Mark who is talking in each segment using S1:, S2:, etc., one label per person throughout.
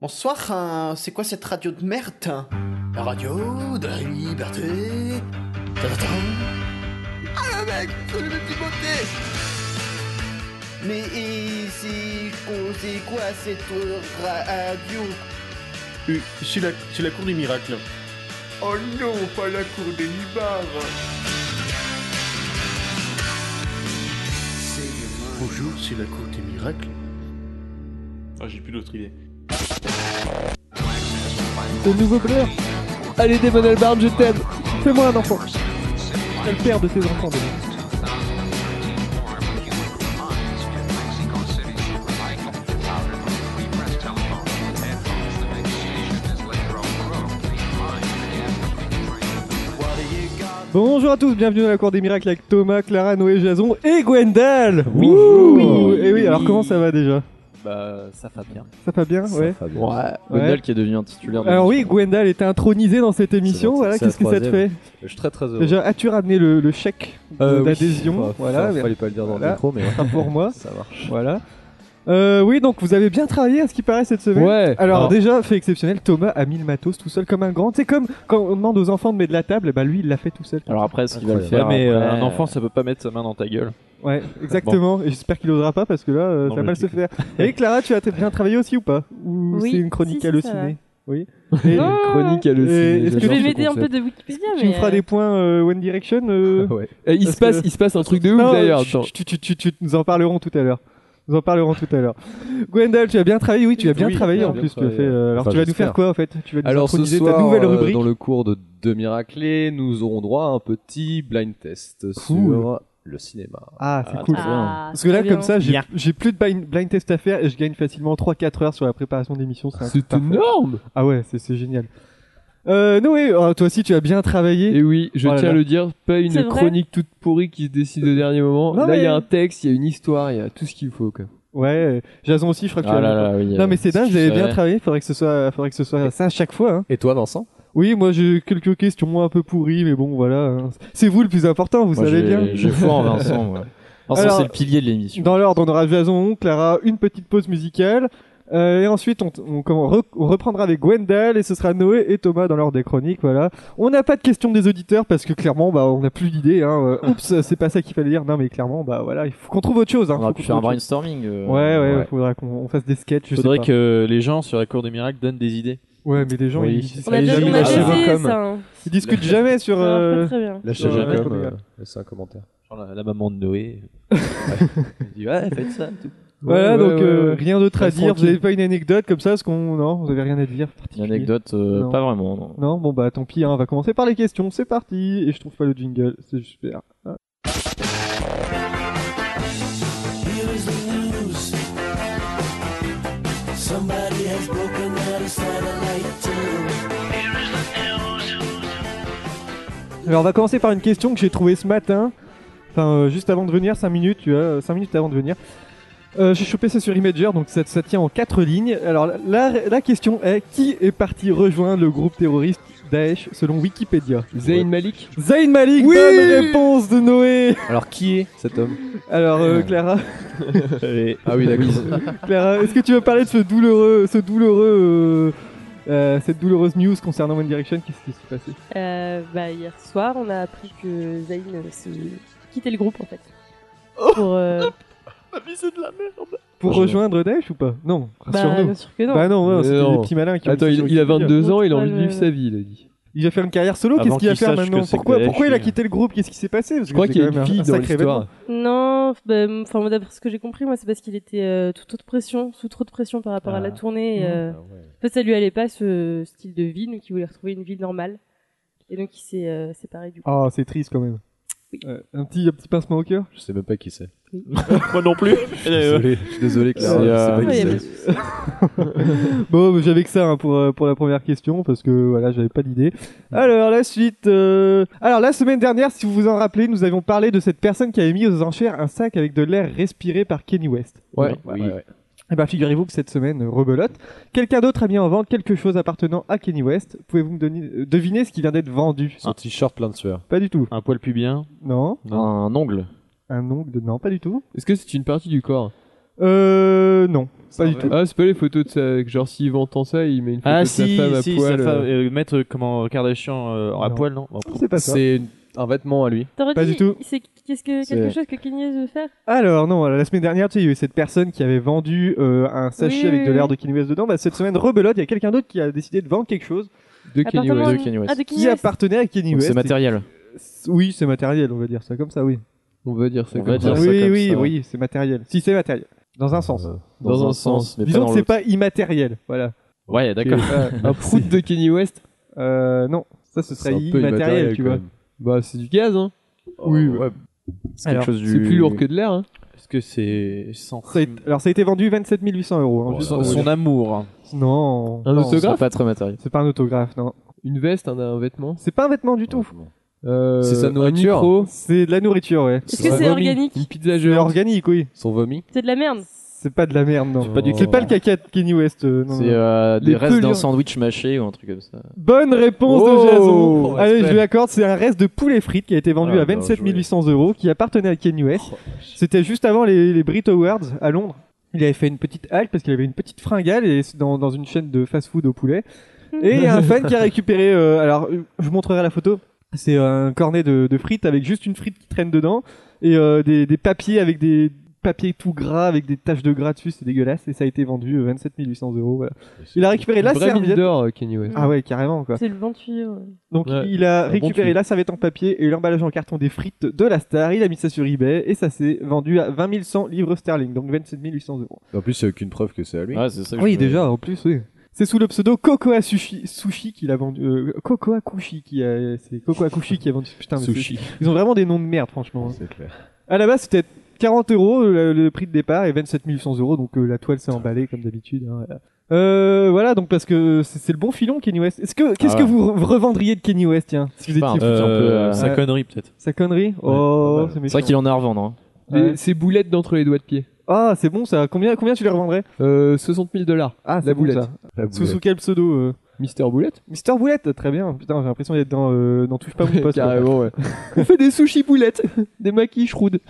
S1: Bonsoir, hein, c'est quoi cette radio de merde hein La radio de la liberté. Ah le mec, c'est le petit beauté Mais ici, c'est quoi cette radio
S2: Euh, C'est la, c'est la cour des miracles.
S1: Oh non, pas la cour des libards
S2: Bonjour, c'est la cour des miracles. Ah, j'ai plus d'autre idée.
S3: Le nouveau Blur Allez Damon Albarn, je t'aime Fais-moi un enfant C'est le père de tes enfants, Damon. Bonjour à tous, bienvenue dans la Cour des Miracles avec Thomas, Clara, Noé, Jason et Gwendal Bonjour Et oui, alors comment ça va déjà
S4: Bah, ça va bien.
S3: Ça va bien Ouais
S4: Ouais.
S3: Wendell
S4: qui est devenu un titulaire.
S3: Alors oui, Gwendal était intronisée dans cette émission,
S4: bon,
S3: voilà,
S4: Euh, c'est la
S3: qu'est-ce que ça te fait
S4: troisième. je suis très très heureux.
S3: Déjà, as-tu ramené le, le chèque de-
S4: Euh, oui.
S3: d'adhésion
S4: Enfin,
S3: Voilà,
S4: enfin, fallait pas le dire dans
S3: Voilà.
S4: le micro, mais ouais,
S3: enfin, pour moi.
S4: ça marche.
S3: Voilà. Euh, oui, donc vous avez bien travaillé à ce qui paraît cette semaine.
S4: Ouais.
S3: Alors, déjà, fait exceptionnel, Thomas a mis le matos tout seul comme un grand. C'est comme quand on demande aux enfants de mettre de la table, et bah lui il l'a fait tout seul.
S5: Alors après, ce qu'il va le
S4: Incroyable.
S5: faire.
S4: Ouais, mais,
S5: après,
S4: euh, un enfant,
S5: ça peut pas mettre sa main dans ta gueule.
S3: Ouais, exactement. Et j'espère qu'il osera pas parce que là, euh,
S5: Non,
S3: ça va
S5: mais
S3: mal se faire. Et Clara, tu as très bien travaillé aussi ou pas Ou
S6: Oui,
S3: c'est une chronique
S6: si, si, ça va.
S3: hallucinée Oui. Et
S6: Non,
S4: Chronique
S3: le ciné,
S4: hallucinée.
S3: est-ce que
S6: Je vais
S3: Genre,
S6: m'aider un peu de Wikipédia,
S3: tu
S6: mais.
S3: me feras
S6: euh,
S3: des points euh, One Direction euh,
S4: il,
S3: Parce
S4: se passe,
S3: que-
S4: il se passe un truc de ouf
S3: Non,
S4: d'ailleurs.
S3: chut,
S4: genre-
S3: chut, chut, chut, chut, nous en parlerons tout à l'heure. Nous en parlerons tout à l'heure. Gwendal, tu as bien travaillé, oui, tu as bien
S4: Oui,
S3: travaillé
S4: bien,
S3: en
S4: bien
S3: plus. tu as
S4: travaillé.
S3: fait, euh, alors
S4: Enfin,
S3: tu vas nous
S4: j'espère.
S3: faire quoi en fait Tu vas nous
S4: Alors ce
S3: introniser
S4: soir,
S3: ta nouvelle
S4: euh,
S3: rubrique.
S4: dans le cours de Deux Miraclés, nous aurons droit à un petit blind test sur le cinéma.
S3: Ah, c'est
S5: Ah,
S3: cool.
S5: très bien.
S6: ah,
S3: Parce que là,
S6: très bien.
S3: comme ça, j'ai
S5: Bien.
S3: j'ai plus de blind, blind test à faire et je gagne facilement 3-4 heures sur la préparation d'émission. un truc
S4: C'est
S3: parfait.
S4: énorme
S3: Ah ouais, c'est c'est génial. Euh, Noé, oh, toi aussi, tu as bien travaillé.
S4: Et Eh oui, je
S3: Oh là
S4: tiens
S3: là.
S4: à le dire, pas
S6: C'est
S4: une
S6: vrai
S4: chronique toute pourrie qui se décide au dernier moment.
S3: Non,
S4: Là, il y
S3: mais-
S4: a un texte, il y a une histoire, il y a tout ce qu'il faut. Quoi.
S3: Ouais, euh, Jason aussi, je crois que
S4: Ah
S7: Ah
S3: tu as.
S5: oui.
S7: euh,
S3: Non, mais c'est dingue, j'avais bien
S5: travaillé.
S3: travaillé. Faudrait que ce soit, faudrait que ce soit ça à chaque fois. hein.
S4: Et toi, Vincent
S3: Oui, moi j'ai quelques questions un peu pourries, mais bon, voilà. hein. C'est vous le plus important, vous savez bien.
S5: J'ai foi en Vincent, moi. Vincent,
S3: Alors-
S5: c'est le pilier de l'émission.
S3: Dans l'ordre, on aura Jason, Clara, une petite pause musicale. euh, et ensuite, on, on- comment- re- on reprendra avec Gwendal et ce sera Noé et Thomas dans l'ordre des chroniques. Voilà. On n'a pas de questions des auditeurs parce que clairement, bah, on n'a plus d'idées. Hein. Euh, Oups, c'est pas ça qu'il fallait dire. Non, mais clairement, bah voilà, il faut qu'on trouve autre chose. Hein.
S5: On aurait
S3: Faut
S5: pu
S3: qu'on
S5: faire un
S3: trouve autre chose.
S5: brainstorming. euh,
S3: Ouais, ouais, faudra qu'on on fasse des sketchs. Je
S5: Faudrait
S3: sais pas.
S5: que les gens sur la cour des miracles donnent des idées.
S3: Ouais, mais les gens,
S5: Oui.
S3: ils,
S6: On a
S3: ils-
S6: déjà
S3: ils-
S6: on
S3: ils-
S6: a
S4: la
S6: déjà
S4: Java
S6: essayé
S4: com.
S6: ça. hein.
S3: ils discutent jamais sur.
S6: Ça marche
S3: euh,
S6: pas très bien.
S4: Lâchez
S3: Ouais,
S4: jamais
S3: ouais,
S4: comme,
S3: ouais.
S4: euh, laissez un commentaire.
S5: Genre La, la maman de Noé. Elle dit ouais, faites ça. tout.
S3: Voilà,
S4: Ouais,
S3: donc
S4: ouais, ouais,
S3: euh,
S4: ouais.
S3: rien d'autre à
S4: Reste
S3: dire. Vous
S4: tranquille.
S3: avez pas une anecdote comme ça, parce qu'on non, vous avez rien à dire.
S5: Une anecdote, euh,
S3: Non.
S5: pas vraiment. non.
S3: Non, bon bah tant pis. hein, on va commencer par les questions. C'est parti. Et je trouve pas le jingle. C'est super. Ah. Alors on va commencer par une question que j'ai trouvée ce matin. Enfin, euh, juste avant de venir, 5 minutes, tu vois, 5 minutes avant de venir. Euh, j'ai chopé ça sur Imager, donc ça, ça tient en quatre lignes. Alors la, la question est qui est parti rejoindre le groupe terroriste Daesh selon Wikipédia
S4: Zayn Malik
S3: Zayn Malik,
S4: Oui
S3: bonne réponse de Noé
S4: Alors, qui est cet homme
S3: Alors euh, Clara,
S4: Ah oui, d'accord.
S3: Clara, est-ce que tu veux parler de ce douloureux, ce douloureux, euh, euh, cette douloureuse news concernant One Direction Qu'est-ce qui s'est passé
S6: Euh, bah, hier soir, on a appris que Zayn euh, s'est quitté le groupe en fait.
S3: Oh
S6: Pour, euh,
S3: Pour
S4: Je-
S3: rejoindre Daesh ou pas Non,
S6: bah,
S3: rassure-nous.
S6: bien sûr que non.
S3: Bah non, ouais,
S4: Mais
S3: c'était
S4: non.
S3: des petits malins qui ont
S4: Attends,
S3: mis ça
S4: il,
S3: sur
S4: il a
S3: Wikipédia.
S4: 22 ans, il a envie de
S6: Contre
S4: vivre
S6: le-
S4: sa vie, il a dit.
S3: Il va faire une carrière solo,
S5: Avant
S3: qu'est-ce qu'il va
S5: qu'il
S3: faire
S5: sache que
S3: maintenant
S5: c'est que
S3: Pourquoi,
S5: Daesh,
S3: pourquoi il a
S5: oui.
S3: quitté le groupe Qu'est-ce qui s'est passé Parce
S4: euh. Je crois
S3: que
S4: qu'il y a
S3: c'est quand
S4: une
S3: même
S4: fille
S3: un
S4: dans
S3: sacré
S4: l'histoire.
S6: Non, bah, enfin moi, d'après ce que j'ai compris, moi c'est parce qu'il était euh, sous trop de pression, sous trop de pression par rapport à la
S5: Ah.
S6: tournée. et, euh, en fait, ça lui allait pas ce style de vie, donc il voulait retrouver une vie normale. Et donc il s'est euh, séparé du groupe.
S3: Ah, c'est triste quand même.
S6: Oui.
S3: Euh, un, petit, un petit pincement au cœur
S4: Je sais même pas qui c'est.
S5: Moi non plus.
S4: Désolé, je suis désolé, Clara.
S5: C'est,
S4: je
S3: Ah,
S4: sais
S3: bah,
S5: euh,
S4: pas qui
S6: Ouais, il y
S4: c'est.
S6: avait-
S3: Bon, mais j'avais que ça hein, pour, euh, pour la première question parce que voilà, j'avais pas d'idée. Alors, la suite. euh, Alors, la semaine dernière, si vous vous en rappelez, nous avions parlé de cette personne qui avait mis aux enchères un sac avec de l'air respiré par Kenny West.
S4: Ouais,
S5: Oui.
S4: ouais, ouais.
S3: Eh ben, figurez-vous que cette semaine, euh, rebelote, quelqu'un d'autre a mis en vente quelque chose appartenant à Kenny West. Pouvez-vous me donner, euh, deviner ce qui vient d'être vendu
S4: Son t-shirt plein de sueur.
S3: Pas du tout.
S5: Un poil pubien.
S3: Non.
S5: Un ongle.
S3: Un ongle de... Non, pas du tout.
S4: Est-ce que c'est une partie du corps
S3: Euh, non, pas du tout.
S4: Ah, c'est pas les photos de sa. Genre, s'il vend ça, il met une photo
S5: Ah
S4: de
S5: si,
S4: sa femme à
S5: si,
S4: poil.
S5: sa femme,
S4: euh.
S5: euh, mettre euh, comment Kardashian euh, à
S3: Non.
S5: poil, non Bon,
S3: C'est pas ça.
S4: C'est une- un vêtement à lui.
S6: T'aurais
S3: Pas
S6: dit,
S3: du tout.
S6: C'est qu'est-ce que, quelque
S4: C'est-
S6: chose que Kanye veut faire
S3: Alors non, la semaine dernière, tu sais, il y a eu cette personne qui avait vendu euh, un sachet
S6: Oui,
S3: avec de
S6: oui,
S3: l'air
S6: oui.
S3: de Kanye West dedans. Bah, cette semaine, rebelote, il y a quelqu'un d'autre qui a décidé de vendre quelque chose
S4: De Kanye
S6: Appartement-
S4: West.
S5: De Kanye West.
S6: Ah, de Kanye
S3: qui
S6: West.
S3: appartenait à Kanye
S5: Donc,
S3: West.
S5: c'est matériel.
S3: Oui, c'est matériel, on va dire ça comme ça, oui.
S4: On va dire ça
S5: On
S4: comme
S5: va
S4: ça.
S5: dire ça
S3: oui,
S5: comme
S3: oui,
S5: ça.
S3: oui, c'est matériel. Si, c'est matériel. Dans un sens.
S5: Euh,
S4: Dans un sens, mais
S3: Disons que c'est pas immatériel, voilà.
S5: Ouais, d'accord.
S4: Un prout de Kanye West.
S3: Euh, non, ça ce serait
S4: un peu
S3: immatériel,
S4: immatériel,
S3: tu
S4: quand
S3: vois. Oh,
S4: même. Bah, c'est du gaz, hein.
S5: Oui, ouais.
S3: quelque
S5: Alors,
S4: C'est plus lourd que de l'air, hein.
S5: Est-ce que c'est sans
S3: Ça a été- Alors ça a été vendu 27 800 euros. hein,
S5: Voilà. Ah,
S3: juste
S5: son,
S3: pour vous
S5: son
S3: dire.
S5: amour
S3: Non.
S4: Un
S3: non,
S4: autographe
S5: pas très matériel.
S3: C'est pas un autographe, non.
S4: Une veste, un, un vêtement.
S3: C'est pas un vêtement du tout.
S4: Euh,
S5: C'est sa
S4: un
S5: nourriture.
S4: micro.
S3: C'est de la nourriture, ouais.
S6: Est-ce
S4: Son
S6: que c'est
S4: vomi.
S6: organique
S4: Une pizza
S3: C'est
S4: géante.
S3: organique, oui.
S4: Son vomi.
S6: C'est de la merde.
S3: C'est pas de la merde, non.
S5: C'est pas du
S3: C'est
S5: tout.
S3: pas le caca de Kenny West. euh, non,
S7: C'est
S3: non.
S7: euh,
S3: Les
S7: des restes d'un
S3: pelures.
S7: sandwich mâché ou un truc comme ça.
S3: Bonne réponse
S4: Oh,
S3: de Jason. Allez,
S4: respect.
S3: je lui accorde. C'est un reste de poulet frites qui a été vendu
S7: Ah,
S3: à
S7: bien
S3: 27
S7: joué.
S3: 800 euros, qui appartenait à Kenny West.
S4: Oh,
S3: C'était juste avant les, les Brit Awards à Londres. Il avait fait une petite halte parce qu'il avait une petite fringale et c'est dans, dans une chaîne de fast-food au poulet. Et il y a un fan qui a récupéré. euh, alors, euh, je vous montrerai la photo. C'est un cornet de, de frites avec juste une frite qui traîne dedans et euh, des, des papiers avec des papiers tout gras avec des taches de gras dessus. C'est dégueulasse et ça a été vendu euh, 27 800 euros. Voilà. Il a récupéré la
S4: Une vraie mine
S3: serviette.
S4: d'or, euh, Kanye West.
S3: Ah ouais, carrément quoi.
S6: C'est le bon tuyau. ouais.
S3: Donc
S4: Ouais,
S3: il a
S4: bon
S3: récupéré
S4: tuyau.
S3: la savette en papier et l'emballage en carton des frites de la star, il a mis ça sur eBay et ça s'est vendu à 20 100 livres sterling, donc 27 800 euros.
S8: En plus, il n'y a aucune preuve que c'est à lui.
S4: Ah,
S7: Ouais, c'est ça que
S3: Ah Oui,
S7: je-
S3: déjà, en plus, oui. C'est sous le pseudo Cocoa Sushi, sushi qu'il a vendu. euh, Cocoa Kushi qui a. C'est Cocoa Kushi qui a vendu. Putain, mais
S4: Sushi.
S3: c'est- Ils ont vraiment des noms de merde, franchement. hein.
S8: C'est clair.
S3: À la base, c'était 40 euros le, le prix de départ et 27 800 euros, donc euh, la toile s'est emballée comme d'habitude. hein, voilà. Euh, voilà, donc parce que c'est c'est le bon filon, Kenny West. Est-ce que qu'est-ce
S7: Ah
S3: que
S7: ouais.
S3: vous re- revendriez de Kenny West, tiens, si vous
S7: Pas un
S3: étiez
S7: peu,
S5: Euh,
S7: un peu, euh, Ah
S5: Sa
S3: ouais.
S5: connerie, peut-être.
S3: Sa connerie Oh, c'est
S7: bah. C'est
S3: méchant.
S7: vrai qu'il en a à revendre. hein.
S4: Les-
S3: Ouais.
S4: Ses boulettes d'entre les doigts de pied.
S3: Ah, c'est bon ça. Combien, combien tu les revendrais
S4: Euh, 60 000 dollars.
S3: Ah,
S4: La boulette.
S3: Sous, sous quel pseudo euh
S4: Mister Boulette
S3: Mister Boulette, très bien. Putain, j'ai l'impression d'être dans, euh, dans Touche pas mon poste. quoi.
S4: Carrément, ouais. On fait des sushis boulettes. Des maquis chroudes.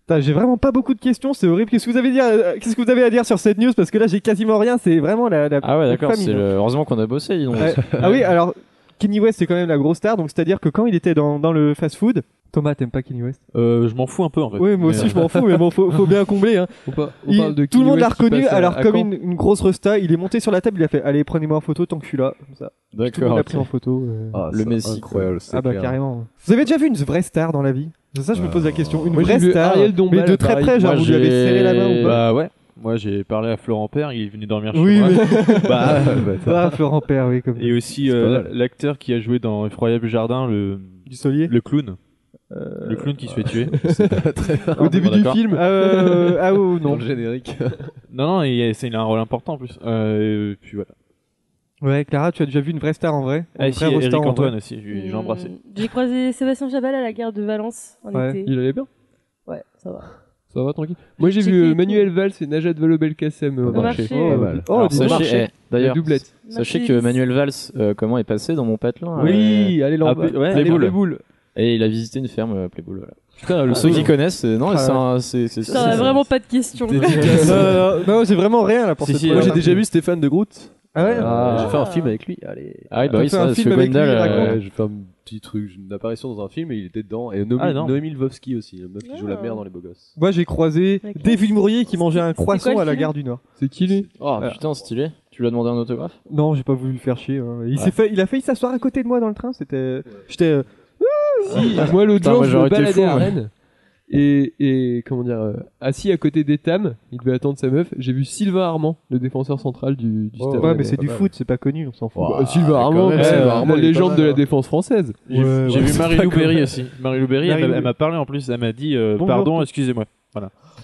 S3: Putain, J'ai vraiment pas beaucoup de questions, c'est horrible. Qu'est-ce que vous avez dire euh, Qu'est-ce que vous avez à dire sur cette news Parce que là, j'ai quasiment rien. C'est vraiment la. la-
S7: Ah ouais,
S3: la
S7: d'accord.
S3: famine.
S7: c'est le- Heureusement qu'on a bossé, dis donc.
S3: Ouais. Ah oui, alors Kenny West, c'est quand même la grosse star. Donc c'est-à-dire que quand il était dans, dans le fast-food, Thomas, t'aimes pas Kenny West
S5: Euh, je m'en fous un peu en fait.
S3: Oui, moi aussi,
S5: Mais,
S3: je m'en fous. Mais bon, faut, faut bien combler. Hein.
S4: On, pa- on
S3: Il-
S4: parle de
S3: tout le
S4: Kanye
S3: monde l'a
S4: West qui
S3: reconnu.
S4: passe à-
S3: Alors
S4: à
S3: comme
S4: Caen.
S3: une, une grosse resta, il est monté sur la table. Il a fait, allez, prenez-moi en photo tant que je suis là. Comme ça. Tout le
S7: D'accord.
S3: monde l'a
S7: ok.
S3: pris en photo. euh.
S5: Ah,
S7: Le Messi,
S8: Incroyable, c'est
S3: Ah bah
S8: clair.
S3: carrément. Vous avez déjà vu une vraie star dans la vie C'est ça, je me
S5: Euh,
S3: pose la question. Une
S4: Moi, j'ai
S3: vraie
S4: vu
S3: star,
S4: Ariel Dombal
S3: mais de
S4: à
S3: très
S4: Paris.
S3: près, genre
S7: Moi,
S3: vous lui avez
S7: j'ai-
S3: serré la main ou pas
S5: Bah ouais. Moi j'ai parlé à Florent Père, il est venu dormir chez
S3: Oui,
S5: moi.
S3: mais...
S5: Bah,
S3: ah, Florent Père, oui, comme
S5: et aussi
S8: C'est
S5: euh,
S8: pas mal.
S5: l'acteur qui a joué dans Effroyable Jardin, le,
S3: du Euh, solier.
S5: le clown. Le clown qui se fait tuer.
S3: Au début du
S5: Ah, bah, d'accord.
S3: film. Euh... ah oh,
S4: Dans
S3: non.
S4: le générique.
S5: Non, non, il, a- c'est- il a un rôle important en plus. Euh, puis voilà.
S3: Ouais, Clara, tu as déjà vu une vraie star en vrai
S5: Ah,
S3: Une
S5: si,
S3: vraie
S5: Eric
S3: rosta en vrai
S5: Antoine aussi, je lui- j'ai embrassé.
S6: Hum, J'ai croisé Sébastien Chabal à la gare de Valence en
S3: Ouais,
S6: été.
S4: Il allait bien
S6: Ouais, ça va.
S4: Ça va, tranquille. Moi, j'ai
S6: J'ai
S4: vu
S6: fait-
S4: euh, Manuel Valls et Najat Vallaud-Belkacem euh, au
S6: Au
S4: marché.
S6: marché.
S8: Pas
S6: euh,
S8: mal.
S3: Oh,
S7: Alors,
S3: dis donc.
S7: sachez, eh,
S4: La
S7: d'ailleurs,
S4: doublette.
S7: sachez
S6: marché.
S7: que Manuel Valls, euh, comment est passé dans mon patelin
S3: Oui, allez là.
S7: Ah, Play- ouais,
S4: les
S7: Playbool.
S4: boules.
S7: euh, Et il a visité une ferme euh, Playbool. Voilà.
S4: Putain, le
S7: Pour ceux qui connaissent, c'est- non,
S3: Ah
S7: c'est un- c'est c'est-
S6: Ça va
S7: c'est-
S6: vraiment pas de questions.
S3: Euh, Non, c'est vraiment rien là pour
S7: Si,
S3: cette
S7: si,
S4: Moi,
S7: euh,
S4: j'ai déjà vu Stéphane de Groot.
S3: Ah ouais
S7: Ah.
S4: J'ai fait un film avec lui. Allez.
S7: Ah oui, bah
S3: T'as
S7: oui,
S3: fait
S7: c'est
S3: un
S7: vrai, parce
S3: film
S7: que
S3: avec lui,
S7: Gwendal,
S3: raconte.
S7: euh,
S8: Ouais, j'ai fait un petit truc, une apparition dans un film et il était dedans. Et Nomi-
S5: Ah, non.
S8: Noémie Lvovsky aussi, la meuf qui joue la
S6: Ah.
S8: mère dans Les Beaux Gosses.
S3: Moi, j'ai croisé
S6: D'accord.
S3: David Mourier qui mangeait un
S6: C'est quoi le
S3: croissant à la
S6: film
S3: gare du Nord.
S4: C'est qui lui
S7: Oh putain, stylé. Tu lui as demandé un autographe
S3: Non, j'ai pas voulu le faire chier. hein. Il s'est fait, il a failli s'asseoir à côté de moi dans le train. C'était, j'étais. euh,
S4: Moi, l'autre
S7: Putain,
S4: jour,
S7: moi,
S4: je
S7: j'aurais
S4: me
S7: été
S4: baladais
S7: fou,
S4: à
S7: ouais.
S4: Rennes. Et, et comment dire, euh, assis à côté d'Etam, il devait attendre sa meuf. J'ai vu Sylvain Armand, le défenseur central du, du
S8: Oh,
S4: Stade
S3: Ouais,
S4: Rennais.
S3: mais c'est du
S8: mal.
S3: foot, c'est pas connu, on s'en fout.
S8: Ouah,
S4: Bah, Sylvain
S8: quand
S4: Armand,
S8: même,
S4: c'est
S8: Sylvain
S4: vraiment
S8: Armand,
S4: la
S8: il est pas
S4: légende
S8: mal,
S4: de la
S8: hein.
S4: défense française.
S5: J'ai
S3: Ouais,
S5: j'ai
S3: ouais.
S5: vu Marie Louberry aussi. Marie Louberry, elle,
S3: Marie
S5: m'a- elle
S3: Lou-
S5: m'a parlé en plus, elle m'a dit euh,
S3: Bonjour.
S5: pardon, excusez-moi.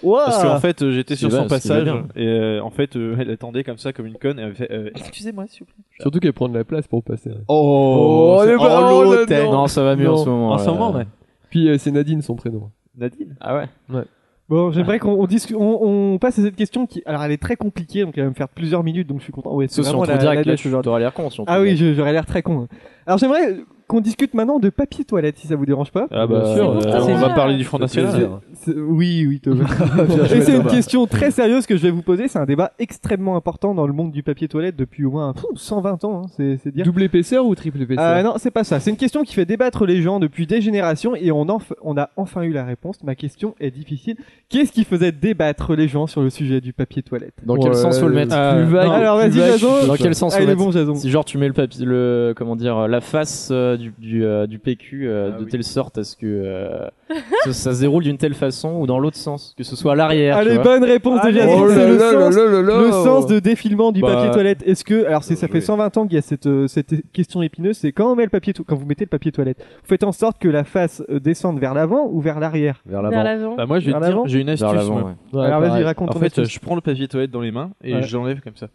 S3: Ouah.
S5: Parce qu'en fait, euh, j'étais sur
S7: va,
S5: son
S7: ce qui va
S5: passage
S7: bien.
S5: et euh, en fait, euh, elle attendait comme ça, comme une conne. et Elle fait, euh, excusez-moi, s'il vous plaît.
S4: Surtout qu'elle prend de la place pour passer. hein.
S7: Oh,
S4: c'est- oh,
S7: l'autre,
S4: là,
S7: eh.
S4: non.
S7: Non, ça va mieux en
S4: Non.
S7: ce moment.
S5: en ce
S7: là.
S5: moment, ouais.
S4: Puis euh, c'est Nadine son prénom.
S5: Nadine.
S7: Ah ouais
S3: Bon, j'aimerais
S7: Ah.
S3: qu'on on discu- on, on passe à cette question qui, alors elle est très compliquée, donc elle va me faire plusieurs minutes, donc je suis content. Ouais, c'est
S7: Sauf si on
S3: vraiment
S7: trouve
S3: la, la
S7: direct, là,
S3: date
S7: tu
S3: aujourd'hui.
S7: t'auras l'air con. si on
S3: Ah
S7: trouve
S3: oui,
S7: direct.
S3: je- j'aurais l'air très con. hein. Alors j'aimerais qu'on discute maintenant de papier toilette, si ça vous dérange pas.
S5: Ah bah,
S7: Bien
S6: sûr,
S5: euh,
S6: c'est pour
S5: on
S6: ça.
S5: va parler du Front National.
S3: C'est- Oui, oui, Thomas. Et c'est une question très sérieuse que je vais vous poser. C'est un débat extrêmement important dans le monde du papier toilette depuis au moins pff, 120 ans. hein, c'est c'est dire.
S4: Double épaisseur ou triple épaisseur
S3: Ah non, c'est pas ça. C'est une question qui fait débattre les gens depuis des générations et on, enf- on a enfin eu la réponse. Ma question est difficile. Qu'est-ce qui faisait débattre les gens sur le sujet du papier toilette
S7: Dans quel
S4: Ouais,
S7: sens faut le mettre
S4: euh, plus
S7: Ah,
S4: vague,
S7: non.
S3: Alors
S4: plus
S3: vas-y,
S4: vague,
S3: Jason.
S7: Dans quel sens
S3: Ah,
S7: faut le
S3: il est
S7: mettre
S3: bon, Jason.
S7: Si genre tu mets le papier, le comment dire, la face euh, du du, euh, du PQ euh,
S8: Ah
S7: de
S8: oui.
S7: telle sorte à ce que euh, ça, ça se déroule d'une telle façon ou dans l'autre sens, que ce soit à l'arrière. tu
S3: Allez, bah,
S7: vois.
S3: bonne réponse
S8: Oh
S3: de
S4: oh
S3: Jason. C'est le sens le sens de défilement du
S4: Bah,
S3: papier toilette, est-ce que alors c'est ça
S8: joué.
S3: fait 120 ans qu'il y a cette euh, cette question épineuse, c'est quand on met le papier to- quand vous mettez le papier toilette, vous faites en sorte que la face euh, descende vers l'avant ou vers l'arrière.
S8: Vers
S6: Vers
S8: l'avant.
S6: l'avant.
S5: Bah, moi, je vais
S3: Vers
S5: te dire,
S3: l'avant
S5: j'ai une astuce.
S7: Vers l'avant,
S5: moi.
S7: ouais.
S4: Ouais,
S3: alors vas-y,
S4: pareil.
S3: raconte
S5: En
S3: ton
S5: fait, euh,
S3: astuce.
S5: je prends le papier toilette dans les mains et
S3: Ouais.
S5: je l'enlève comme ça.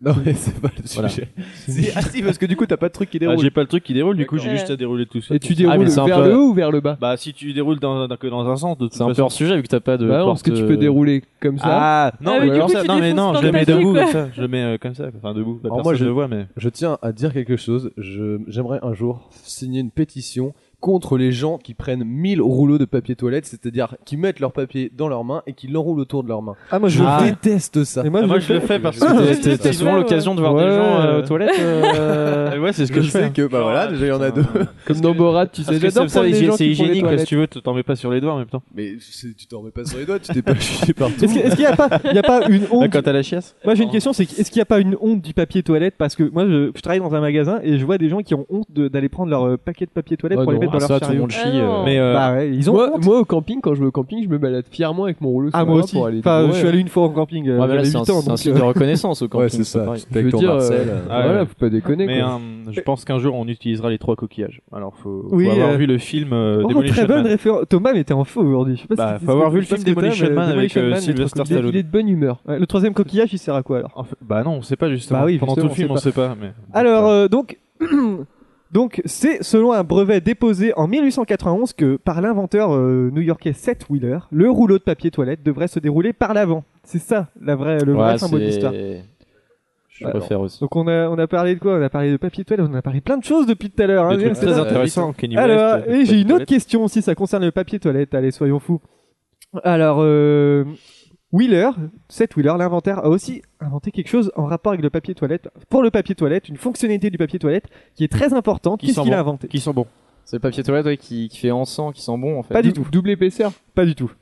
S8: Non, mais c'est pas le sujet. Si- ah si, parce que du coup, t'as pas de truc qui
S5: Ah,
S8: déroule.
S5: j'ai pas le truc qui déroule, du coup,
S6: D'accord.
S5: j'ai juste à dérouler tout ça.
S4: Et tu
S7: Ah,
S4: déroules
S7: mais c'est un
S4: vers
S7: peu-
S4: le haut ou vers le bas
S5: Bah, si tu déroules dans, dans- que dans un sens, de toute
S7: C'est un peu
S5: façon.
S7: hors sujet vu que t'as pas de
S4: Bah non, parce
S7: porte,
S4: que tu
S7: euh,
S4: peux dérouler comme ça.
S5: Ah,
S6: Ah,
S5: non,
S6: mais
S5: mais,
S6: du
S5: comme
S6: coup,
S5: ça.
S6: tu
S5: Non, mais non,
S6: défonces
S5: je le mets
S6: ton
S5: debout
S6: papier,
S5: comme ça. Je le mets euh, comme ça, enfin debout. La
S8: Alors, moi,
S5: personne
S8: je-
S5: le voit, mais.
S8: Je tiens à dire quelque chose. Je- J'aimerais un jour signer une pétition contre les gens qui prennent 1000 rouleaux de papier toilette, c'est-à-dire qui mettent leur papier dans leurs mains et qui l'enroulent autour de leurs mains.
S3: Ah moi je
S8: Je
S3: le fais.
S8: déteste ça.
S3: Et moi,
S5: Ah,
S3: je
S5: moi
S3: le
S5: je le
S3: fais.
S5: fais parce
S6: Ah,
S5: que
S6: c'est-
S5: t'as- t'as
S6: c'est
S5: souvent
S6: vrai,
S7: l'occasion de voir
S4: Ouais.
S7: des gens euh, aux toilettes. euh,
S5: Ah ouais, c'est ce que
S8: Je
S5: je
S3: hein
S5: fais.
S8: sais que, bah voilà, déjà il y en
S3: Ah,
S8: a deux.
S4: Comme dans Borat, tu sais,
S5: Parce que
S4: j'adore
S5: comme ça,
S4: prendre les gens
S5: c'est
S4: qui font les
S5: hygiénique, quoi, si
S4: toilettes.
S5: tu veux, t'en mets pas sur les doigts en même temps.
S8: Mais c'est- tu t'en remets pas sur les doigts, tu t'es pas chié partout.
S3: Est-ce que- est-ce qu'il n'y a pas il y a pas une honte
S5: Quand t'as la chiasse
S3: Moi j'ai une question c'est que- est-ce qu'il n'y a pas une honte du papier toilette parce que moi je, je travaille dans un magasin et je vois des gens qui ont honte de- d'aller prendre leur euh, paquet de papier toilette
S4: Ah
S3: pour les
S4: non,
S3: mettre dans
S7: Ah,
S3: leur
S7: ça, tout le
S3: chariot.
S7: monde chie.
S6: Ah non.
S7: euh,
S5: Mais euh,
S3: Bah ouais, ils ont
S4: Moi,
S3: honte.
S4: moi, au camping, quand je vais au camping, je me balade fièrement avec mon rouleau. sur
S3: ah
S4: la
S3: moi
S4: main
S3: aussi.
S4: pour aller
S3: Enfin,
S4: debout,
S3: je
S4: ouais.
S3: suis allé une fois au camping, euh,
S7: ouais, mais là,
S3: j'avais
S7: c'est un
S3: 8 ans
S7: c'est un
S3: donc
S7: signe de reconnaissance au
S8: Ouais,
S7: camping.
S8: c'est ça.
S7: pareil.
S4: Je veux
S8: Avec ton
S4: dire, euh,
S8: Marcel, euh,
S5: Ah ouais.
S4: voilà, faut pas déconner.
S5: Mais
S4: quoi.
S5: euh, je pense qu'un jour on utilisera les trois coquillages. Alors faut, faut
S3: Oui,
S5: avoir
S3: euh,
S5: vu le film euh,
S3: Oh,
S5: Demolition
S3: très bonne
S5: Man.
S3: référence. Thomas, mais t'es en faux aujourd'hui. Je sais pas
S5: Bah,
S3: si-
S5: faut avoir
S3: si-
S5: vu le
S3: je sais
S5: film
S3: pas ce que
S5: Demolition
S3: t'as, mais
S5: Man avec,
S3: Demolition
S5: euh,
S3: Man, les
S5: Sylvester
S3: trois
S4: Il est-
S5: Stallone.
S4: il est de bonne humeur.
S3: coquilles. Ouais, le troisième coquillage, il sert à quoi alors
S5: En fait- bah non, on sait pas justement.
S3: Bah oui,
S5: Pendant tout
S3: justement,
S5: le film,
S3: on
S5: on sait pas. mais-
S3: Alors, euh, donc, donc c'est selon un brevet déposé en 1891 que par l'inventeur euh, new-yorkais Seth Wheeler, le rouleau de papier toilette devrait se dérouler par l'avant. C'est ça la vraie, le vrai
S7: ouais,
S3: symbole
S7: c'est-
S3: d'histoire.
S7: Je préfère aussi.
S3: Donc on a, on a parlé de quoi On a parlé de papier toilette, on a parlé de plein de choses depuis tout à l'heure. hein.
S5: Des trucs
S3: C'est
S5: très
S3: ça.
S5: intéressants. Kenny
S3: Alors,
S5: West, euh,
S3: et j'ai une autre
S5: toilette.
S3: question aussi, ça concerne le papier toilette. Allez, soyons fous. Alors, euh, Wheeler, Seth Wheeler, l'inventaire, a aussi inventé quelque chose en rapport avec le papier toilette. Pour le papier toilette, une fonctionnalité du papier toilette qui est très importante.
S5: Qui
S3: Qu'est-ce
S5: sent
S3: qu'il a
S5: bon.
S3: inventé
S5: Qui sont bons.
S7: C'est le papier toilette ouais, qui, qui fait en sang, qui sent bon en fait.
S3: Pas du
S4: Dou-
S3: tout.
S4: Double épaisseur.
S3: Pas du tout.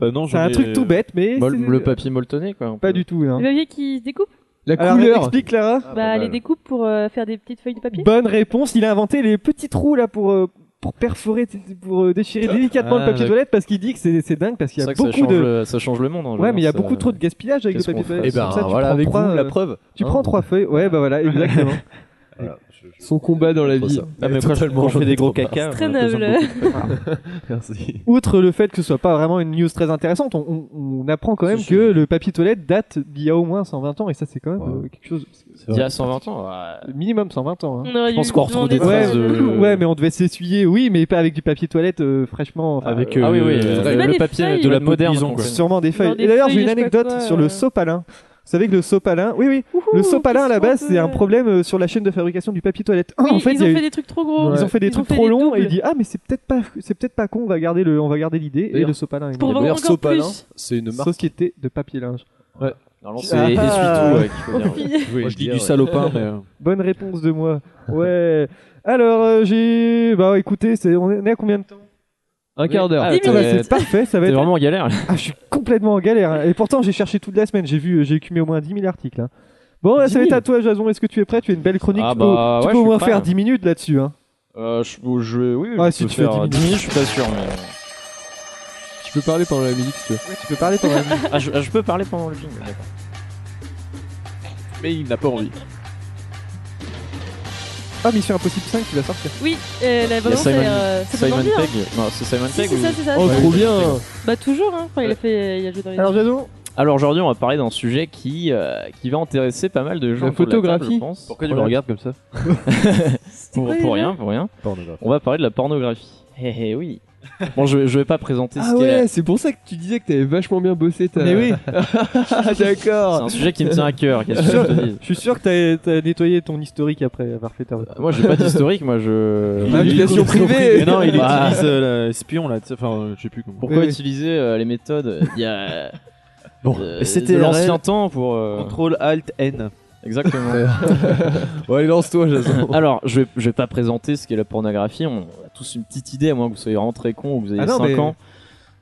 S5: Bah non,
S3: C'est
S5: j'en
S3: un
S5: ai-
S3: truc tout bête, mais
S7: Mol-
S3: c'est-
S7: le papier molletonné quoi. on
S3: pas
S7: peut-
S3: du tout. hein.
S6: Le papier qui se découpe,
S4: La
S3: Alors,
S4: couleur.
S3: explique Clara.
S8: Ah, pas
S6: bah,
S8: mal.
S6: les découpe pour euh, faire des petites feuilles de papier.
S3: Bonne réponse. Il a inventé les petits trous là pour euh, pour perforer, pour euh, déchirer délicatement
S5: Ah,
S3: le papier
S5: d'accord.
S3: toilette parce qu'il dit que c'est c'est dingue parce qu'il
S7: C'est
S3: y a
S7: vrai que ça
S3: beaucoup
S7: change,
S3: de
S7: le- ça change le monde. hein, en
S3: Ouais, mais il y a
S7: général,
S3: beaucoup
S7: ça-
S3: trop de gaspillage avec le
S7: euh, Qu'est-ce
S3: papier
S7: qu'on fait
S3: toilette.
S8: Et
S7: Eh
S8: ben
S3: Comme ça, tu
S8: voilà,
S3: prends
S8: avec vous,
S3: trois,
S8: la
S3: euh,
S8: preuve.
S3: Tu prends trois feuilles, ouais, bah voilà, exactement.
S8: Voilà, je- je-
S4: Son combat dans la
S8: Trop
S4: vie.
S8: ça.
S5: Ah, mais quand je- quand je fais des gros
S3: Bah,
S5: caca.
S6: Très
S5: on a besoin de
S6: noble.
S7: hein.
S5: beaucoup de papier.
S8: Merci.
S3: Outre le fait que ce soit pas vraiment une news très intéressante, on, on- on apprend quand même
S5: Si,
S3: que le papier toilette date d'il y a au moins 120 ans, et ça c'est quand même
S8: Ouais.
S3: euh, quelque chose.
S7: Il y a 120 ans. ouais.
S3: Minimum 120 ans. hein.
S6: On aurait
S7: Je pense
S6: dû
S7: qu'on retrouve
S6: demander
S7: des traces
S6: ça.
S7: de-
S3: Ouais, mais on devait s'essuyer, oui, mais pas avec du papier toilette euh, fraîchement. enfin,
S5: Avec
S3: euh,
S5: euh,
S7: Ah oui, oui,
S5: le-
S7: euh,
S6: C'est pas
S5: le
S6: des
S5: papier
S6: feuilles.
S5: de la
S7: Pas de mot
S5: moderne.
S7: bison,
S5: qu'on
S7: quoi.
S5: fait.
S3: sûrement des feuilles.
S6: des
S3: Et d'ailleurs, j'ai
S6: feuilles,
S3: une
S6: je sais pas
S3: anecdote
S6: quoi,
S3: sur le
S6: euh.
S3: sopalin. Vous savez que le sopalin, oui, oui, le sopalin à la base, c'est un problème euh, sur la chaîne de fabrication du papier toilette.
S6: Oui,
S3: en fait, il
S6: ils
S3: y
S6: ont
S3: a eu-
S6: fait des trucs trop gros.
S3: Ils ont fait des
S6: Ils ont
S3: trucs
S6: fait
S3: trop
S6: des
S3: longs et il
S6: doubles.
S3: dit ah mais c'est peut-être pas c'est peut-être pas con on va garder le on va garder l'idée et
S8: D'ailleurs,
S3: le sopalin est
S6: Pour
S3: né.
S6: vendre
S8: D'ailleurs,
S6: encore
S8: Sopalin,
S6: plus.
S8: c'est une marque.
S3: société de papier linge
S7: Normalement,
S3: Ah.
S7: c'est Ah, essuie-tout. ouais, qu'il faut dire.
S5: Moi, je dis du salopin, mais. euh,
S3: bonne réponse de moi ouais alors euh, j'ai bah écoutez c'est on est on est à combien de temps
S4: Un quart d'heure.
S7: Ah,
S6: Dix
S7: t'es-
S3: Ah, bah,
S7: t'es
S3: c'est parfait ça va
S7: t'es
S3: être
S7: vraiment en galère. là.
S3: ah je suis complètement en galère hein. et pourtant j'ai cherché toute la semaine j'ai vu euh, j'ai écumé au moins 10 000 articles hein. bon ça va être à toi Jason est-ce que tu es prêt tu as une belle chronique
S7: Ah,
S3: tu
S7: bah,
S3: peux, tu
S7: ouais,
S3: peux
S7: je
S3: au
S7: suis
S3: moins
S7: prêt.
S3: faire 10 minutes là-dessus hein.
S7: Euh, je, je, oui,
S3: Ah,
S7: je
S3: si
S7: peux
S3: tu fais
S7: faire
S3: 10
S7: 10 minutes, je suis pas sûr, mais.
S4: Tu peux parler pendant la musique si tu veux.
S3: tu peux parler pendant la musique.
S7: Ah, je, ah, je peux parler pendant le film. d'accord.
S5: Mais il n'a pas envie.
S3: ah Mission Impossible 5 qui va sortir
S6: Oui, euh, la
S7: Il y a
S6: bande, c'est
S7: Simon,
S6: euh, c'est pas
S7: Simon
S6: bandit, hein.
S7: Pegg. Non, c'est Simon
S6: Si,
S7: Pegg.
S6: c'est
S7: ou-
S6: ça, c'est ça.
S4: Oh, trop bien
S6: Bah, toujours, hein, quand il a fait, il a joué dans les.
S3: alors Jason
S7: Alors aujourd'hui, on va parler d'un sujet qui, euh, qui va intéresser pas mal de gens.
S4: La
S7: autour de table,
S4: photographie.
S7: je pense.
S5: Pourquoi tu me regardes comme ça
S7: Pour, pour rien, pour rien.
S8: Pornographe.
S7: On va parler de la pornographie. Eh eh oui. Bon, je, je vais pas présenter
S4: Ah
S7: ce qu'est la-
S4: ouais, c'est pour ça que tu disais que t'avais vachement bien bossé ta.
S7: Mais oui.
S4: Ah,
S7: C'est
S4: d'accord.
S7: un sujet qui me tient à cœur. Qu'est-ce que
S3: Je
S7: je
S3: suis
S7: te dis
S3: Je suis sûr que t'as- t'as nettoyé ton historique après avoir fait ta.
S7: Euh, Moi, j'ai pas d'historique. Moi, je.
S4: Ah, Navigation privée.
S2: Mais non, il
S3: Ah.
S7: Bah.
S2: utilise euh, l'espion là, tu sais, enfin, euh, je sais plus comment.
S7: Pourquoi
S4: Oui.
S7: utiliser euh, les méthodes Il y a.
S2: Bon,
S7: euh,
S1: c'était
S7: de l'ancien
S1: RL.
S7: temps pour. euh,
S1: Contrôle Alt N.
S7: Exactement.
S8: Ouais, allez, lance-toi, Jason.
S7: Alors, je vais, je vais pas présenter ce qu'est la pornographie. On a tous une petite idée, à moins que vous soyez vraiment très con ou que vous ayez
S3: Ah non,
S7: 5
S3: mais-
S7: ans.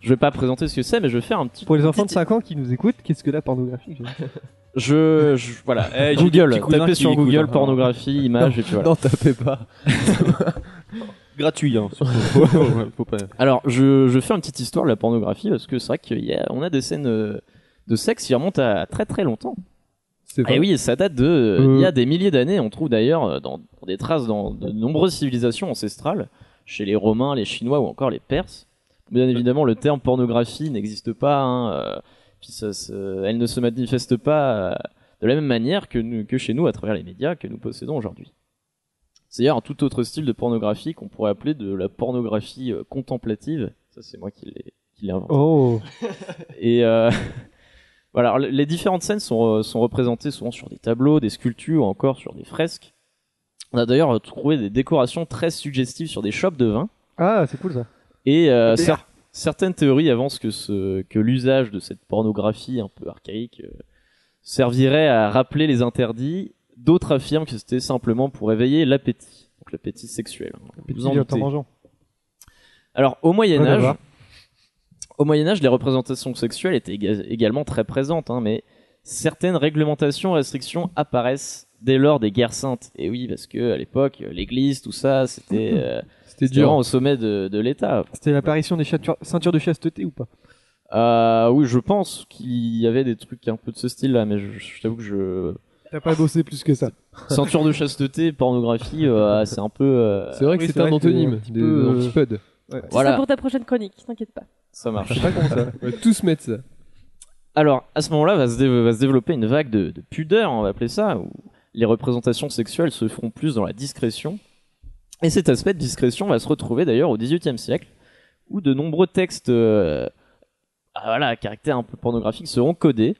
S7: Je vais pas présenter ce que c'est, mais je vais faire un petit.
S3: Pour les enfants de 5 ans qui nous écoutent, qu'est-ce que la pornographie
S7: Je, je- voilà.
S2: Eh, j'ai des
S7: Google.
S2: petits cousins
S7: Tapez
S2: qui
S7: sur
S2: écoutent,
S7: Google
S2: hein.
S7: pornographie, image et puis voilà.
S8: Non, tapez pas.
S2: Gratuit, hein. surtout. Faut- faut- faut pas-
S7: Alors, je, je fais une petite histoire de la pornographie parce que c'est vrai qu'on a des scènes euh, de sexe qui remontent à très très longtemps.
S4: C'est
S7: Et
S4: vrai.
S7: Ah, oui, ça date de euh, il y a des milliers d'années. On trouve d'ailleurs euh, dans, dans des traces dans de nombreuses civilisations ancestrales, chez les Romains, les Chinois ou encore les Perses. Bien évidemment, le terme pornographie n'existe pas. hein, euh, puis ça se- elle ne se manifeste pas euh, de la même manière que, nous- que chez nous à travers les médias que nous possédons aujourd'hui. C'est d'ailleurs un tout autre style de pornographie qu'on pourrait appeler de la pornographie euh, contemplative. Ça, c'est moi qui l'ai qui l'ai inventé.
S3: Oh
S7: Et euh, voilà, alors, les différentes scènes sont, euh, sont représentées souvent sur des tableaux, des sculptures ou encore sur des fresques. On a d'ailleurs euh, trouvé des décorations très suggestives sur des chopes de vin.
S3: Ah, c'est cool ça.
S7: Et euh, cer- certaines théories avancent que, ce, que l'usage de cette pornographie un peu archaïque euh, servirait à rappeler les interdits. D'autres affirment que c'était simplement pour éveiller l'appétit, donc l'appétit sexuel. hein. Vous en
S3: Petit,
S7: doutez.
S3: en mangeant.
S7: Alors au Moyen
S3: Ouais,
S7: Âge,
S3: d'accord.
S7: au Moyen Âge, les représentations sexuelles étaient éga- également très présentes, hein, mais certaines réglementations, restrictions apparaissent dès lors des guerres saintes. Et oui, parce que à l'époque, euh, l'Église, tout ça, c'était euh,
S4: C'était
S7: c'était
S4: dur.
S7: vraiment au sommet de, de l'État.
S3: C'était l'apparition des chatures- ceintures de chasteté ou pas
S7: Euh, oui, je pense qu'il y avait des trucs un peu de ce style-là, mais je, je t'avoue que je
S3: T'as pas bossé plus que ça.
S7: ceinture de chasteté, pornographie, euh, c'est un peu. euh,
S4: C'est vrai que
S3: Oui,
S4: c'est
S3: c'est
S4: un
S3: vrai que
S4: antonyme.
S3: un petit
S4: Des
S3: peu, euh,
S4: antipodes.
S6: Ça
S7: voilà,
S6: pour ta prochaine chronique, t'inquiète pas.
S7: ça marche.
S4: Je sais pas comment ça. On va tous mettre ça.
S7: Alors, à ce moment-là, va, se dé- va se développer une vague de, de pudeur, on va appeler ça, où les représentations sexuelles se feront plus dans la discrétion. Et cet aspect de discrétion va se retrouver d'ailleurs au XVIIIe siècle, où de nombreux textes euh, ah, voilà, à caractère un peu pornographique seront codés,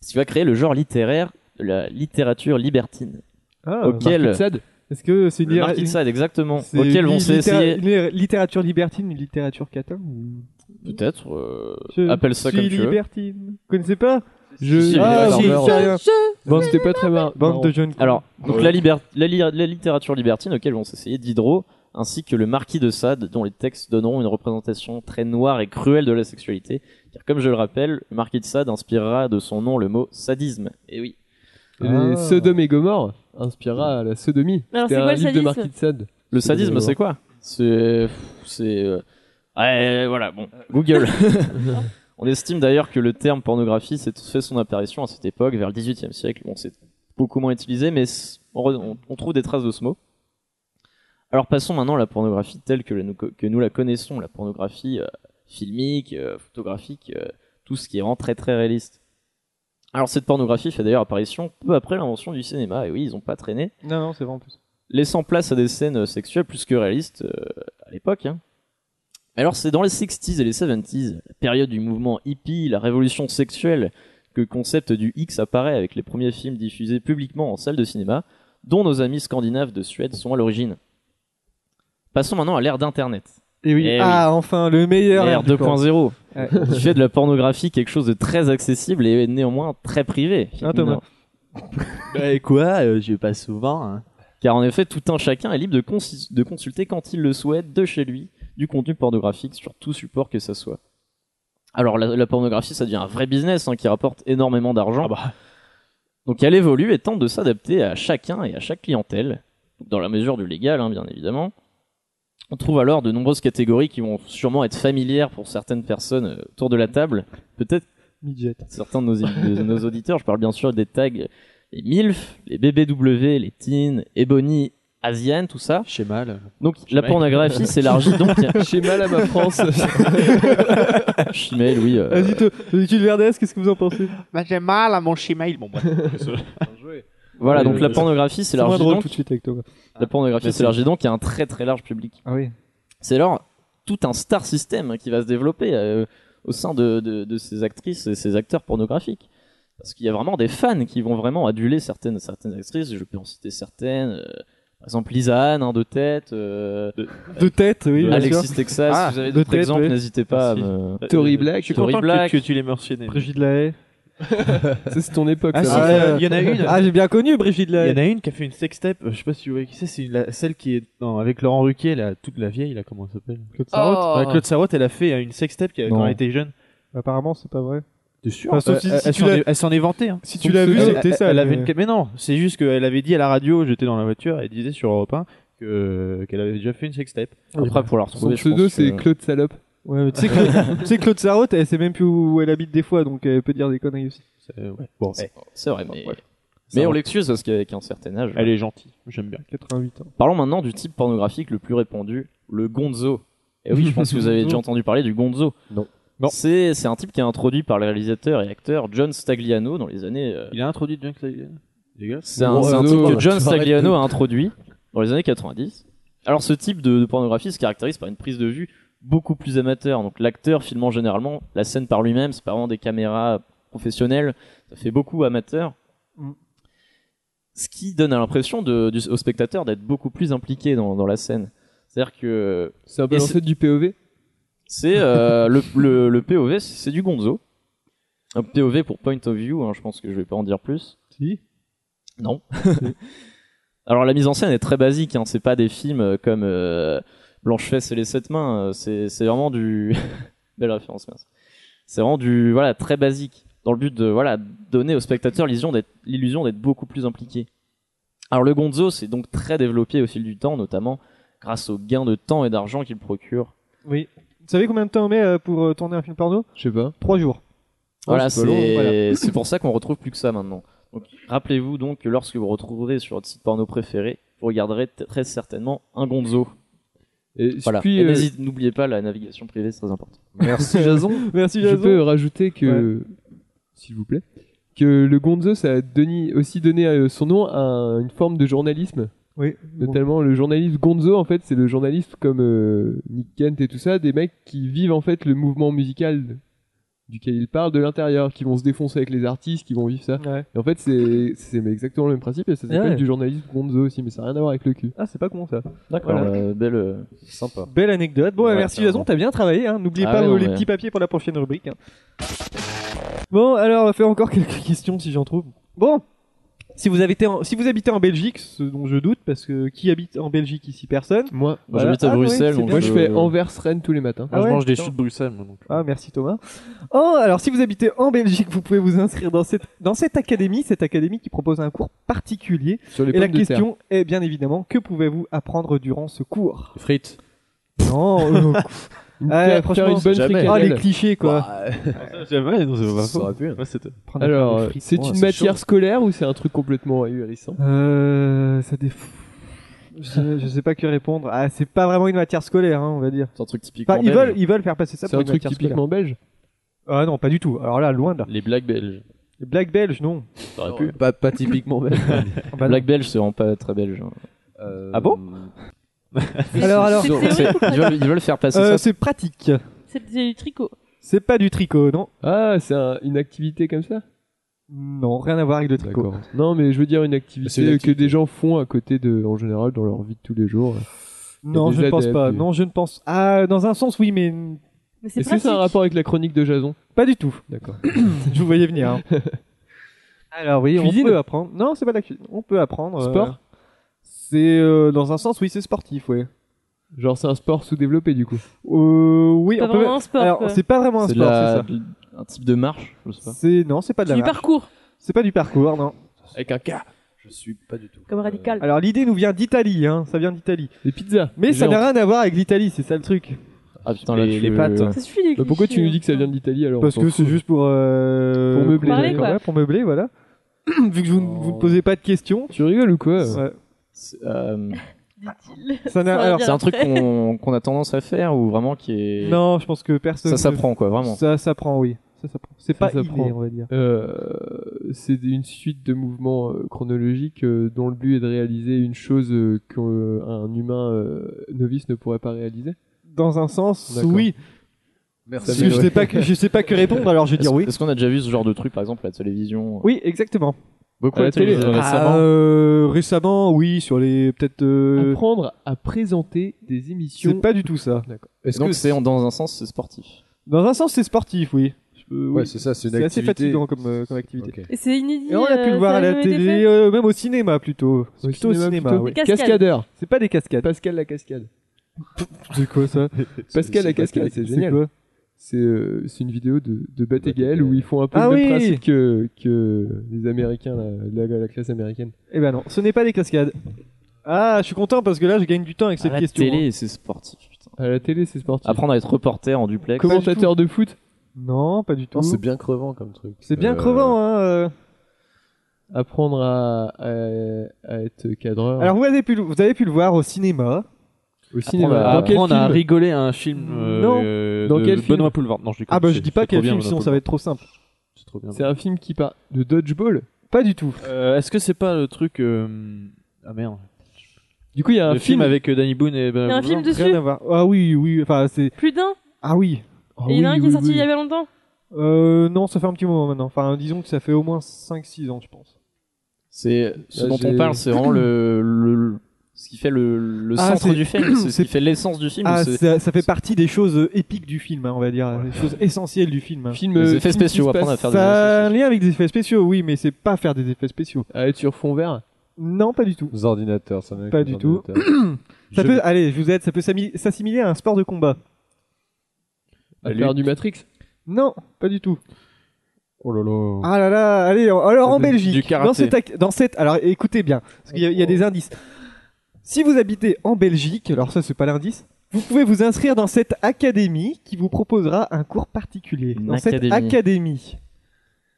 S7: ce qui va créer le genre littéraire de la littérature libertine.
S3: Ah,
S7: auquel
S4: Marquis de Sade.
S3: Est-ce que c'est une,
S7: le Marquis de Sade, exactement. Auquel vont s'essayer.
S3: littérature libertine, une littérature catin ou...
S7: Peut-être. euh,
S3: Je
S7: appelle ça comme
S3: suis
S7: tu veux.
S3: libertine. Vous connaissez pas
S4: Je.
S7: si,
S4: Ah,
S3: si,
S4: Barber.
S3: si, rien.
S4: Non, c'était pas très marrant.
S3: Bande de jeunes. cons.
S7: Alors, donc la, liber- la, li- la littérature libertine auquel vont s'essayer Diderot, ainsi que le marquis de Sade, dont les textes donneront une représentation très noire et cruelle de la sexualité. Car comme je le rappelle, le marquis de Sade inspirera de son nom le mot sadisme. Et oui.
S4: Les Sodome et Gomorre inspirera à la sodomie.
S6: Mais alors,
S4: C'était
S6: c'est quoi
S4: un livre
S6: le
S4: de
S6: sadisme
S4: Marquis de Sade.
S7: Le
S4: C'est
S7: sadisme,
S4: Diderot.
S7: c'est quoi C'est. pff, C'est. euh, Ouais, voilà, bon. Euh, Google. On estime d'ailleurs que le terme pornographie s'est fait son apparition à cette époque, vers le XVIIIe siècle. Bon, c'est beaucoup moins utilisé, mais c- on, re- on- on trouve des traces de ce mot. Alors passons maintenant à la pornographie telle que, la- nous, co- que nous la connaissons, la pornographie euh, filmique, euh, photographique, euh, tout ce qui est vraiment très très réaliste. Alors cette pornographie fait d'ailleurs apparition peu après l'invention du cinéma, et oui, ils n'ont pas traîné
S3: Non, non, c'est vrai en plus.
S7: laissant place à des scènes sexuelles plus que réalistes euh, à l'époque. hein. Alors c'est dans les 60s et les 70s, la période du mouvement hippie, la révolution sexuelle, que le concept du X apparaît avec les premiers films diffusés publiquement en salle de cinéma, dont nos amis scandinaves de Suède sont à l'origine. Passons maintenant à l'ère d'Internet.
S3: Et oui.
S7: Eh oui.
S3: ah, enfin, le meilleur.
S7: L'ère
S3: air du corps.
S7: 2.0,
S3: Ouais.
S7: qui fait de la pornographie quelque chose de très accessible et néanmoins très privé.
S3: Hein, Thomas
S7: Non.
S1: Et quoi euh, Je pas souvent. hein.
S7: Car en effet, tout un chacun est libre de, consi- de consulter quand il le souhaite, de chez lui, du contenu pornographique sur tout support que ça soit. Alors la, la pornographie, ça devient un vrai business hein, qui rapporte énormément d'argent. Donc elle évolue et tente de s'adapter à chacun et à chaque clientèle, Donc, dans la mesure du légal, hein, bien évidemment. On trouve alors de nombreuses catégories qui vont sûrement être familières pour certaines personnes euh, autour de la table. Peut-être
S3: Midget.
S7: certains de nos, de nos auditeurs. Je parle bien sûr des tags les MILF, les BBW, les Teen, Ebony, Asian, tout ça.
S1: Chez mal.
S7: Donc la pornographie s'élargit donc.
S4: Chez Malama France.
S7: Chimel, oui. euh,
S3: Vas-y, toi, Gilles Verdès, qu'est-ce que vous en pensez
S1: j'ai mal à mon Gmail. Bon, bref.
S7: voilà, donc la
S2: Euh,
S7: pornographie
S3: C'est moins
S7: s'élargit
S3: drôle
S7: donc.
S3: tout de suite avec toi.
S7: La pornographie
S2: Merci.
S7: s'élargit donc à un très très large public.
S3: Ah oui.
S7: C'est alors tout un star system qui va se développer euh, au sein de, de- de ces actrices et ces acteurs pornographiques. Parce qu'il y a vraiment des fans qui vont vraiment aduler certaines, certaines actrices. Je peux en citer certaines. euh, par exemple, Lisa Anne, hein, de tête. euh,
S3: De tête, oui, bien sûr.
S7: Alexis Texas.
S3: Ah,
S7: si vous avez
S3: de
S7: d'autres
S3: tête,
S7: exemples,
S3: oui.
S7: n'hésitez pas
S3: Merci. Euh,
S7: à me...
S5: Euh,
S4: Tory Black.
S7: Je suis Tory Black.
S5: que, que tu l'aies mentionné.
S3: Brigitte Lahaye.
S4: Ça, c'est ton époque.
S5: Ah,
S4: ça.
S5: si,
S3: Ouais.
S5: euh, il y en a une.
S3: Ah, j'ai bien connu Brigitte
S5: Il y
S3: Lahaye.
S5: en a une qui a fait une sextape, euh, je sais pas si vous voyez qui c'est, c'est une- la- celle qui est dans- avec Laurent Ruquier, là, toute la vieille, là, comment elle s'appelle
S1: Oh.
S5: Ouais, Claude Sarraute, elle a fait euh, une sextape qui- quand
S7: Non.
S5: elle était jeune.
S3: Apparemment, c'est pas vrai.
S5: T'es sûr
S3: Enfin, sauf
S7: Euh,
S3: si- si
S5: Elle
S3: tu
S5: s'en
S3: l'as-
S5: est- elle s'en est vantée. hein.
S3: Si tu l'as vu,
S5: Elle-
S3: c'était
S5: elle-
S3: ça.
S5: elle
S3: mais-
S5: avait une ca- Mais non, c'est juste qu'elle avait dit à la radio, j'étais dans la voiture, elle disait sur Europe 1 que- qu'elle avait déjà fait une sextape.
S7: Après, pour la
S4: Son
S7: retrouver, je
S4: pseudo,
S7: pense que-
S4: c'est Claude Salope.
S3: Ouais, mais tu sais, Claude, tu sais, Claude Sarraute, elle sait même plus où elle habite des fois, donc elle peut dire des conneries aussi.
S5: C'est- ouais. Bon,
S7: C'est c'est vrai, mais...
S5: Ouais.
S7: Mais
S5: Ça
S7: on
S5: va.
S7: l'excuse parce qu'avec un certain âge.
S5: elle est gentille, j'aime bien.
S3: 88 ans.
S7: Parlons maintenant du type pornographique le plus répandu, le gonzo. Et oui, je pense que vous avez déjà entendu parler du gonzo.
S5: Non.
S7: Non. C'est c'est un type qui est introduit par le réalisateur et acteur John Stagliano dans les années. euh,
S5: Il a introduit John Clayton.
S7: C'est un,
S4: Bon,
S7: c'est un
S4: allô,
S7: type
S4: tu
S7: que John
S4: arrêtes
S7: Stagliano
S4: de-
S7: a introduit dans les années 90. Alors ce type de, de pornographie se caractérise par une prise de vue beaucoup plus amateur. Donc l'acteur filmant généralement la scène par lui-même, c'est pas vraiment des caméras professionnelles, ça fait beaucoup amateur.
S3: Mm.
S7: Ce qui donne l'impression de- du- au spectateur d'être beaucoup plus impliqué dans, dans la scène. C'est-à-dire que
S4: C'est un peu
S7: Et
S4: l'ancêtre du POV.
S7: c'est euh, le, le- le POV, c'est du gonzo. Un POV pour point of view, hein, je pense que je vais pas en dire plus.
S4: Si.
S7: Non. Alors la mise en scène est très basique, hein, c'est pas des films euh, comme euh, Blanche-Fesse et les Sept Mains, euh, c'est c'est vraiment du... Belle référence, merci. C'est vraiment du... Voilà, très basique, dans le but de voilà, donner au spectateur l'illusion d'être- l'illusion d'être beaucoup plus impliqué. Alors le gonzo, c'est donc très développé au fil du temps, notamment grâce au gain de temps et d'argent qu'il procure.
S3: Oui. Vous savez combien de temps on met euh, pour euh, tourner un film porno
S4: Je sais pas.
S3: Trois jours.
S7: Voilà,
S3: Oh, c'est pas long,
S7: c'est
S3: voilà.
S7: c'est pour ça qu'on retrouve plus que ça maintenant. Donc, rappelez-vous donc que lorsque vous retrouverez sur votre site porno préféré, vous regarderez t- très certainement un gonzo.
S4: Et
S7: Voilà.
S4: puis,
S7: Et
S4: euh,
S7: n'hésite- n'oubliez pas la navigation privée, c'est très important.
S8: Merci Jason.
S3: Merci
S4: je
S3: Jason.
S4: peux rajouter que, s'il vous plaît, que le Gonzo, ça a donné- aussi donné euh, son nom à une forme de journalisme.
S3: Oui.
S4: Notamment le journaliste Gonzo, en fait, c'est le journaliste comme euh, Nick Kent et tout ça, des mecs qui vivent en fait le mouvement musical duquel il parle de l'intérieur, qui vont se défoncer avec les artistes, qui vont vivre ça.
S3: Ouais.
S4: Et en fait, c'est c'est exactement le même principe et ça s'appelle
S3: ouais.
S4: du journaliste Gonzo aussi, mais ça n'a rien à voir avec le cul.
S3: Ah, c'est pas con ça.
S7: D'accord. belle. euh,
S5: Sympa.
S3: Belle anecdote. Bon,
S7: Ouais,
S3: merci
S7: c'est
S3: Jason,
S7: bon.
S3: t'as bien travaillé. hein. N'oubliez
S7: Ah
S3: pas
S7: ouais,
S3: vos-
S7: non,
S3: les
S7: mais-
S3: petits papiers pour la prochaine rubrique. hein. Bon, alors on va faire encore quelques questions si j'en trouve. Bon, si vous, habitez en... si vous habitez en Belgique, ce dont je doute, parce que qui habite en Belgique ici Personne.
S4: Moi,
S3: Voilà.
S7: J'habite
S3: Ah,
S7: à
S3: oui,
S7: Bruxelles.
S3: c'est
S7: donc
S3: bien.
S4: moi je fais
S7: euh,
S4: Anvers-Rennes tous les matins.
S3: Ah
S5: je
S3: ouais,
S5: mange des
S3: putain.
S5: choux de Bruxelles, moi, donc.
S3: Ah, merci Thomas. Oh, alors si vous habitez en Belgique, vous pouvez vous inscrire dans cette, dans cette académie, cette académie qui propose un cours particulier.
S4: Sur les
S3: Et la
S4: pommes de terre.
S3: question est bien évidemment, que pouvez-vous apprendre durant ce cours
S5: Frites.
S3: Non, euh,
S4: Une
S3: Ouais,
S4: faire-
S3: franchement,
S4: faire une bonne
S5: jamais.
S3: oh, les
S4: fricadelle.
S3: clichés quoi.
S5: Jamais, non, c'est
S8: Ça
S5: pas
S8: aurait pu,
S5: faux.
S8: hein.
S5: Ouais, c'était-
S3: Prendre à faire
S4: Alors,
S3: des
S4: euh,
S3: frites.
S4: c'est
S5: Ouais,
S4: une
S5: c'est
S4: matière
S5: chaud.
S4: scolaire ou c'est un truc complètement ahurissant
S3: Euh, ça dé... je, je sais pas que répondre. Ah, c'est pas vraiment une matière scolaire, hein, on va dire.
S7: C'est un truc typiquement.
S3: Enfin, ils
S7: belge.
S3: veulent, ils veulent faire passer ça
S4: C'est
S3: pour
S4: un
S3: une
S4: truc
S3: matière scolaire.
S4: typiquement belge
S3: Ah non, pas du tout. Alors là, loin de là.
S7: Les blagues belges.
S3: Les blagues belges, non.
S4: Ah,
S7: Ça aurait pu.
S8: Pas, pas typiquement même.
S3: Ah, bah non.
S7: Blagues belges, c'est vraiment pas très belge. hein.
S8: Euh,
S7: Ah bon
S3: Alors, alors,
S6: C'est théorique
S7: C'est-
S6: ou
S7: Ils
S6: pratique
S7: veulent, ils veulent faire passer
S3: euh,
S7: ça.
S3: c'est pratique.
S6: C'est du tricot.
S3: C'est pas du tricot, non.
S4: Ah, c'est un- une activité comme ça
S3: Non, rien à voir avec le tricot.
S4: Non, mais je veux dire une activité,
S8: C'est une
S4: que des gens font à côté de, en général, dans leur vie de tous les jours.
S3: Non,
S4: des
S3: je ne pense
S4: adeptes,
S3: pas.
S4: des-
S3: Non, je ne pense. Ah, dans un sens, oui, mais
S6: Mais c'est
S4: Est-ce que
S6: pratique.
S4: ça a un rapport avec la chronique de Jason
S3: pas du tout.
S4: D'accord.
S3: je vous voyais venir. hein. Alors oui,
S4: Cuisine
S3: on peut apprendre. Non, c'est pas la cuisine. On peut apprendre. euh,
S4: Sport
S3: C'est euh, dans un sens, oui, c'est sportif, ouais.
S4: Genre, c'est un sport sous-développé du coup.
S3: Euh, oui,
S6: Pas
S3: on peut.
S6: vraiment un sport, quoi.
S3: Alors, c'est pas vraiment un
S7: C'est de
S3: sport,
S7: la-
S3: c'est
S7: de- un type de marche, je sais
S3: ça.
S7: pas.
S3: C'est non, c'est pas de la
S6: Du
S3: marche.
S6: parcours,
S3: C'est pas du parcours, non.
S4: Avec un cas.
S8: Je suis pas du tout.
S6: comme radical.
S3: Alors l'idée nous vient d'Italie, hein. Ça vient d'Italie.
S4: Des pizzas.
S3: Mais
S4: Des
S3: ça
S4: géantes.
S3: n'a rien à voir avec l'italie c'est ça le truc.
S7: Ah putain, là,
S5: Les-
S7: tu-
S5: les pattes.
S6: Ça suffit les
S4: Bah, pourquoi tu
S6: clichés,
S4: nous dis
S3: hein.
S4: que ça vient d'Italie alors
S3: Parce
S4: on s'en
S3: que c'est
S4: fout.
S3: juste pour euh,
S4: Pour meubler,
S6: Parler,
S3: d'accord.
S6: quoi.
S3: Ouais, pour meubler, voilà. Oh. Vu que vous, ne- vous ne posez pas de questions.
S4: Tu rigoles ou quoi
S3: ouais.
S7: C'est euh,
S6: dit-il.
S3: Ça n'a
S6: Ça
S3: alors
S6: revient.
S7: c'est un truc
S6: Après.
S7: qu'on qu'on a tendance à faire ou vraiment qui est.
S3: non, je pense que personne.
S7: Ça
S3: ne-
S7: s'apprend quoi, vraiment.
S3: Ça s'apprend, oui. Ça s'apprend. C'est
S4: Ça
S3: pas
S4: s'apprend.
S3: inné, on va dire.
S4: Euh, c'est une suite de mouvements euh, chronologiques euh, dont le but est de réaliser une chose euh, qu'un humain euh, novice ne euh, pourrait pas réaliser.
S3: dans un sens,
S4: D'accord.
S3: oui.
S8: Merci.
S3: Parce que je sais pas que je sais pas que répondre, alors je vais dire
S7: Est-ce
S3: oui.
S7: est-ce qu'on a déjà vu ce genre de truc, par exemple, à la télévision euh,
S3: Oui, exactement.
S7: Beaucoup
S4: à
S7: à
S4: la
S7: la
S4: télé,
S7: télévision.
S4: euh,
S7: récemment.
S3: Ah, euh, récemment, oui, sur les peut-être. euh,
S4: Apprendre à présenter des émissions.
S3: c'est pas du tout ça.
S8: Est-ce
S7: Donc
S8: que
S7: c'est en- dans un sens c'est sportif.
S3: Dans un sens, c'est sportif, oui. Je peux- oui.
S8: Ouais, c'est ça, c'est une
S3: C'est assez
S8: activité.
S3: fatigant comme, euh, comme activité.
S8: Ok.
S6: Et c'est inédit.
S3: Et on a pu
S6: euh,
S3: le voir
S6: ça
S3: à
S6: a
S3: la
S6: jamais été fait.
S3: télé, euh, même au cinéma plutôt. C'est
S4: Au
S3: plutôt au
S4: cinéma,
S3: cinéma,
S4: plutôt.
S3: oui.
S6: Cascade.
S4: Cascadeur.
S3: C'est pas des cascades.
S4: Pascal la cascade.
S3: C'est quoi ça
S4: Pascal la
S8: c'est
S4: cascade,
S8: Pascal,
S4: c'est
S8: Ah, c'est
S4: génial.
S3: quoi
S4: C'est euh, c'est une vidéo de, de Bat et
S8: Bat et
S4: Gaël
S8: Gaël.
S4: où ils font un peu
S3: Ah
S4: le même
S3: oui.
S4: principe que, que les Américains, la, la- la classe américaine.
S3: Eh ben non, ce n'est pas des cascades. Ah, je suis content parce que là, je gagne du temps avec cette
S7: à la
S3: question. hein.
S7: télé, c'est sportif. putain.
S4: À la télé, c'est sportif.
S7: Apprendre à être reporter en duplex.
S4: Commentateur de foot,
S3: Non, pas du tout.
S8: Non, c'est bien crevant comme truc.
S3: C'est bien
S8: Euh,
S3: crevant, hein. euh.
S4: apprendre à, à- à être cadreur.
S3: Alors vous avez pu, le- vous avez pu le voir au cinéma.
S4: au
S5: Apprendre
S4: cinéma.
S5: à,
S4: Dans quel
S5: apprendre à
S4: film
S5: rigoler à un film euh,
S3: Non.
S5: euh,
S4: Dans
S5: de
S4: quel film
S5: Benoît Poulvard. Non, je déconne.
S3: Ah bah je
S5: c'est-
S3: dis pas
S5: c'est
S3: quel
S5: trop bien,
S3: film,
S5: Benoît
S3: sinon ça va
S5: Poulvard.
S3: être trop simple.
S5: C'est trop bien.
S4: C'est un film qui parle de dodgeball.
S3: Pas du tout.
S5: Euh, Est-ce que c'est pas le truc euh, Ah merde.
S4: Du coup, il y a un
S5: le film, avec euh, Danny Boone et
S6: Il
S5: ben
S6: y a un film dessus
S3: Rien à voir. Ah oui, oui. Enfin c'est.
S6: Plus d'un
S3: Ah oui. Ah
S6: Et il y en a un
S3: oui,
S6: qui est
S3: oui,
S6: sorti
S3: oui.
S6: il y avait longtemps
S3: Euh, non, ça fait un petit moment maintenant. Enfin, disons que ça fait au moins 5-6 ans, je pense.
S7: C'est ce
S4: Là,
S7: dont
S4: j'ai-
S7: on parle, c'est vraiment le, le- ce qui fait le, le
S3: Ah,
S7: centre
S3: c'est-
S7: du film, c'est ce
S3: c'est-
S7: qui fait l'essence du film.
S3: Ah,
S7: c'est-
S3: ça, ça fait partie des choses euh, épiques du film, hein, on va dire, les choses essentielles du film. hein.
S4: film
S7: Les
S4: euh,
S7: effets
S4: film qui
S7: spéciaux,
S4: se
S7: apprendre
S4: passe
S7: à faire des
S3: Ça a un lien avec des effets spéciaux, oui, mais c'est pas faire des effets spéciaux.
S4: à être sur fond vert.
S3: Non, pas du tout.
S8: Nos ordinateurs, ça n'a
S3: Pas
S8: que
S3: du
S8: nos
S3: tout.
S8: ordinateurs. Je-
S3: Ça peut, allez, je vous aide, ça peut s'ami- s'assimiler à un sport de combat.
S4: À
S7: La
S4: faire
S7: lutte.
S4: du Matrix.
S3: Non, pas du tout.
S5: Oh là là.
S3: Ah là là, allez, en- alors en
S5: Du- du
S3: Belgique,
S5: karaté.
S3: dans cette, ac- dans cette, alors écoutez bien, parce qu'il y, a- il y a des indices. Si vous habitez en Belgique, alors ça c'est pas l'indice, vous pouvez vous inscrire dans cette académie qui vous proposera un cours particulier.
S7: Une
S3: dans cette
S7: académie.
S3: académie.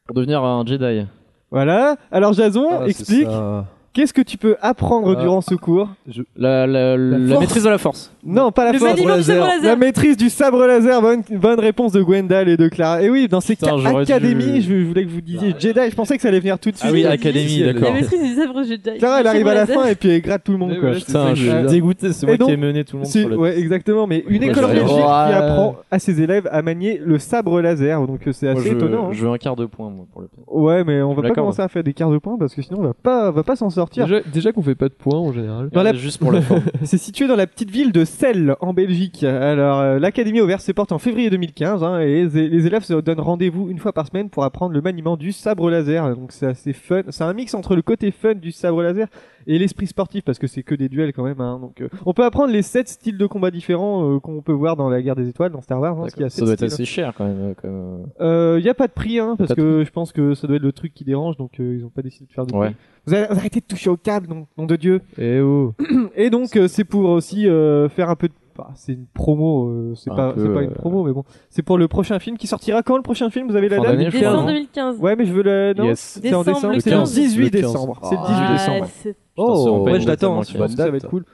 S7: Pour devenir un Jedi.
S3: Voilà. Alors Jason,
S8: Ah, c'est
S3: explique,
S8: ça.
S3: qu'est-ce que tu peux apprendre
S8: Ah.
S3: durant ce cours
S7: La, la, la
S3: force.
S7: maîtrise de la force.
S3: Non, pas la
S6: Le
S3: force.
S6: maîtrise du sabre laser.
S3: La maîtrise du sabre laser. Bonne, bonne réponse de Gwendal et de Clara. Et oui, dans cette
S7: Putain, j'aurais dû-
S3: académie, je, je voulais que vous disiez Jedi, je pensais que ça allait venir tout de suite.
S5: Ah oui,
S6: la-
S5: Académie,
S8: la-
S6: La
S5: d'accord.
S6: maîtrise des sabres Jedi.
S3: Clara, elle arrive à la
S6: Sabre
S3: fin
S6: laser.
S3: et puis elle gratte tout le monde.
S4: Mais
S3: quoi.
S4: voilà, c'est ça
S7: Putain,
S4: que
S7: je
S4: veux
S7: suis
S4: dire.
S7: dégoûté, c'est
S3: Et
S7: moi
S3: donc,
S7: qui ai mené tout le monde
S3: C'est-
S7: sur le.
S3: ouais, exactement, mais une
S7: Moi,
S3: école en
S7: j'avais-
S3: Belgique
S7: Oh,
S3: qui
S4: euh.
S3: apprend à ses élèves à manier le sabre laser, donc euh, c'est
S7: Moi,
S3: assez
S7: je,
S3: étonnant. hein.
S7: je veux un quart de point moi, pour le coup.
S3: Ouais, mais on va pas
S7: D'accord.
S3: commencer à faire des quarts de points parce que sinon on va pas, on va pas s'en sortir.
S4: Déjà, déjà qu'on fait pas de points en général.
S3: Dans la-
S7: Ouais, Juste pour la forme.
S3: C'est situé dans la petite ville de Celle, en Belgique. Alors, euh, l'académie a ouvert ses portes en février 2015 hein, et les, les élèves se donnent rendez-vous une fois par semaine pour apprendre le maniement du sabre laser. Donc, c'est assez fun. C'est un mix entre le côté fun du sabre laser et l'esprit sportif parce que c'est que des duels quand même. hein. Donc, euh, on peut apprendre les sept styles de combat différents euh, qu'on peut voir dans la guerre des étoiles, dans Star Wars. hein, parce qu'il y a
S7: Ça
S3: sept
S7: doit être
S3: styles.
S7: assez cher quand même. euh, comme,
S3: Euh, y a pas de prix, hein, parce
S7: Pas de
S3: que je pense que ça doit être le truc qui dérange, donc euh, ils ont pas décidé de faire de
S7: euh, Ouais.
S3: prix. Vous, allez- vous arrêtez de toucher au câble, nom, nom de Dieu.
S4: Eh oh.
S3: Et donc euh, c'est pour aussi euh, faire un peu de... bah, c'est une promo, euh, c'est
S7: Un
S3: pas,
S7: peu,
S3: c'est pas une
S7: euh,
S3: promo, mais bon. C'est pour le prochain film qui sortira quand le prochain film Vous avez la
S7: Fin
S3: date
S7: d'année, je crois.
S6: Décembre
S7: non
S6: 2015.
S3: Ouais, mais je veux le... Non
S8: Yes.
S3: C'est en
S6: Décembre,
S3: décembre,
S6: le
S3: c'est le
S6: 15.
S3: 18
S8: Le 15.
S3: décembre. C'est le 18
S6: Ah,
S3: décembre.
S6: c'est-
S7: c'est en
S8: Oh,
S7: peine.
S3: ouais, je l'attends,
S7: tellement
S3: hein, je
S7: qu'il
S3: pense
S7: y
S3: que
S7: a
S3: ça
S8: une
S3: va
S8: date.
S3: être cool.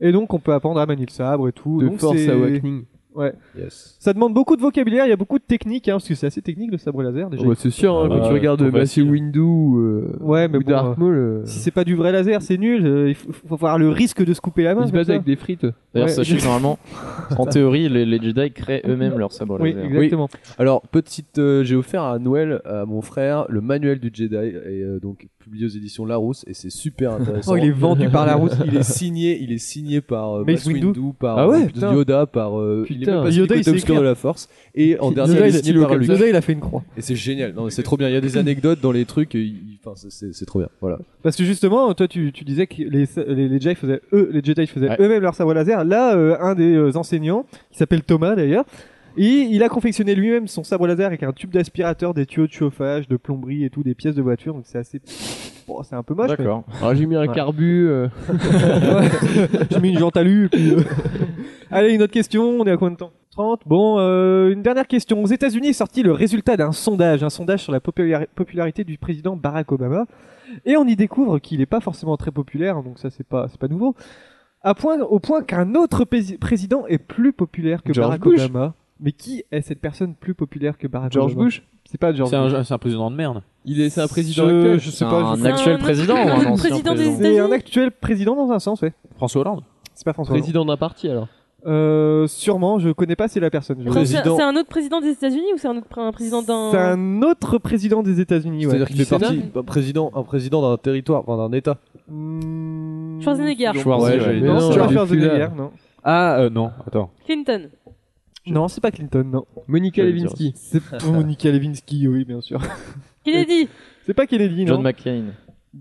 S3: Et donc on peut apprendre à manier le sabre et tout.
S4: De
S3: donc
S4: Force
S3: c'est-
S4: Awakening.
S8: Yes.
S3: Ça demande beaucoup de vocabulaire, il y a beaucoup de techniques, hein, parce que c'est assez technique le sabre laser déjà.
S4: Oh, bah, c'est sûr, hein,
S8: Ah
S4: quand
S8: bah,
S4: tu regardes
S8: trop
S4: Matthew
S8: facile.
S4: Windu ou, euh,
S3: Ouais, mais
S4: ou
S3: bon, hein.
S4: Dark Maul, euh,
S3: Si c'est pas du vrai laser, c'est nul. euh, il faut, faut avoir le risque de se couper la main.
S4: ils se
S3: comme
S4: battent
S3: ça.
S4: avec des frites.
S3: Ouais.
S7: D'ailleurs, sachez que normalement, en théorie, les, les Jedi créent eux-mêmes leur sabre
S3: Oui,
S7: laser.
S3: exactement.
S8: Alors, petite, euh, j'ai offert à Noël, à mon frère, le manuel du Jedi, et euh, donc publié aux éditions Larousse, et c'est super intéressant.
S3: Oh, il est vendu par la route.
S8: Il est signé, il est signé par euh, Mace
S3: Mace Windu.
S8: Windu, par
S4: Ah ouais,
S8: euh,
S3: putain.
S8: Yoda, par euh, il est
S4: Putain.
S8: même passé
S3: Yoda,
S8: du
S3: il sait
S8: côté obscur
S3: écrire.
S8: de la Force, et en dernier
S3: Yoda,
S8: il
S3: il
S8: est
S3: a-
S8: signé par Luke.
S3: Yoda, il a fait une croix.
S8: Et c'est génial, non, c'est trop bien. Il y a des anecdotes dans les trucs, et il- enfin c'est- c'est c'est trop bien. Voilà.
S3: Parce que justement, toi, tu, tu disais que les, les, les Jedi faisaient eux, les Jedi faisaient
S7: Ouais.
S3: eux-mêmes leur sabre laser. Là, euh, un des euh, enseignants, qui s'appelle Thomas d'ailleurs, et il a confectionné lui-même son sabre laser avec un tube d'aspirateur, des tuyaux de chauffage, de plomberie et tout, des pièces de voiture. Donc c'est assez, bon, c'est un peu moche.
S7: D'accord.
S4: Alors Ah, j'ai mis un
S3: Ouais. Ah,
S4: carbu. euh,
S3: J'ai mis une jante à lui, et puis, euh. Allez, une autre question. On est à combien de temps 30. Bon, euh, une dernière question. Aux États-Unis est sorti le résultat d'un sondage, un sondage sur la populari- popularité du président Barack Obama. Et on y découvre qu'il n'est pas forcément très populaire, hein, donc ça, c'est pas, c'est pas nouveau. À point, au point qu'un autre pé- président est plus populaire que
S5: George
S3: Barack
S5: Bush.
S3: Obama. Mais qui est cette personne plus populaire que Barack
S4: George
S3: Obama
S4: Bush.
S3: C'est pas George
S5: C'est
S3: Bush.
S5: un, c'est un président de merde.
S4: Il est, c'est un président
S3: Je-
S4: actuel.
S3: je sais
S7: C'est
S3: pas, je-
S7: un
S6: C'est
S7: actuel président ou un ancien
S6: président des
S7: président
S3: C'est
S6: États-Unis
S3: un actuel président dans un sens, ouais.
S5: François Hollande.
S3: C'est pas François. Hollande.
S4: président d'un parti alors.
S3: Euh, sûrement, je connais pas assez la personne. je-
S6: Attends, C'est c'est un autre président des États-Unis ou c'est un autre pr- un président d'un.
S3: C'est un autre président des États-Unis, ouais.
S8: C'est-à-dire qu'il
S3: Du
S8: fait partie
S6: Sénat
S8: d'un président, un président d'un territoire, enfin, d'un État.
S3: Mmh.
S6: Schwarzenegger.
S7: Schwarzy, ouais.
S8: Mais
S3: Non,
S8: non,
S3: c'est pas
S8: il est
S3: Schwarzenegger,
S4: plus là.
S3: non.
S5: Ah, euh, non, attends.
S6: Clinton.
S3: Non, c'est pas Clinton, non.
S4: Monica
S7: J'allais
S4: Lewinsky.
S3: C'est Monica Lewinsky, oui, bien sûr.
S6: Kennedy.
S3: C'est pas Kennedy, non.
S7: John McCain.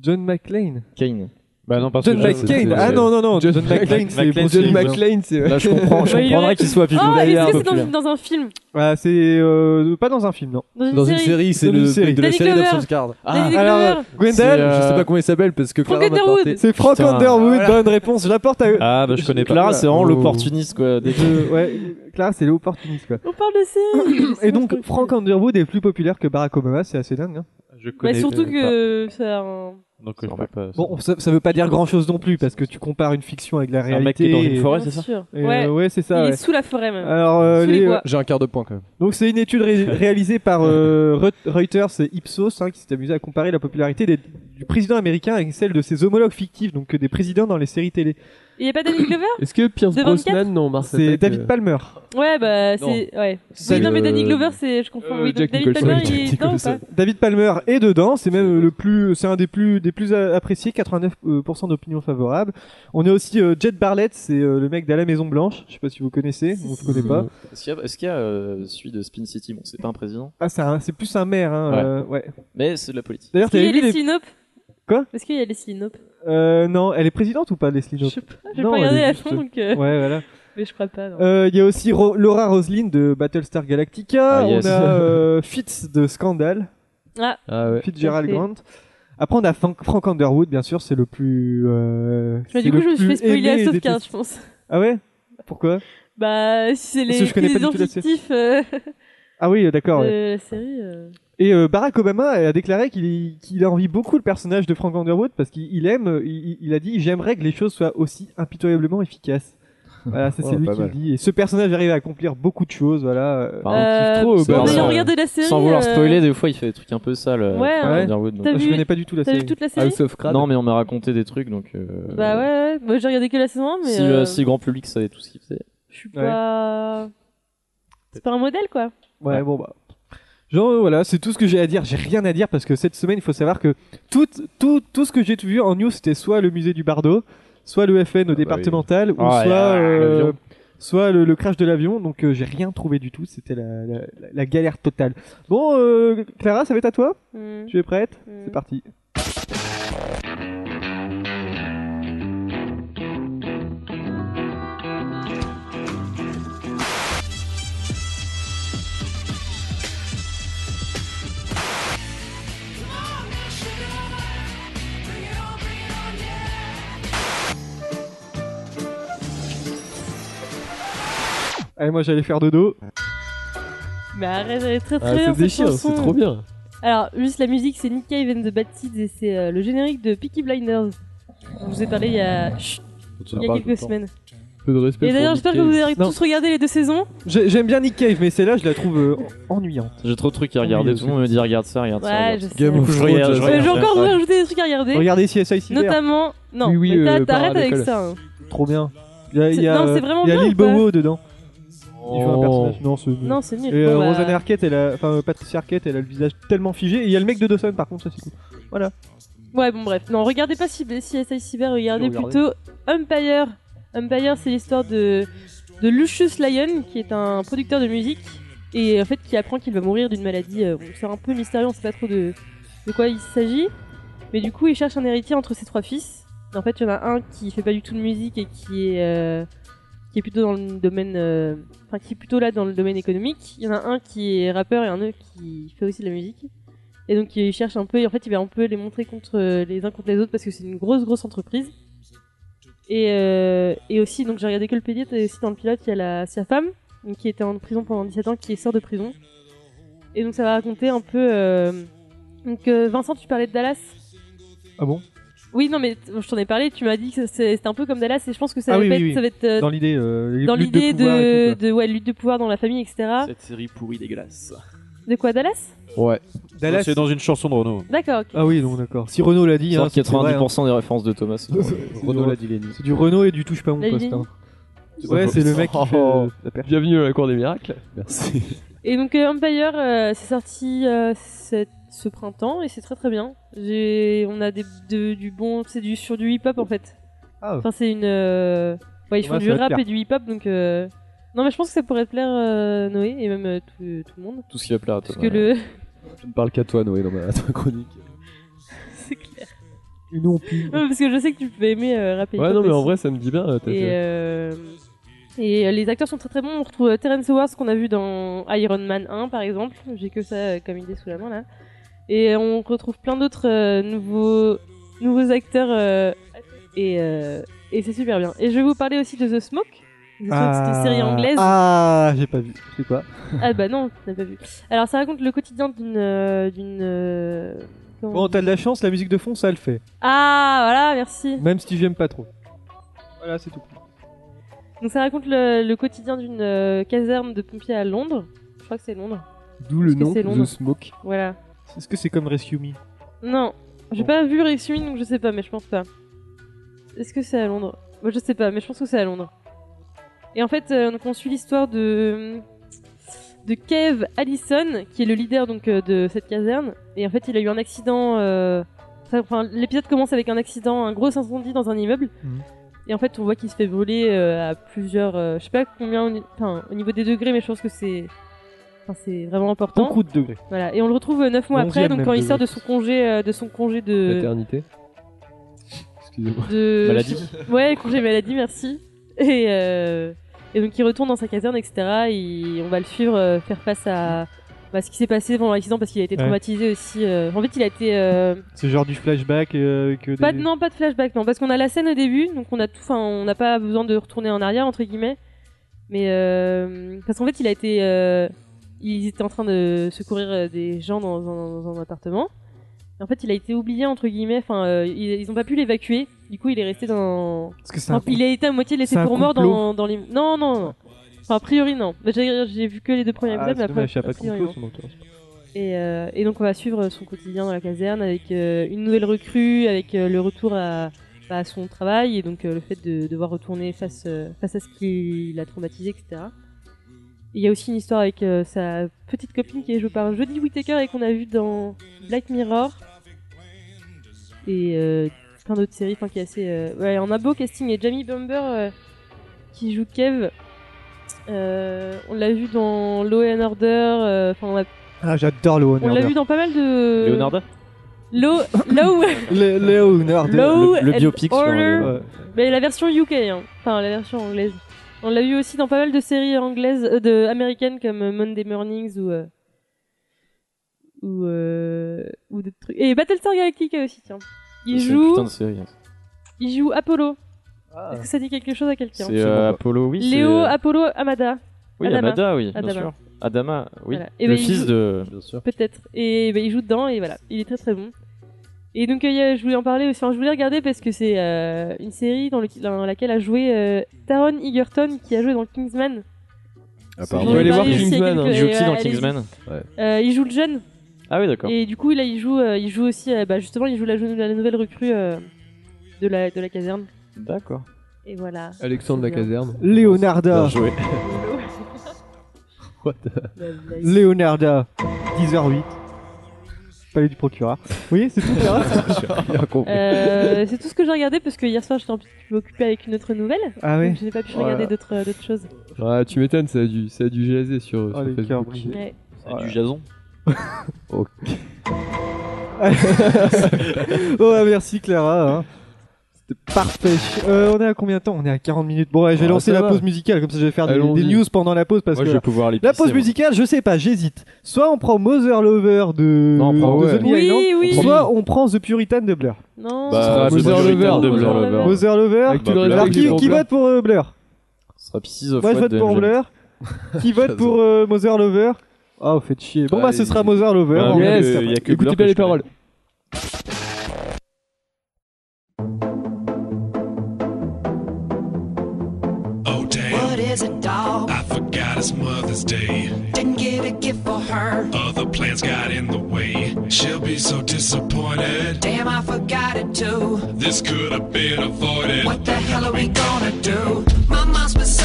S3: John McClane.
S7: Kane.
S5: Bah non, parce
S3: John
S5: que.
S3: McCain. Ah non, non, non. John, McClane, c'est
S7: McClane,
S3: John
S7: c'est-
S3: McClane, c'est.
S7: Là, je comprends, je
S6: Bah, il
S7: comprendrais
S6: aurait-
S7: qu'il soit
S6: Oh,
S7: populaire.
S6: est-ce que c'est dans,
S7: populaire.
S6: une- dans un film
S3: Ah, c'est euh, pas dans un film, non.
S6: Dans une
S8: Dans
S6: série,
S8: une série, c'est
S3: Dans une
S8: le
S3: série.
S8: mec de la
S6: Danny
S8: série
S6: Glover.
S8: d'Absence Card.
S7: Ah,
S6: David
S3: alors,
S6: Glover.
S3: Gwendal,
S7: C'est, euh,
S8: Je sais pas comment il s'appelle parce que
S6: Frank
S8: Clara m'a
S6: Underwood.
S8: porté.
S3: c'est Frank
S7: Putain.
S3: Ah,
S5: Ah,
S3: Underwood.
S8: Voilà.
S3: Bonne réponse. Je la porte à.
S7: Ah, bah, je connais pas. Clara, c'est vraiment l'opportuniste, quoi. Dès que-
S3: Je- euh, ouais, Clara, c'est l'opportuniste quoi.
S6: On parle de série. Bah,
S3: Et donc, Frank Underwood est plus populaire que Barack Obama, c'est assez dingue. hein.
S5: Je connais.
S6: Bah, surtout
S5: euh,
S6: que c'est un.
S5: pas. Donc, je peux pas.
S3: Bon, ça, ça veut pas dire grand chose non plus parce que tu compares une fiction avec la réalité.
S7: Un mec qui est dans une
S3: et-
S7: forêt,
S6: bien
S7: c'est ça
S6: sûr.
S3: et, euh,
S6: Ouais.
S3: ouais, c'est
S6: Il
S3: ça.
S6: est
S3: ouais.
S6: sous la forêt même.
S3: Alors, euh,
S6: Sous les
S3: les-
S6: bois.
S8: J'ai un quart de point quand même.
S3: donc c'est une étude ré- réalisée par euh, Reut- Reuters et Ipsos hein, qui s'est amusé à comparer la popularité des- du président américain avec celle de ses homologues fictifs, donc que des présidents dans les séries télé.
S6: Il y a pas David Glover
S4: Est-ce que Pierce
S6: De 24?
S4: Brosnan, non, Marcel
S3: C'est
S4: Pack,
S3: David
S4: euh,
S3: Palmer.
S6: Ouais, bah c'est. Ouais.
S4: C'est
S6: Oui, non, mais
S4: le-
S6: Danny Glover, c'est. Je confonds.
S4: euh,
S6: oui, donc
S4: Jack
S6: David
S4: Nicholson.
S6: Palmer,
S4: Jack
S6: il est dedans ou
S4: Nicholson.
S6: pas
S3: David Palmer est dedans, c'est même le plus, c'est un des plus, des plus a- appréciés, euh, 89% d'opinions favorables. On a aussi euh, Jet Barlett, c'est euh, le mec d'à la Maison Blanche, je sais pas si vous connaissez, on ne connaît pas.
S7: Est-ce qu'il y a, est-ce qu'il y a, euh, celui de Spin City Bon, c'est pas un président,
S3: Ah, c'est un- c'est plus un maire, hein,
S7: Ouais.
S3: euh, ouais.
S7: mais c'est de la politique.
S3: D'ailleurs,
S6: Est-ce qu'il y
S3: t'avais
S6: a
S3: vu les...
S6: Leslie Knope
S3: Quoi
S6: Est-ce qu'il y a Leslie Knope
S3: Euh, non, elle est présidente ou pas, Leslie
S6: Je
S3: Knope
S6: sais pas, j'ai pas
S3: Non,
S6: regardé
S3: elle est
S6: la
S3: juste-
S6: fin donc. euh,
S3: Ouais, voilà.
S6: Mais je crois pas. non.
S3: Euh, Il y a aussi Ro- Laura Roslin de Battlestar Galactica.
S7: Ah, yes.
S3: On a euh, Fitz de Scandal,
S6: Ah,
S4: Ah ouais.
S3: Fitzgerald
S6: Parfait.
S3: Grant. Après, on a Frank, Frank Underwood, bien sûr, c'est le plus. euh,
S6: Mais
S3: c'est
S6: du coup,
S3: le
S6: je me suis
S3: plus
S6: fait spoiler
S3: aimé
S6: à
S3: et
S6: Sauf
S3: détesté.
S6: je pense.
S3: Ah ouais Pourquoi
S6: Bah, si c'est
S3: Parce
S6: les
S3: que je connais pas du
S6: présidents
S3: tout la série.
S6: fictifs euh,
S3: Ah oui, d'accord. ouais.
S6: de la série. euh.
S3: Et euh, Barack Obama a déclaré qu'il qu'il envie beaucoup le personnage de Frank Underwood parce qu'il il aime, euh, il, il a dit j'aimerais que les choses soient aussi impitoyablement efficaces. Voilà, ça c'est
S8: Oh,
S3: lui
S8: pas
S3: qui le
S8: mal.
S3: dit. Et ce personnage arrive à accomplir beaucoup de choses, voilà. euh,
S7: Par un
S6: Euh,
S7: trop,
S6: en
S7: bah,
S6: ayant
S7: sans-
S6: regardé la série.
S7: Sans vouloir
S6: euh,
S7: spoiler, des fois il fait des trucs un peu sales. euh,
S6: Ouais,
S7: Frank
S3: ouais.
S7: Underwood, donc-
S6: T'as
S3: je
S6: vu-
S3: connais pas du tout la
S6: T'as
S3: série.
S6: vu toute la série
S4: House of Cards.
S7: Non, mais on m'a raconté des trucs donc. euh,
S6: Bah ouais, ouais. Moi, j'ai regardé que la saison 1, mais
S7: Si,
S6: euh,
S7: euh, si le grand public savait tout ce qu'il faisait.
S6: je suis
S3: Ouais.
S6: pas. C'est pas un modèle quoi.
S3: Ouais, bon bah. Genre euh, voilà, c'est tout ce que j'ai à dire. J'ai rien à dire parce que cette semaine, il faut savoir que tout, tout, tout ce que j'ai vu en news, c'était soit le musée du Bardo, soit le FN au départemental, ou soit, euh, soit le, le crash de l'avion. Donc euh, j'ai rien trouvé du tout. C'était la, la, la- la galère totale. Bon, euh, Clara, ça va être à toi
S6: Hmm,
S3: Tu es prête
S6: hmm.
S3: C'est parti. Allez, moi j'allais faire dodo.
S6: Mais arrête, elle est très très
S4: Ah,
S6: bien
S4: c'est
S6: cette
S4: déchire,
S6: chanson.
S4: c'est trop bien.
S6: Alors, juste la musique, c'est Nick Cave and the Bad Seeds et c'est euh, le générique de Peaky Blinders. Je vous ai parlé il y a, Chut, il y a quelques semaines.
S4: Peu de respect.
S6: Et
S4: pour
S6: d'ailleurs, j'espère que
S4: Nick
S6: vous
S4: Cage.
S6: avez
S3: Non. Ah,
S6: tous regardé les deux saisons.
S3: J'ai- J'aime bien Nick Cave, mais celle-là, je la trouve euh, en- ennuyante.
S7: J'ai trop de trucs à regarder.
S3: Oui,
S7: Tout le monde me dit regarde ça, regarde ça.
S6: Ouais,
S7: regarde
S6: je
S7: ça. Du
S6: sais.
S7: coup, je regarde, je
S6: Mais
S7: regarde.
S6: J'ai encore
S7: Ouais.
S6: rajouté des trucs à regarder.
S3: Regardez CSI Cyber.
S6: Notamment. Non,
S4: Oui, oui,
S6: mais t'as-
S4: euh,
S6: t'arrêtes
S4: par
S6: avec
S4: l'école.
S6: ça. hein.
S3: Trop bien. Il y a, il y a,
S6: C'est- non, c'est
S3: euh,
S6: vraiment
S3: il y a
S6: bien
S3: Lil
S6: ou pas
S3: Bowo dedans. Il joue un
S4: Oh.
S3: personnage. Non, c'est nul.
S6: Non, c'est nul.
S3: Et euh,
S6: Bon, bah,
S3: Rosanna Arquette, elle a, enfin euh, Patricia Arquette, elle a le visage tellement figé. Et il y a le mec de Dawson, par contre, ça c'est
S6: Euh,
S3: cool.
S6: Ouais, bon, bref. Non, regardez pas CSI Cyber, regardez
S3: Regardez.
S6: plutôt Umpire. Umpire, c'est l'histoire de, de Lucius Lyon, qui est un producteur de musique, et en fait, qui apprend qu'il va mourir d'une maladie. euh, bon, c'est un peu mystérieux, on sait pas trop de, de quoi il s'agit. Mais du coup, il cherche un héritier entre ses trois fils. Et en fait, il y en a un qui fait pas du tout de musique et qui est, euh, qui est plutôt dans le domaine. euh, Enfin, qui est plutôt là dans le domaine économique. Il y en a un qui est rappeur et un autre qui fait aussi de la musique. Et donc il cherche un peu, et en fait eh il va un peu les montrer contre euh, les uns contre les autres parce que c'est une grosse grosse entreprise. Et, euh, et aussi, donc j'ai regardé que le pilote, et aussi dans le pilote il y a la, sa femme, donc, qui était en prison pendant 17 ans, qui sort de prison. Et donc ça va raconter un peu... euh, Donc euh, Vincent, tu parlais de Dallas
S3: Ah bon
S6: Oui, non mais t- je t'en ai parlé, tu m'as dit que c'est- c'était un peu comme Dallas et je pense que ça
S3: Ah
S6: va
S3: oui,
S6: pas
S3: oui,
S6: être-
S3: oui.
S6: ça va être euh,
S3: Dans l'idée. euh, les
S6: dans
S3: luttes de
S6: l'idée
S3: pouvoir et
S6: de,
S3: tout,
S6: de ouais, lutte de pouvoir dans la famille, etc.
S7: Cette série pourrie dégueulasse.
S6: De quoi Dallas
S4: Ouais.
S3: quoi. Dallas.
S5: C'est dans une chanson de Renaud.
S6: D'accord, ok.
S3: Ah oui, donc d'accord. Si Renault l'a dit, hein,
S7: Genre
S3: c'est vrai, hein.
S7: 90% des références de Thomas.
S3: Renaud l'a dit. C'est du Renault et du touche pas mon
S6: La
S3: poste.
S6: ligne.
S3: hein. Ouais, c'est le mec qui fait euh, la perche.
S4: Bienvenue à la cour des miracles.
S8: Merci.
S6: Et donc euh, Empire, euh, c'est sorti euh, cette- ce printemps et c'est très très bien. J'ai, on a des, de- du bon, c'est du sur du hip hop en fait.
S3: Ah.
S6: Enfin c'est une, euh, ouais ils font
S3: Ouais,
S6: du
S3: ça va te
S6: rap
S3: plaire.
S6: et du hip hop donc. euh, Non mais je pense que ça pourrait te plaire euh, Noé et même euh, tout, tout le monde
S7: Tout ce qui va plaire à toi.
S6: parce que le,
S8: Je ne parle qu'à toi, Noé, dans ma ta chronique.
S6: c'est clair.
S3: Une ompu.
S6: Non, parce que je sais que tu peux aimer euh, rap et
S4: Ouais,
S6: hip
S4: non,
S6: hop
S4: mais en
S6: aussi.
S4: vrai, ça me dit bien. euh, t'as
S6: Et,
S4: fait-
S6: euh, et euh, les acteurs sont très très bons. On retrouve euh, Terrence Howard qu'on a vu dans Iron Man 1 par exemple. J'ai que ça euh, comme idée sous la main là. Et on retrouve plein d'autres euh, nouveaux, nouveaux acteurs. euh, et euh, et c'est super bien. Et je vais vous parler aussi de The Smoke. The Smoke, c'est une série anglaise. Ah,
S3: Ah, j'ai pas vu. C'est quoi
S6: bah non, tu n'as pas vu. Alors ça raconte le quotidien d'une... euh, d'une euh, comment on
S3: Bon,
S6: dit
S3: t'as de la chance, la musique de fond, ça le fait.
S6: Ah voilà, merci.
S3: Même si j'aime pas trop. Voilà, c'est tout.
S6: Donc ça raconte le, le quotidien d'une euh, caserne de pompiers à Londres. Je crois que c'est Londres.
S4: D'où le
S6: Est-ce que
S4: nom
S6: c'est long, non
S4: The Smoke. Euh,
S6: Voilà.
S3: Est-ce que c'est comme Rescue Me
S6: Non, j'ai
S3: Bon.
S6: pas vu Rex Hume, donc je sais pas, mais je pense pas. Est-ce que c'est à Londres Moi je sais pas, mais je pense que c'est à Londres. Et en fait, euh, donc on suit l'histoire de de Kev Allison, qui est le leader donc euh, de cette caserne. Et en fait, il a eu un accident. euh, Enfin, l'épisode commence avec un accident, un gros incendie dans un immeuble.
S3: Mhm.
S6: Et en fait, on voit qu'il se fait brûler euh, à plusieurs. euh, je sais pas combien, au ni- enfin, au niveau des degrés, mais je pense que c'est. Enfin, c'est vraiment important.
S3: Beaucoup de degrés.
S6: Voilà, et on le retrouve 9 mois
S3: Onzième
S6: après, donc
S3: même
S6: quand il
S3: de-
S6: sort de son congé, euh, de son congé de,
S4: Paternité. Excusez-moi.
S6: de
S7: Maladie.
S6: Ouais, congé maladie, merci. Et, euh, et donc il retourne dans sa caserne, etc. Et on va le suivre euh, faire face à bah, ce qui s'est passé pendant l'accident parce qu'il a été
S3: Ouais.
S6: traumatisé aussi. euh. En fait, il a été euh,
S3: C'est genre du flashback euh, que.
S6: pas de,
S3: des-
S6: non, pas de flashback, non, parce qu'on a la scène au début, donc on a tout, enfin, on n'a pas besoin de retourner en arrière entre guillemets, mais euh, parce qu'en fait, il a été, euh, ils étaient en train de secourir euh, des gens dans, un- dans un appartement. Et en fait, il a été oublié entre guillemets, enfin, euh, ils, ils ont pas pu l'évacuer. Du coup, il est resté dans.
S3: Parce que c'est un.
S6: Enfin, il a été à moitié laissé
S3: c'est un
S6: pour mort
S3: complot.
S6: dans, dans les. Non, non, non. Enfin, a priori, non. J'ai j'ai vu que les deux premiers
S3: Ah,
S6: épisodes, mais
S3: c'est dommage, il
S6: après.
S3: y a pas
S6: a
S3: de
S6: priori,
S3: complot,
S6: non.
S3: sinon, tu vois.
S6: Et, euh, et donc on va suivre son quotidien dans la caserne avec euh, une nouvelle recrue, avec euh, le retour à, bah, à son travail et donc euh, le fait de devoir retourner face, euh, face à ce qui l'a traumatisé, etc. Et Il y a aussi une histoire avec euh, sa petite copine qui est jouée par Jodie Whittaker et qu'on a vu dans Black Mirror et euh, plein d'autres séries, enfin qui est assez. euh, Ouais, on a beau casting et Jamie Bumber euh, qui joue Kev. Euh, on l'a vu dans Law and Order, euh, enfin on a
S3: Ah, j'adore le
S6: on
S3: Honor.
S6: l'a vu dans pas mal de.
S7: Leonardo
S6: Low, low,
S3: Le, le Honor.
S6: low
S7: le
S6: and
S7: biopic sur
S6: Order.
S7: le-
S3: Ouais.
S6: Mais la version UK, hein. enfin la version anglaise. On l'a vu aussi dans pas mal de séries anglaises, euh, de américaines comme euh, Monday Mornings ou euh, ou euh, ou d'autres trucs. Et Battlestar Galactica aussi, tiens. Il
S7: C'est une
S6: joue,
S7: putain de série. hein.
S6: il joue Apollo.
S7: Ah.
S6: Est-ce que ça dit quelque chose à quelqu'un
S7: C'est euh, Apollo, oui. c'est,
S6: Léo
S7: euh,
S6: Apollo Amada,
S7: Oui,
S6: Adama.
S7: Amada, oui.
S6: Adama.
S7: Bien sûr. Adama, oui.
S6: Voilà. Et
S7: Le
S6: ben, il
S7: fils
S6: joue-
S7: de.
S6: peut-être. Et ben, il joue dedans et voilà, il est très très bon. Et donc euh, il y a- je voulais en parler aussi, enfin, je voulais regarder parce que c'est euh, une série dans, le- dans laquelle a joué euh, Taron Egerton qui a joué dans Kingsman.
S4: On
S6: J'en
S4: va
S6: ai
S4: aller voir
S6: parlé aussi il y a
S4: Kingsman.
S6: quelques-
S4: hein.
S7: Il joue qui
S6: euh,
S7: dans
S6: allez-y.
S7: Kingsman
S6: Euh, il joue le jeune
S7: Ah oui, d'accord.
S6: et du coup là il joue, euh, il joue aussi, euh, bah, justement il joue la, la nouvelle recrue euh, de, la, de la caserne.
S7: D'accord.
S6: Et voilà.
S4: Alexandre la caserne.
S3: Leonarda.
S6: Voilà.
S3: Leonarda. 10h08. Palais du procureur. Oui, c'est tout. Clara
S6: Euh, c'est tout ce que j'ai regardé parce que hier soir j'étais un petit peu occupée avec une autre nouvelle.
S3: ah ouais.
S6: Donc, je n'ai pas pu
S3: Voilà.
S6: regarder d'autres d'autres choses.
S4: Ouais, tu m'étonnes, ça a dû, ça a dû jaser sur,
S3: Oh,
S4: sur
S3: les cœurs
S4: Facebook.
S3: brisés.
S6: Ouais.
S7: C'est du Jason.
S3: Oh, bah, merci Clara. hein. C'était parfait. Euh, on est à combien de temps On est à 40 minutes. Bon, ouais, je vais
S4: Ah,
S3: lancer
S4: ça
S3: la
S4: va.
S3: pause musicale, comme ça je vais faire des,
S4: Allons-y.
S3: des news pendant la pause parce
S7: Moi,
S3: que
S7: je vais pouvoir les
S3: la
S7: pisser,
S3: pause
S7: moi.
S3: musicale, je sais pas, j'hésite. Soit on prend Mother Lover de,
S4: Non, on prend-
S3: de
S4: ouais.
S3: Zombie Island,
S6: Oui, oui.
S3: soit on prend The Puritan de Blur.
S6: Non.
S7: Bah,
S4: Mother
S7: Mother
S4: Lover.
S7: Lover.
S6: Mother
S7: Mother
S6: Lover.
S7: Lover.
S3: Mother Lover.
S4: Avec tout le
S7: Bah,
S4: respect
S3: Alors
S4: que
S3: qui,
S4: j'ai pour
S3: qui
S4: Blur.
S3: vote pour euh, Blur
S7: Ce sera Pisces of
S3: Moi je
S7: What
S3: vote
S7: de
S3: pour
S7: MGM.
S3: Blur. Qui vote pour euh, Mother Lover Ah, vous faites chier. Bon bah ce
S7: Allez.
S3: sera Mother Lover.
S7: Ah,
S3: On
S7: yes.
S3: regarde ça.
S7: Il y a que Blur
S4: Écoutez
S7: que
S4: bien
S7: je connais.
S4: les paroles.
S9: Oh damn,
S10: What is it, dog?
S9: I forgot it's Mother's Day.
S10: Didn't get a gift for her.
S9: Other plans got in the way. She'll be so disappointed.
S10: Damn, I forgot it too.
S9: This could have been avoided.
S10: What the hell are we gonna do? My mom's been so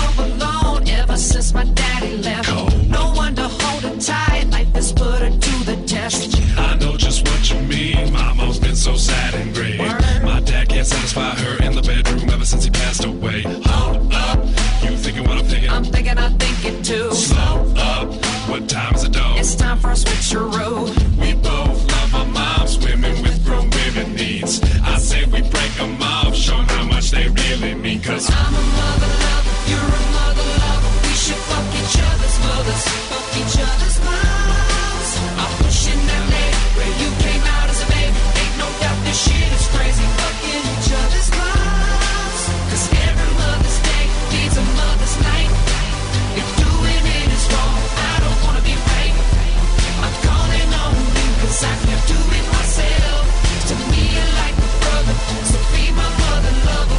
S10: since my daddy left. No one to hold her tight. Life has put her to the test.
S11: I know just what you mean. Mama's been so sad and gray. My dad can't satisfy her in the bedroom ever since he passed away. Hold up, you thinking what I'm thinking?
S10: I'm thinking I think it too.
S11: Slow up, what time's it dog?
S10: It's time for a switcheroo.
S11: We both love our moms, women with grown women needs. I say we break them off, show 'em how much they really mean. Cause
S10: I'm a mother lover, you're a mother lover. We should fuck each other's mothers, fuck each other's moms. I'm pushing that lane where you came out as a baby. Ain't no doubt this shit is crazy. Fucking each other's moms. Cause every mother's day needs a mother's night. If doing it is wrong, I don't wanna be right. I'm calling on you cause I can't do it myself. To me, you're like a brother, so be my mother lover.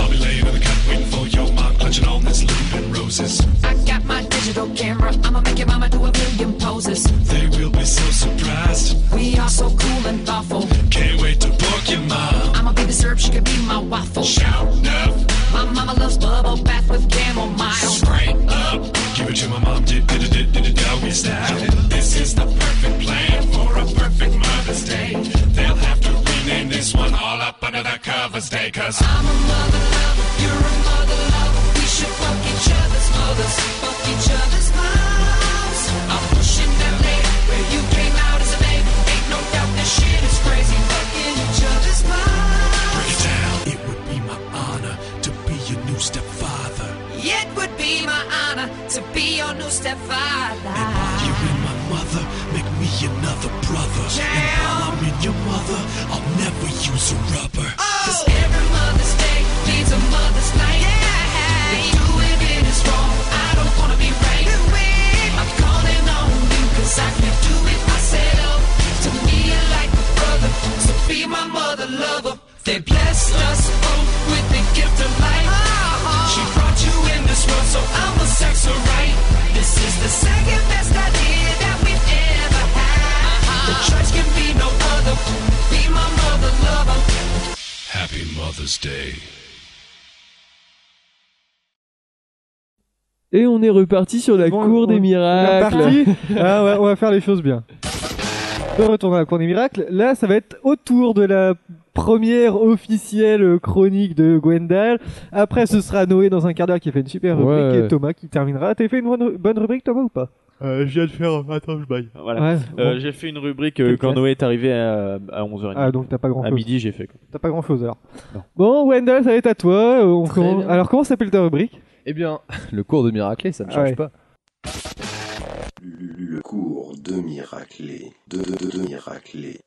S11: I'll be laying in the cut waiting for your mom, clutching on this leaf and roses.
S10: I got my digital camera. I'ma make your mama do a million poses.
S11: They will be so surprised.
S10: We are so cool and thoughtful.
S11: Can't wait to book your mom.
S10: I'ma be the syrup, she could be my waffle.
S11: Shout up,
S10: My mama loves bubble bath with chamomile.
S11: straight up. Give it to my mom, did did did did doggy style. This is the perfect plan for a perfect Mother's Day. They'll have to rename this one all up under the covers day, cause
S10: I'm a mother lover, you're a mother lover. We should fuck each other's mothers, fuck each other's moms. I'm pushing that lane where you came out as a baby. Ain't no doubt this shit is crazy. Fucking each other's moms.
S11: break it down. It would be my honor to be your new stepfather.
S10: It would be my honor to be your new stepfather.
S11: You and my mother make me another brother. And while I'm in your mother, I'll never use a rubber.
S10: Cause every Mother's Day needs a mother's night. If doing it is wrong, I don't wanna be right. I'm calling on you cause I can't do it myself. To me, you're like a brother, so be my mother lover. They blessed us both with the gift of life. She brought you in this world, so I'ma sex her right. This is the second best idea that we've ever had. The church can be no other. Be my mother lover.
S11: Happy Mother's Day.
S5: Et on est reparti sur la
S3: Bon,
S5: cour
S3: on-
S5: des
S3: C'est
S5: miracles.
S3: parti. Ah, on va- on va faire les choses bien. On va retourner à la Cour des Miracles. Là, ça va être autour de la première officielle chronique de Gwendal. Après, ce sera Noé dans un quart d'heure qui fait une super rubrique
S5: Ouais.
S3: et Thomas qui terminera. T'as fait une bonne- bonne rubrique, Thomas, ou pas
S7: je viens de faire. Attends, je baille.
S3: Ouais.
S7: Voilà. Euh, J'ai fait une rubrique euh,
S3: Quelle
S7: quand
S3: classe.
S7: Noé est arrivé à, à 11h30.
S3: Ah, donc t'as pas grand
S7: à
S3: chose.
S7: midi, j'ai fait. quoi.
S3: T'as pas grand chose alors.
S7: Non.
S3: Bon, Gwendal, ça va être à toi. Euh, on
S4: Très
S3: commence-
S4: bien.
S3: Alors, comment s'appelle ta rubrique
S4: Eh bien, le cours de Miraclé, ça ne
S3: Ah
S4: change
S3: ouais.
S4: pas.
S12: Le cours de Miraclé. De, de, de, de Miraclé.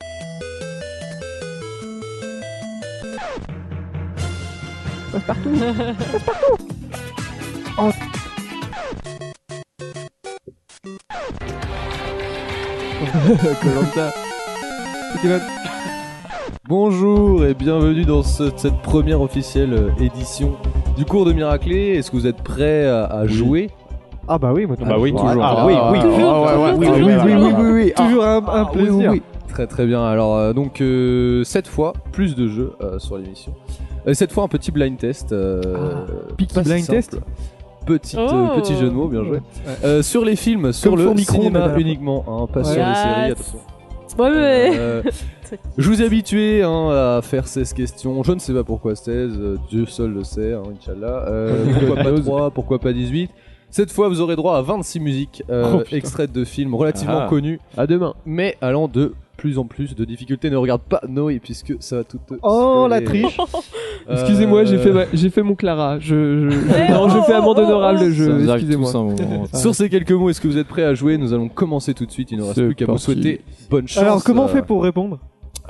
S4: Koh-Lanta. Bonjour et bienvenue dans ce- cette première officielle euh, édition du cours de Miraclé. Est-ce que vous êtes prêts à, à jouer
S3: Ah, bah oui, moi,
S7: Ah bah oui,
S4: toujours.
S7: toujours.
S4: Ah oui, oui,
S6: Toujours, toujours,
S7: oui,
S6: toujours,
S7: oui, oui,
S6: toujours.
S7: oui, oui.
S3: Toujours
S4: Ah,
S3: un, Ah, un
S4: oui,
S3: plaisir.
S4: oui, oui. Très très bien. Alors euh, donc euh, cette fois plus de jeux euh, sur l'émission. Euh, cette fois un petit blind test. euh,
S3: Ah. petit
S4: pas si
S3: blind
S4: simple.
S3: test
S4: Petit euh,
S6: Oh.
S4: petit jeu de mots, bien joué. Euh, sur les films, sur
S3: Comme
S4: le
S3: Fourmicron, mais
S4: cinéma
S3: pas-
S4: uniquement, hein, pas sur les
S6: Ouais.
S4: séries.
S6: Yes.
S4: Attention.
S6: Ouais, ouais.
S4: Euh, je vous ai habitué hein, à faire 16 questions. Je ne sais pas pourquoi 16. euh, Dieu seul le sait, hein, Inch'Allah. Euh, pourquoi pas 3, pourquoi pas 18 Cette fois, vous aurez droit à 26 musiques euh,
S5: Oh, putain.
S4: extraites de films relativement
S7: Ah.
S4: connus,
S5: À demain.
S4: mais allant de plus en plus de difficultés. Ne regarde pas Noé, puisque ça va tout te
S3: Oh, la
S4: scoler.
S3: triche
S4: Euh,
S5: Excusez-moi, j'ai fait, ma- j'ai fait mon Clara. Je, je...
S6: Eh,
S5: non, je
S6: oh,
S5: fais amende
S6: oh, oh,
S5: honorable
S6: oh.
S5: le
S13: ça
S5: jeu.
S13: nous arrive
S5: Excusez-moi.
S7: hein.
S5: Ah.
S13: tous un moment.
S4: Sur ces quelques mots, est-ce que vous êtes prêts à jouer Nous allons commencer tout de suite. Il ne reste
S5: C'est
S4: plus qu'à vous
S5: parti.
S4: souhaiter bonne chance.
S3: Alors, comment on
S4: Euh,
S3: fait pour répondre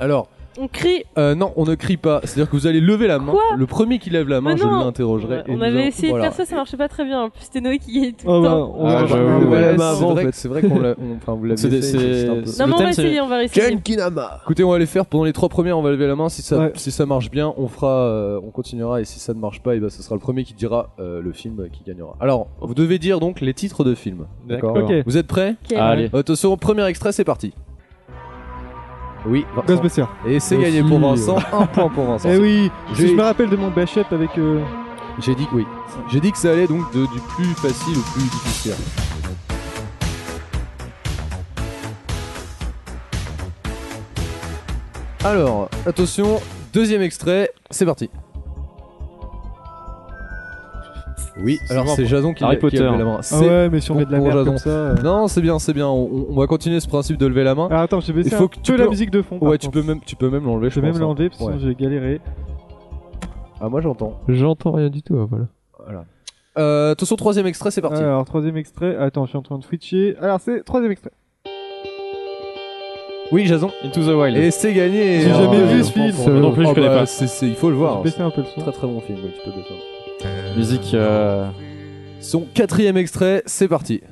S4: Alors,
S6: On crie.
S4: Euh, non, on ne crie pas. C'est-à-dire que vous allez lever la main.
S6: Quoi
S4: le premier qui lève la main,
S6: Mais
S4: je
S6: non.
S4: l'interrogerai.
S6: Ouais,
S4: et
S6: on
S4: nous
S6: avait
S4: allons-
S6: essayé
S4: voilà. Euh,
S6: de faire ça, ça marchait pas très bien. En plus, c'était Noé qui gagnait tout
S3: Oh,
S6: le
S3: bah,
S6: temps.
S3: on
S13: Ah,
S3: va-
S13: j'avoue, ouais,
S3: on va la
S4: Voilà,
S3: main
S4: c'est
S3: avant, en
S4: vrai,
S3: fait.
S4: que- c'est vrai qu'on l'a. on- Enfin, vous l'avez
S13: C'est
S4: fait.
S13: des-
S4: c'est- c'est un peu-
S13: c'est-
S6: Non,
S13: Le
S6: mais on
S13: thème,
S6: va
S13: c'est-
S6: essayer, on va réessayer.
S4: Kinama. Écoutez, on va les faire pendant les trois premiers. On va lever la main. Si ça,
S3: Ouais.
S4: si ça marche bien, on fera, euh, on continuera. Et si ça ne marche pas, et ben, ce sera le premier qui dira euh, le film qui gagnera. Alors, vous devez dire donc les titres de films. D'accord.
S3: Ok.
S4: Vous êtes prêts
S6: Ok.
S7: Ah,
S13: Allez.
S4: Attention, premier extrait, c'est parti. Oui. Vincent.
S3: Ghostbusters.
S4: Et c'est gagné pour Vincent. un point pour Vincent.
S3: Eh oui,
S4: J'ai-
S3: si je me rappelle de mon bachet avec. euh,
S4: J'ai dit que oui. J'ai dit que ça allait donc de- du plus facile au plus difficile. Alors, attention, deuxième extrait, c'est parti. Oui, alors
S3: bon,
S4: c'est Jason qui,
S7: Harry
S4: l'a- qui a
S7: Potter.
S4: levé la main.
S3: Ah
S4: C'est
S3: ouais, mais si on
S4: bon
S3: met de la
S4: pour
S3: merde
S4: Jason.
S3: comme ça. euh.
S4: Non, c'est bien, c'est bien. On, on va continuer ce principe de lever la main.
S3: Ah, attends, j'ai baissé
S4: Il
S3: un
S4: faut que tu
S3: peu la
S4: peux-
S3: musique de fond. par
S4: ouais, tu
S3: contre.
S4: peux même, tu peux même l'enlever.
S3: Je vais même
S4: pense, hein.
S3: l'enlever parce que
S4: Ouais.
S3: sinon j'ai galéré.
S4: Ah, moi j'entends.
S14: J'entends rien du tout, ah, voilà.
S4: Voilà. Euh, attention, troisième extrait, c'est parti.
S3: Alors, troisième extrait. Attends, je suis en train de switcher. Alors, c'est troisième extrait.
S4: Oui, Jason.
S7: Into the Wild.
S4: Et c'est gagné.
S3: J'ai
S4: Oh,
S3: jamais vu
S4: Jason
S3: ce film,
S4: Franck,
S3: ça.
S4: on-
S7: Non plus, je
S4: oh,
S7: connais
S4: bah,
S7: pas.
S4: c'est- c'est- il faut le voir.
S3: J'ai baissé un peu le son.
S4: Très très bon film, oui, tu peux baisser.
S7: Musique. euh,
S4: Son quatrième extrait, c'est parti.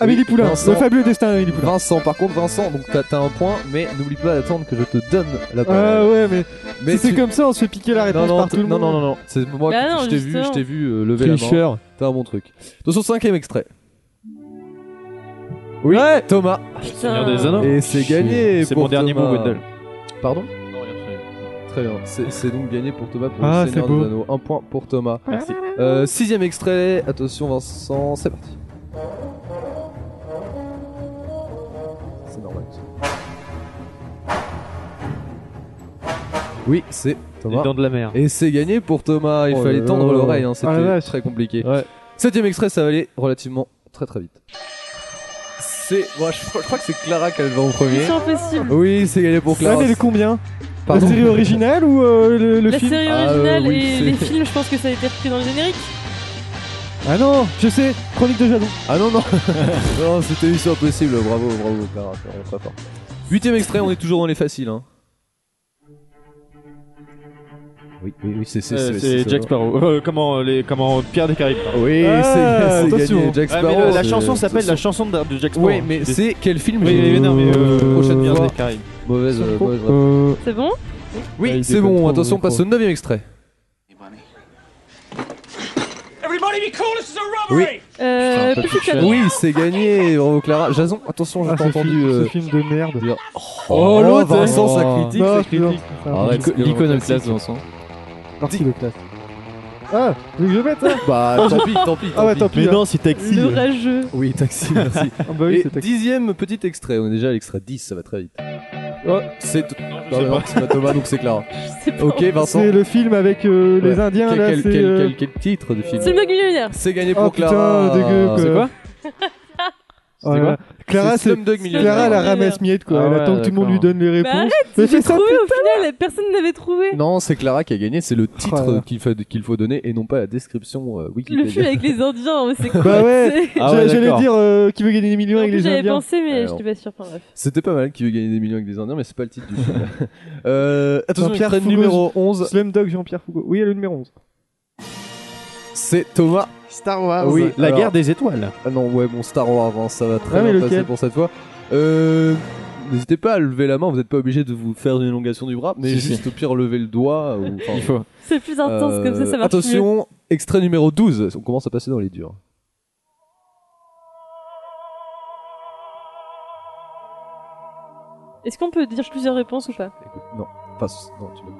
S3: Amélie Poulain,
S4: Vincent.
S3: le fabuleux destin d'Amélie Poulain.
S4: Vincent, par contre, Vincent, donc t'as- t'as un point, mais n'oublie pas d'attendre que je te donne la parole.
S3: Ah ouais, mais,
S4: mais
S3: si c'est
S4: tu-
S3: comme ça, on se fait piquer la
S4: non
S3: réponse
S4: non,
S3: par tout
S4: t-
S3: le
S4: non,
S3: monde.
S4: non, non, non, c'est moi
S6: Bah
S4: qui
S6: non,
S4: je t'ai vu,
S6: justement.
S4: je t'ai vu euh, lever la main.
S14: Tricheur.
S4: T'as un bon truc. Dans son cinquième extrait. Oui. Thomas.
S6: Putain.
S7: Seigneur des Anneaux.
S4: Et c'est gagné.
S5: Ah C'est
S4: pour
S5: mon dernier
S4: Thomas.
S5: mot, Wendell.
S4: Pardon Très bien. C'est c'est donc gagné pour Thomas pour
S3: Ah,
S4: le Seigneur
S3: c'est beau.
S4: des Anneaux. Un point pour Thomas. Merci. sixième extrait. Attention, Vincent, c'est parti. C'est normal. Oui, c'est
S5: Les
S4: Thomas.
S5: dents de la mer.
S4: Et c'est gagné pour Thomas. Il
S3: Oh
S4: fallait
S3: là
S4: tendre
S3: là.
S4: l'oreille. Hein. C'était
S3: Ah la vache.
S4: très compliqué.
S14: Ouais.
S4: Septième extrait, ça va aller relativement très très vite. C'est, moi, je, crois- je crois que c'est Clara qu'elle va en premier.
S6: Mission Impossible.
S4: Oui, c'est gagné pour
S3: Ah,
S4: Clara.
S3: mais le combien
S4: Pardon.
S3: La série originale ou euh, le, le
S6: La
S3: film
S6: série
S4: Ah, euh,
S6: originale
S4: oui,
S6: et
S4: c'est-
S6: les films, je pense que ça a été repris dans le générique.
S3: Ah non, je sais, Chronique de Jason.
S4: Ah non non, non, c'était mission impossible. Bravo, bravo Clara, on est très fort. Huitième extrait, on est toujours dans les faciles. Hein. Oui, oui, oui, c'est c'est-
S5: Euh,
S4: c'est-
S5: C'est
S4: c'est-
S5: Jack Sparrow. Euh, comment les comment Pierre des Caraïbes. pardon.
S4: Oui,
S3: Ah,
S4: c'est- c'est
S3: attention.
S4: gagné. Jack
S5: Ah,
S4: Sparrow.
S5: mais le- la
S4: c'est-
S5: chanson
S4: c'est-
S5: s'appelle la chanson de, de Jack Sparrow.
S4: Oui, mais
S5: Des-
S4: c'est quel film
S5: Oui,
S4: j'ai-
S5: oui, non, mais euh,
S4: Euh,
S5: prochaine Pierre
S4: fois.
S5: des Caraïbes.
S4: Mauvaise, euh, mauvaise réponse.
S3: Euh,
S6: C'est bon
S4: Oui,
S14: il
S4: c'est
S14: déconne
S4: bon,
S14: trop,
S4: attention, on
S14: oui, trop.
S4: passe au 9 extrait.
S6: euh, Petit chat.
S4: Oui, c'est gagné, bravo Clara. Jason, attention, je
S3: ah,
S4: t'ai
S3: ce,
S4: entendu.
S3: film,
S4: euh,
S3: ce film de merde. Ah,
S4: dire- Oh, l'autre, Vincent, ça critique,
S3: Non,
S4: ça
S3: je te jure,
S4: critique.
S3: c'est un
S4: Arrête.
S3: film
S7: l'ico- L'iconoclaste dans son.
S3: de parti de classe. Ah, vous voulez que je mette ça
S4: Bah, tant pis, tant pis.
S3: Ah ouais, tant pis.
S5: Mais
S3: hein.
S5: non, c'est Taxi.
S6: Le rageux.
S4: Oui, taxi, merci.
S3: Ah bah oui,
S4: Et
S3: c'est taxi.
S4: dixième petit extrait, on est déjà à l'extrait 10, ça va très vite. Oh, c'est. Non, non, c'est pas Thomas, donc c'est Clara.
S6: Je sais pas.
S4: Ok, Vincent.
S3: C'est le film avec euh, les
S4: Ouais.
S3: Indiens
S4: Quel,
S3: là,
S4: quel-
S3: c'est.
S4: quel-
S3: euh,
S4: quel- quel titre de film
S6: C'est le mec millionnaire.
S4: C'est gagné pour
S3: Oh
S4: Clara.
S3: putain, dégueu quoi.
S4: C'est quoi
S3: Oh là là. Clara, c'est.
S4: Slumdog Millionaire.
S3: Clara, elle a
S6: Millionnaire.
S3: ramasse miette quoi.
S7: Ah
S3: elle
S7: ouais,
S3: attend que tout le monde lui
S7: d'accord.
S3: donne les
S6: Bah
S3: réponses.
S6: arrête,
S3: Mais
S6: j'ai
S3: c'est ça.
S6: trouvé au final, personne n'avait trouvé.
S4: Non, c'est Clara qui a gagné, c'est le titre
S3: là là.
S4: qu'il faut, qu'il faut donner et non pas la description euh, Wikipédia.
S6: Le film avec les Indiens, c'est quoi
S3: Bah ouais.
S6: c'est-
S5: Ah ouais,
S3: J'a- J'allais
S5: d'accord.
S3: dire euh, qui veut gagner des millions
S6: En
S3: avec
S6: plus,
S3: les
S6: J'avais
S3: Indiens.
S6: pensé, mais
S4: Alors.
S6: j'étais pas sûre. Enfin, bref.
S4: C'était pas mal qui veut gagner des millions avec des Indiens, mais c'est pas le titre du film. euh, attention,
S3: Jean-Pierre
S4: extrait
S3: Foucault.
S4: numéro 11,
S3: Slumdog Jean-Pierre Foucault. Oui, le numéro 11.
S4: c'est Thomas.
S1: Star Wars.
S4: oui,
S5: La
S4: alors-
S5: guerre des étoiles.
S4: Ah non, ouais, bon, Star Wars, hein, ça va très
S3: Ah, mais
S4: bien passer
S3: lequel
S4: pour cette fois. Euh, N'hésitez pas à lever la main, vous n'êtes pas obligé de vous faire une élongation du bras, mais
S7: Si,
S4: juste au pire lever le doigt. Ou, enfin,
S7: Il faut.
S6: C'est plus intense,
S4: euh,
S6: comme ça, ça marche mieux.
S4: Attention, extrait numéro 12, on commence à passer dans les durs.
S6: Est-ce qu'on peut dire plusieurs réponses ou pas
S4: Écoute, non, enfin, non, tu l'as.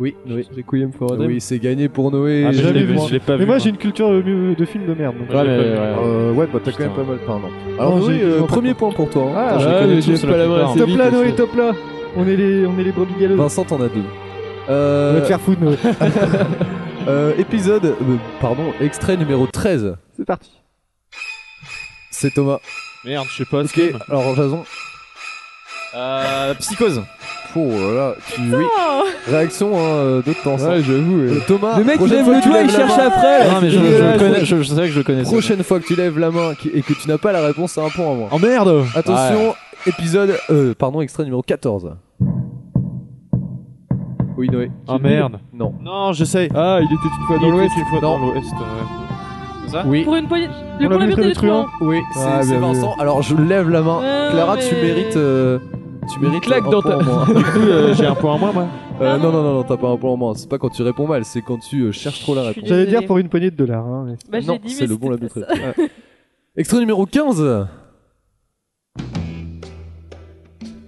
S4: Oui, oui.
S14: Les couilles me font rire.
S4: Oui, c'est gagné pour Noé.
S5: Ah, mais
S4: J'ai
S5: je
S3: jamais
S5: l'ai
S4: jamais
S5: vu,
S3: vu,
S5: je l'ai pas
S3: Mais
S5: vu. hein.
S3: moi j'ai une culture euh, de, de films de merde. donc.
S7: Ouais, mais, ouais, ouais.
S4: Euh, ouais, bah t'as quand même
S7: Putain.
S4: pas mal. Pardon.
S3: Non,
S4: Alors, Noé,
S3: j'ai-
S4: euh,
S3: j'ai-
S4: premier point pour toi. hein.
S3: Ah,
S4: Attends,
S14: ouais,
S4: je les
S14: mais
S4: connais
S14: j'ai
S4: tous,
S14: pas la main
S4: plupart.
S14: assez
S3: Top
S14: vite
S3: là,
S14: aussi.
S3: Noé, top là. On est les, on est les brebis galeuses.
S4: Vincent, t'en as deux.
S3: On va te
S4: Euh,
S3: faire foutre, Noé.
S4: euh, épisode, euh, pardon, extrait numéro 13.
S3: C'est parti.
S4: C'est Thomas.
S5: Merde, je sais pas.
S4: Ok, alors Jason.
S7: Euh, Psychose.
S4: Oh là là, tu- oui.
S6: Oh
S4: Réaction hein, euh, de temps. hein.
S14: Ouais, j'avoue.
S4: Euh,
S14: ouais.
S4: Thomas,
S14: Le mec, il
S4: prochaine
S14: lève
S4: fois
S14: le
S4: que tu
S14: doigt, il
S4: lèves la
S14: cherche
S4: main-
S14: après.
S7: Non, mais je,
S4: Il est
S7: je
S4: là,
S7: le
S4: la
S7: connais, je, je savais que je le connaissais.
S4: Prochaine fois que tu lèves la main qui- et que tu n'as pas la réponse, c'est un point à moi.
S5: Oh merde
S4: Attention, épisode, euh, pardon, extrait numéro 14. Oui, Noé.
S5: Oh merde
S4: Non.
S5: Non, je sais.
S14: Ah, il était une fois
S5: Il
S14: dans l'ouest.
S5: était une fois dans
S4: Non.
S5: l'Ouest. ouais.
S4: Oui.
S6: Pour une poignée. Le
S3: On l'a
S6: pour le
S3: vu,
S6: but et le
S3: le truand.
S6: truand.
S4: Oui,
S3: Ah,
S4: c'est c'est
S3: bien vu.
S4: Vincent. Alors, je lève la main.
S6: Ouais,
S4: Clara,
S6: Ah, mais-
S4: tu mérites. euh, tu mérites.
S14: claque
S4: un
S14: dans ta-
S4: point en moins.
S5: Du coup, euh, j'ai un point à moi, moi.
S4: Euh, non, non, non, non, t'as pas un point en moins. C'est pas quand tu réponds mal, c'est quand tu euh, cherches trop la
S6: Je suis
S4: réponse.
S3: J'allais
S6: Désolé.
S3: dire pour une poignée de dollars. Hein, mais-
S6: Bah, je
S4: non,
S6: l'ai dit,
S4: c'est
S6: mais
S4: le bon la
S6: c'était
S4: maîtrise.
S6: pas
S4: Ouais. Extrait numéro 15.
S6: ça.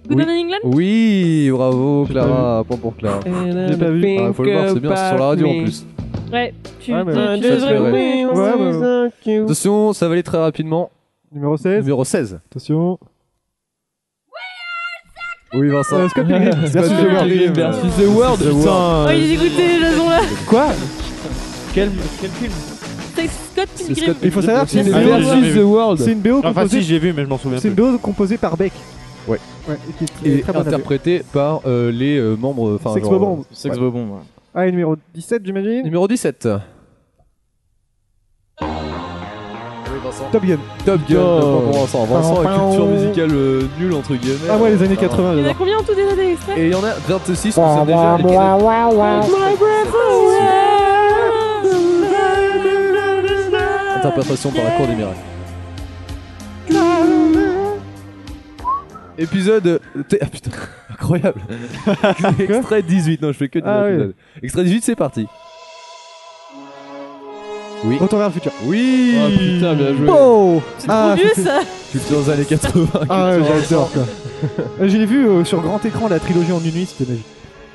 S6: Good Morning England
S4: Oui, bravo
S3: J'ai
S4: Clara. Point pour Clara.
S3: J'ai pas vu.
S5: euh,
S4: Ah, faut le voir, c'est bien, c'est sur la radio en plus.
S6: Ouais, tu,
S3: Ouais, mais
S6: tu-
S3: ouais,
S6: tu
S3: ça se
S6: devrais
S3: fait,
S6: couper,
S3: ouais.
S6: hein.
S3: Ouais, ouais, ouais.
S4: Attention, ça va aller très rapidement.
S3: Numéro 16.
S4: Numéro 16.
S3: Attention.
S4: Oui, Vincent.
S3: Euh, Scott Pilgrim.
S4: C'est
S3: Versus
S4: pas
S3: The
S4: Scott
S3: World.
S4: Pilgrim,
S3: Versus
S4: The World, putain.
S5: euh,
S6: Oh, il est dégoûté, Jason là.
S3: Quoi
S5: Quel, quel film
S6: C'est Scott Pilgrim.
S3: Il faut savoir que c'est une
S5: Ah,
S3: BO
S5: j'ai jamais vu.
S3: composée- c'est une BO
S5: Enfin, si,
S3: composée.
S5: j'ai vu, mais je m'en souviens
S3: C'est une
S5: plus.
S3: BO composée par Beck.
S4: Ouais.
S3: Ouais. et qui est très-
S4: Et
S3: très bonne à jouer.
S4: interprété par euh, les euh, membres. enfin,
S3: Sex
S4: genre, euh,
S3: Bomb.
S7: Sex
S4: ouais.
S7: Bobon, ouais.
S3: Ah, et numéro 17, j'imagine.
S4: Numéro 17.
S3: Top Gun.
S4: Top Gun.
S15: Oh.
S4: pour Vincent. Vincent a une culture musicale euh, nulle entre guillemets.
S3: Ah, ouais, les années
S4: Enfin,
S3: 80,
S6: Il y en a
S3: j'adore.
S6: combien en tout déjà des extraits
S4: Et il y en a 26, on sait déjà. lesquels- Interprétation par la Cour des miracles. Épisode. t- Ah putain, incroyable! Extrait 18, non, je fais que dire
S3: Ah oui.
S4: épisode. Extrait 18, c'est parti!
S15: Oh,
S3: Retour vers le futur.
S4: Oui!
S15: Ah putain, bien joué.
S4: Oh.
S3: Wow Ah,
S6: Trop vieux ça
S4: Culture des années 80.
S3: Ah ouais,
S4: culture
S3: j'adore quoi. Euh, Je l'ai vu euh, sur grand écran la trilogie en une nuit, c'était magique.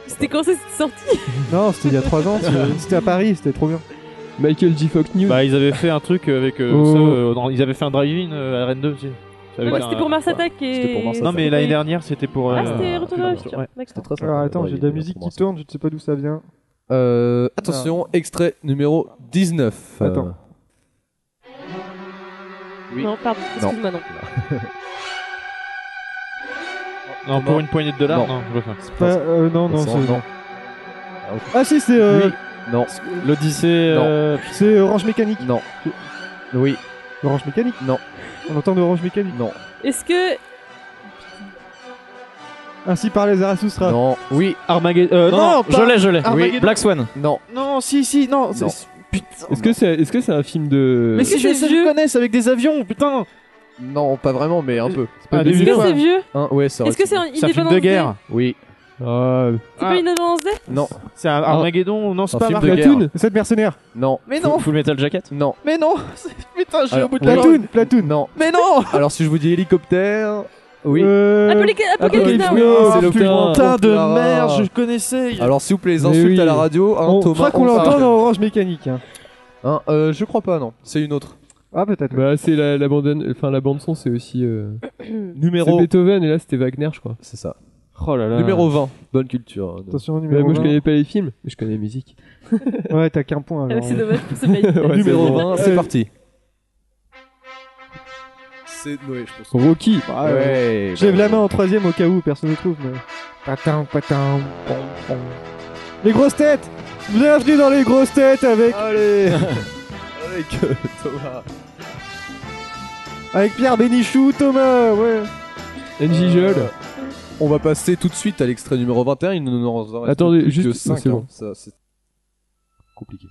S6: C'était quand ça c'était sorti
S3: Non, c'était il y a 3 ans, c'était- c'était à Paris, c'était trop bien.
S15: Michael J. Fox News.
S5: Bah, ils avaient fait un truc avec euh,
S15: Oh.
S5: ça, euh, dans- ils avaient fait un drive-in euh, à Rennes 2 aussi. Avec
S6: Ouais,
S5: un-
S6: C'était pour Mars Attack et.
S4: C'était pour Mars
S5: Non, mais l'année
S6: Et-
S5: dernière, c'était pour.
S6: Ah,
S5: euh,
S6: c'était Retour vers le futur.
S5: Ouais.
S6: D'accord.
S4: très sympa.
S3: Alors Ah, attends, j'ai de la
S4: Ouais,
S3: musique
S4: pour
S3: qui
S4: moi,
S3: tourne, je ne sais pas d'où ça vient.
S4: ça. Euh,
S15: Ah.
S4: attention, extrait numéro 19. euh,
S3: Attends.
S4: Oui.
S6: Non, pardon, excuse-moi, non.
S5: Non, pour une poignée de dollars, non. je vois pas.
S3: Pas- euh, non, non,
S4: Vincent,
S3: c'est.
S7: hein.
S4: non.
S3: Ah si, c'est. euh,
S4: Oui. Non.
S5: L'Odyssée.
S4: Non.
S5: euh,
S3: C'est Orange Mécanique.
S4: Non. Oui.
S3: Orange Mécanique
S4: Non.
S3: On entend de Orange Mécanique.
S4: Non.
S6: Est-ce que.
S3: Ainsi parlait Zarathustra.
S4: Non. Oui.
S5: Armageddon. euh, non,
S7: je l'ai, je l'ai.
S5: Armageddon.
S7: Black Swan.
S4: Non.
S5: Non, si, si, non.
S4: Non.
S5: c'est- Putain.
S15: Est-ce que c'est est -ce c'est un film de.
S5: Mais si
S6: Est-ce que
S5: je
S6: c'est
S5: sais,
S6: vieux
S5: je connais, c'est avec des avions, putain.
S4: Non, pas vraiment, mais un peu.
S5: Ah,
S6: Est-ce que c'est vieux
S4: Hein, ouais, ça aurait
S6: Est-ce que
S4: été-
S6: c'est un
S5: C'est un film
S6: Independence
S5: de
S6: Day
S5: guerre.
S4: Oui.
S15: Ah,
S6: C'est pas une Independence Day
S4: Non.
S5: C'est un Armageddon, non, c'est
S4: Un
S5: pas
S4: film de
S5: Marvel.
S4: guerre.
S3: Platoon 7 mercenaires.
S4: Non.
S5: Mais non,
S7: Full Metal Jacket.
S4: Non.
S5: mais non. c'est- Putain, je suis au
S4: Alors,
S5: bout de la langue.
S3: Platoon Platoon
S4: Non.
S5: Mais non.
S4: Alors si je vous dis hélicoptère. Oui.
S3: Euh,
S6: Apocalypse Apocalypse
S4: Now,
S6: Now
S15: c'est
S4: c'est le
S15: putain.
S5: Putain de
S4: Ah.
S5: merde, je connaissais.
S4: Alors s'il vous plaît, les
S15: Mais
S4: insultes
S15: oui.
S4: à la radio, hein,
S3: on- Je
S4: Thomas.
S3: crois qu'on
S4: on
S3: l'entend
S4: s'arrête.
S3: dans Orange Mécanique. hein.
S4: Hein, euh, je crois pas, non. C'est une autre.
S3: Ah, peut-être.
S15: Bah, c'est la, la bande, enfin la bande son, c'est aussi euh, c'est
S4: Numéro.
S15: Beethoven et là c'était Wagner, je crois.
S4: C'est ça.
S5: Oh là là.
S4: Numéro 20. Bonne culture. hein,
S3: Attention,
S15: Mais
S3: numéro
S15: moi, je
S3: 20.
S15: connais pas les films, mais je connais la musique.
S3: Ouais, t'as qu'un point. hein.
S6: Ah,
S3: alors.
S6: C'est dommage, c'est pas une-
S15: Ouais,
S4: Numéro
S15: c'est bon.
S4: 20, c'est parti. C'est Noé, je pense.
S15: Rocky.
S3: Ah, ouais. Je
S4: bah
S3: lève la main en troisième au cas où personne ne trouve. Mais... Patin, patin, pom, pom. Les grosses têtes Bienvenue dans les grosses têtes avec,
S6: Ah.
S4: Allez Avec euh, Thomas.
S3: avec Pierre Bénichou, Thomas, ouais.
S15: NJ Joel.
S4: Euh, On va passer tout de suite à l'extrait numéro 21. Il ne nous en reste
S15: Attendez,
S4: plus
S15: juste-
S4: que 5.
S15: c'est bon.
S4: Ça, c'est compliqué.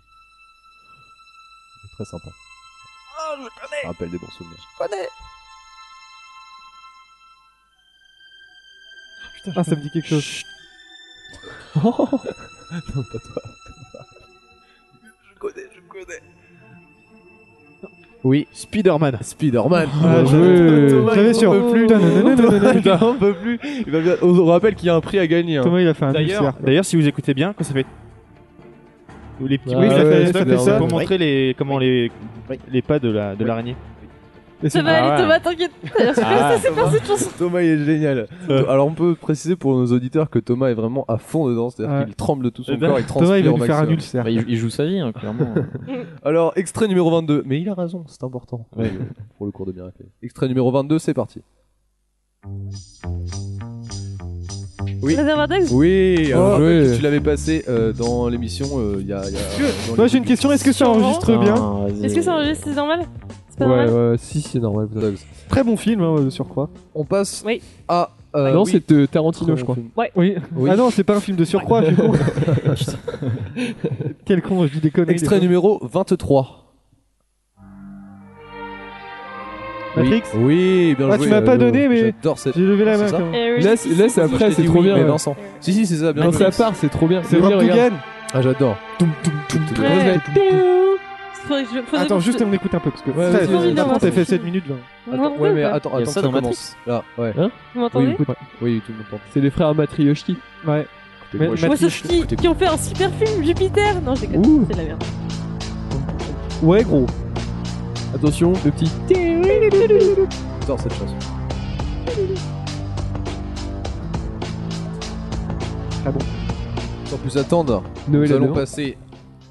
S4: C'est très sympa. Oh, je connais. rappelle des bons souvenirs.
S3: Ah, ça me dit quelque chose.
S4: non, pas toi.
S5: Oui. Spider-Man.
S4: Spider-Man.
S3: Ah,
S15: joué.
S4: Thomas,
S3: J'avais
S4: il
S3: sûr.
S4: en peut plus.
S3: Putain, non, non, non, non, non.
S4: Il en peut plus. Il va bien- On rappelle qu'il y a un prix à gagner. hein.
S3: Thomas, il a fait un
S5: D'ailleurs,
S3: ulcère.
S5: d'ailleurs, si vous écoutez bien, quand ça fait. Ou les petits
S15: Ah
S5: bruits,
S3: oui, ça fait- ça fait
S5: c'est
S3: ça.
S5: pour montrer les comment les les pas de la de l'araignée.
S3: Et c'est-
S6: Ça va
S5: Ah
S6: aller,
S5: ouais.
S6: Thomas, t'inquiète. D'ailleurs, je sais
S5: Ah,
S6: pas si c'est pour cette chanson.
S4: Thomas, il est génial. Alors, on peut préciser pour nos auditeurs que Thomas est vraiment à fond dedans, c'est-à-dire
S3: Ouais.
S4: qu'il tremble de tout son
S5: Eh ben,
S4: corps, il
S3: Thomas, il
S4: transpire
S3: va
S4: au
S3: nous faire un
S4: maximum.
S3: ulcère.
S7: Bah, il, il joue sa vie, hein, clairement.
S4: Alors, extrait numéro 22. Mais il a raison, c'est important
S5: Ouais.
S4: pour le cours de miracle. Extrait numéro 22, c'est parti. Oui.
S6: Réservoir Dogs
S4: Oui, alors,
S15: Oh.
S4: euh,
S15: Ouais.
S4: tu l'avais passé euh, dans l'émission euh, il y a. il y a- dans
S3: Moi,
S4: les-
S3: j'ai une question. Est-ce que ça
S6: Sûrement.
S3: enregistre bien
S7: Ah,
S6: Est-ce que ça enregistre, c'est normal C'est pas
S15: Ouais,
S6: normal
S15: ouais, si, c'est normal. vous avez-
S3: Très bon film, hein, de surcroît.
S4: On passe
S6: Oui.
S4: à. euh,
S15: non,
S4: oui.
S15: c'est euh, Tarantino, je crois.
S3: Oui. Ah non, c'est pas un film de surcroît, je suis con. Quel con, je dis des conneries.
S4: Extrait
S3: des
S4: numéro 23.
S3: fois. Matrix
S4: Oui, oui bien
S3: Ah,
S4: joué.
S3: tu m'as pas
S4: Euh,
S3: donné, mais-
S4: J'adore cette.
S3: J'ai levé la
S4: C'est
S3: main
S4: ça
S3: quand même.
S6: Eric
S15: Là, c'est- là, c'est après,
S4: Je t'ai
S15: c'est
S4: dit
S15: trop
S4: oui,
S15: bien.
S4: Mais
S15: ouais.
S4: Vincent. Si, si, c'est ça, bien
S15: Quand
S4: joué.
S15: ça part, c'est trop bien.
S3: C'est
S15: Oui,
S3: Rob
S15: regarde.
S3: Dugan.
S4: Ah, j'adore.
S6: Ouais.
S15: Ouais.
S6: Faudrait que je- faudrait
S3: Attends,
S6: que je-
S3: juste on écoute un peu parce que.
S15: Ouais,
S3: Ça,
S15: vas-y, vas-y,
S3: Par
S15: vas-y.
S3: contre, t'as fait 7 minutes 20.
S6: Vous
S4: Attends,
S6: m'entendez
S4: ouais,
S6: ou
S4: mais
S5: ah,
S6: pas
S4: attends,
S7: Ah, Il y a
S4: attends
S7: ça
S4: que ça
S7: dans
S4: commence. Là, ouais.
S6: Vous
S4: Oui,
S6: m'entendez
S4: écoute. Oui, tout le monde
S15: C'est les frères Matryoshki.
S3: Ouais. Mais-
S2: moi, je-
S6: Ouais, sauf
S3: Matisse,
S6: qui,
S3: écoutez-
S6: qui ont fait un super film, Jupiter Non, je déconne,
S3: Ouh.
S6: c'est de la merde.
S3: Ouais, gros.
S4: Attention, le petit.
S8: J'adore cette chanson.
S3: Très Ah bon.
S8: Sans plus attendre,
S4: Noël
S8: nous allons
S4: adore.
S8: passer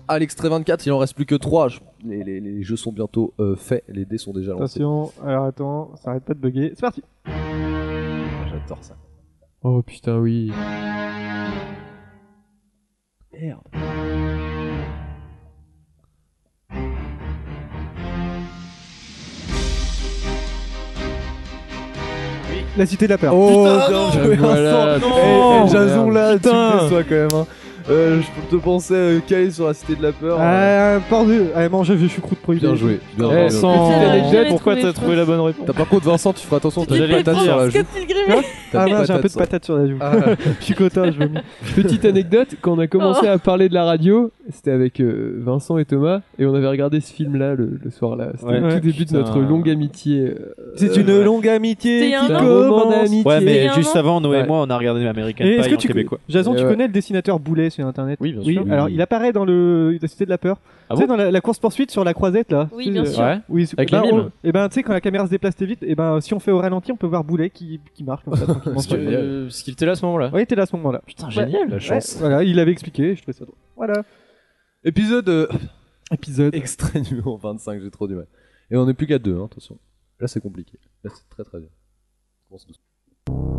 S8: à l'extrait 24. Il en reste plus que 3. Les, les- les jeux sont bientôt euh, faits. Les dés sont déjà lancés.
S3: Attention, alors attends, ça arrête pas de bugger. C'est parti.
S8: Ah, J'adore ça.
S4: Oh putain, oui.
S8: Merde.
S3: La cité de la peur.
S8: Oh,
S2: Putain,
S8: bien
S2: non,
S8: joué,
S4: voilà,
S8: Vincent.
S3: Oh,
S4: putain.
S8: Eh, eh, Jason, là, tu
S4: Putain.
S8: me déçois quand même. hein. Euh, je te pensais euh, calé sur la cité de la peur. euh,
S3: Ah, pardon. Allez, mangez vieux choucroute prohibée.
S8: bien joué. Bien joué,
S7: Eh,
S8: bien joué.
S3: Oh,
S7: sans-
S6: Petite anecdote,
S7: pourquoi
S6: trouvé,
S7: t'as
S6: je
S7: trouvé la bonne réponse
S8: T'as- Par contre, Vincent, tu feras attention, t'as des
S7: J'allais
S8: patates
S7: le
S8: sur la joue.
S6: Scott Pilgrim
S8: T'as
S3: Ah
S8: des
S3: mince, j'ai un peu de
S8: patates
S3: patate sur la joue.
S8: sur- Ah.
S3: Je suis content, je vomis.
S4: Petite anecdote, quand on a commencé à parler de la radio, c'était avec euh, Vincent et Thomas, et on avait regardé ce film-là le, le soir-là. C'était
S7: Ouais.
S4: le tout début
S7: Putain.
S4: de notre longue amitié. euh,
S3: C'est une longue amitié
S6: C'était un
S3: qui
S6: qui
S4: an. commence.
S3: commence.
S4: Ouais,
S6: Il y a un an
S5: avant, Noé
S4: Ouais.
S5: moi, on a regardé American
S3: Et est-ce que tu
S5: québécois.
S3: Jason, tu
S4: Ouais.
S3: connais le dessinateur Boulet sur internet
S7: Oui, bien
S3: Oui,
S7: sûr.
S3: alors
S4: oui.
S3: il apparaît dans le la Cité de la Peur.
S7: Ah
S3: tu sais,
S7: bon
S3: dans la, la course-poursuite sur la croisette là.
S6: Oui,
S3: Tu sais,
S6: bien
S3: euh,
S6: sûr.
S7: Ouais.
S3: Oui, c'est-
S7: Avec
S3: bah,
S7: les
S3: on-
S7: mimes.
S3: Et ben tu sais, quand la caméra se déplace très vite, et ben si on fait au ralenti, on peut voir Boulet qui, qui marche comme ça tranquillement.
S7: Parce que, euh, parce qu'il était là à ce moment-là.
S3: Oui, t'es là à ce moment-là.
S7: Putain, génial la
S3: Ouais,
S7: chance.
S3: voilà, il avait expliqué, je trouvais ça drôle. Voilà.
S8: Épisode euh,
S3: Épisode.
S8: extrait numéro 25, j'ai trop du mal. Et on n'est plus qu'à deux, hein, attention. Là, c'est compliqué. Là, c'est très très bien. On se douce.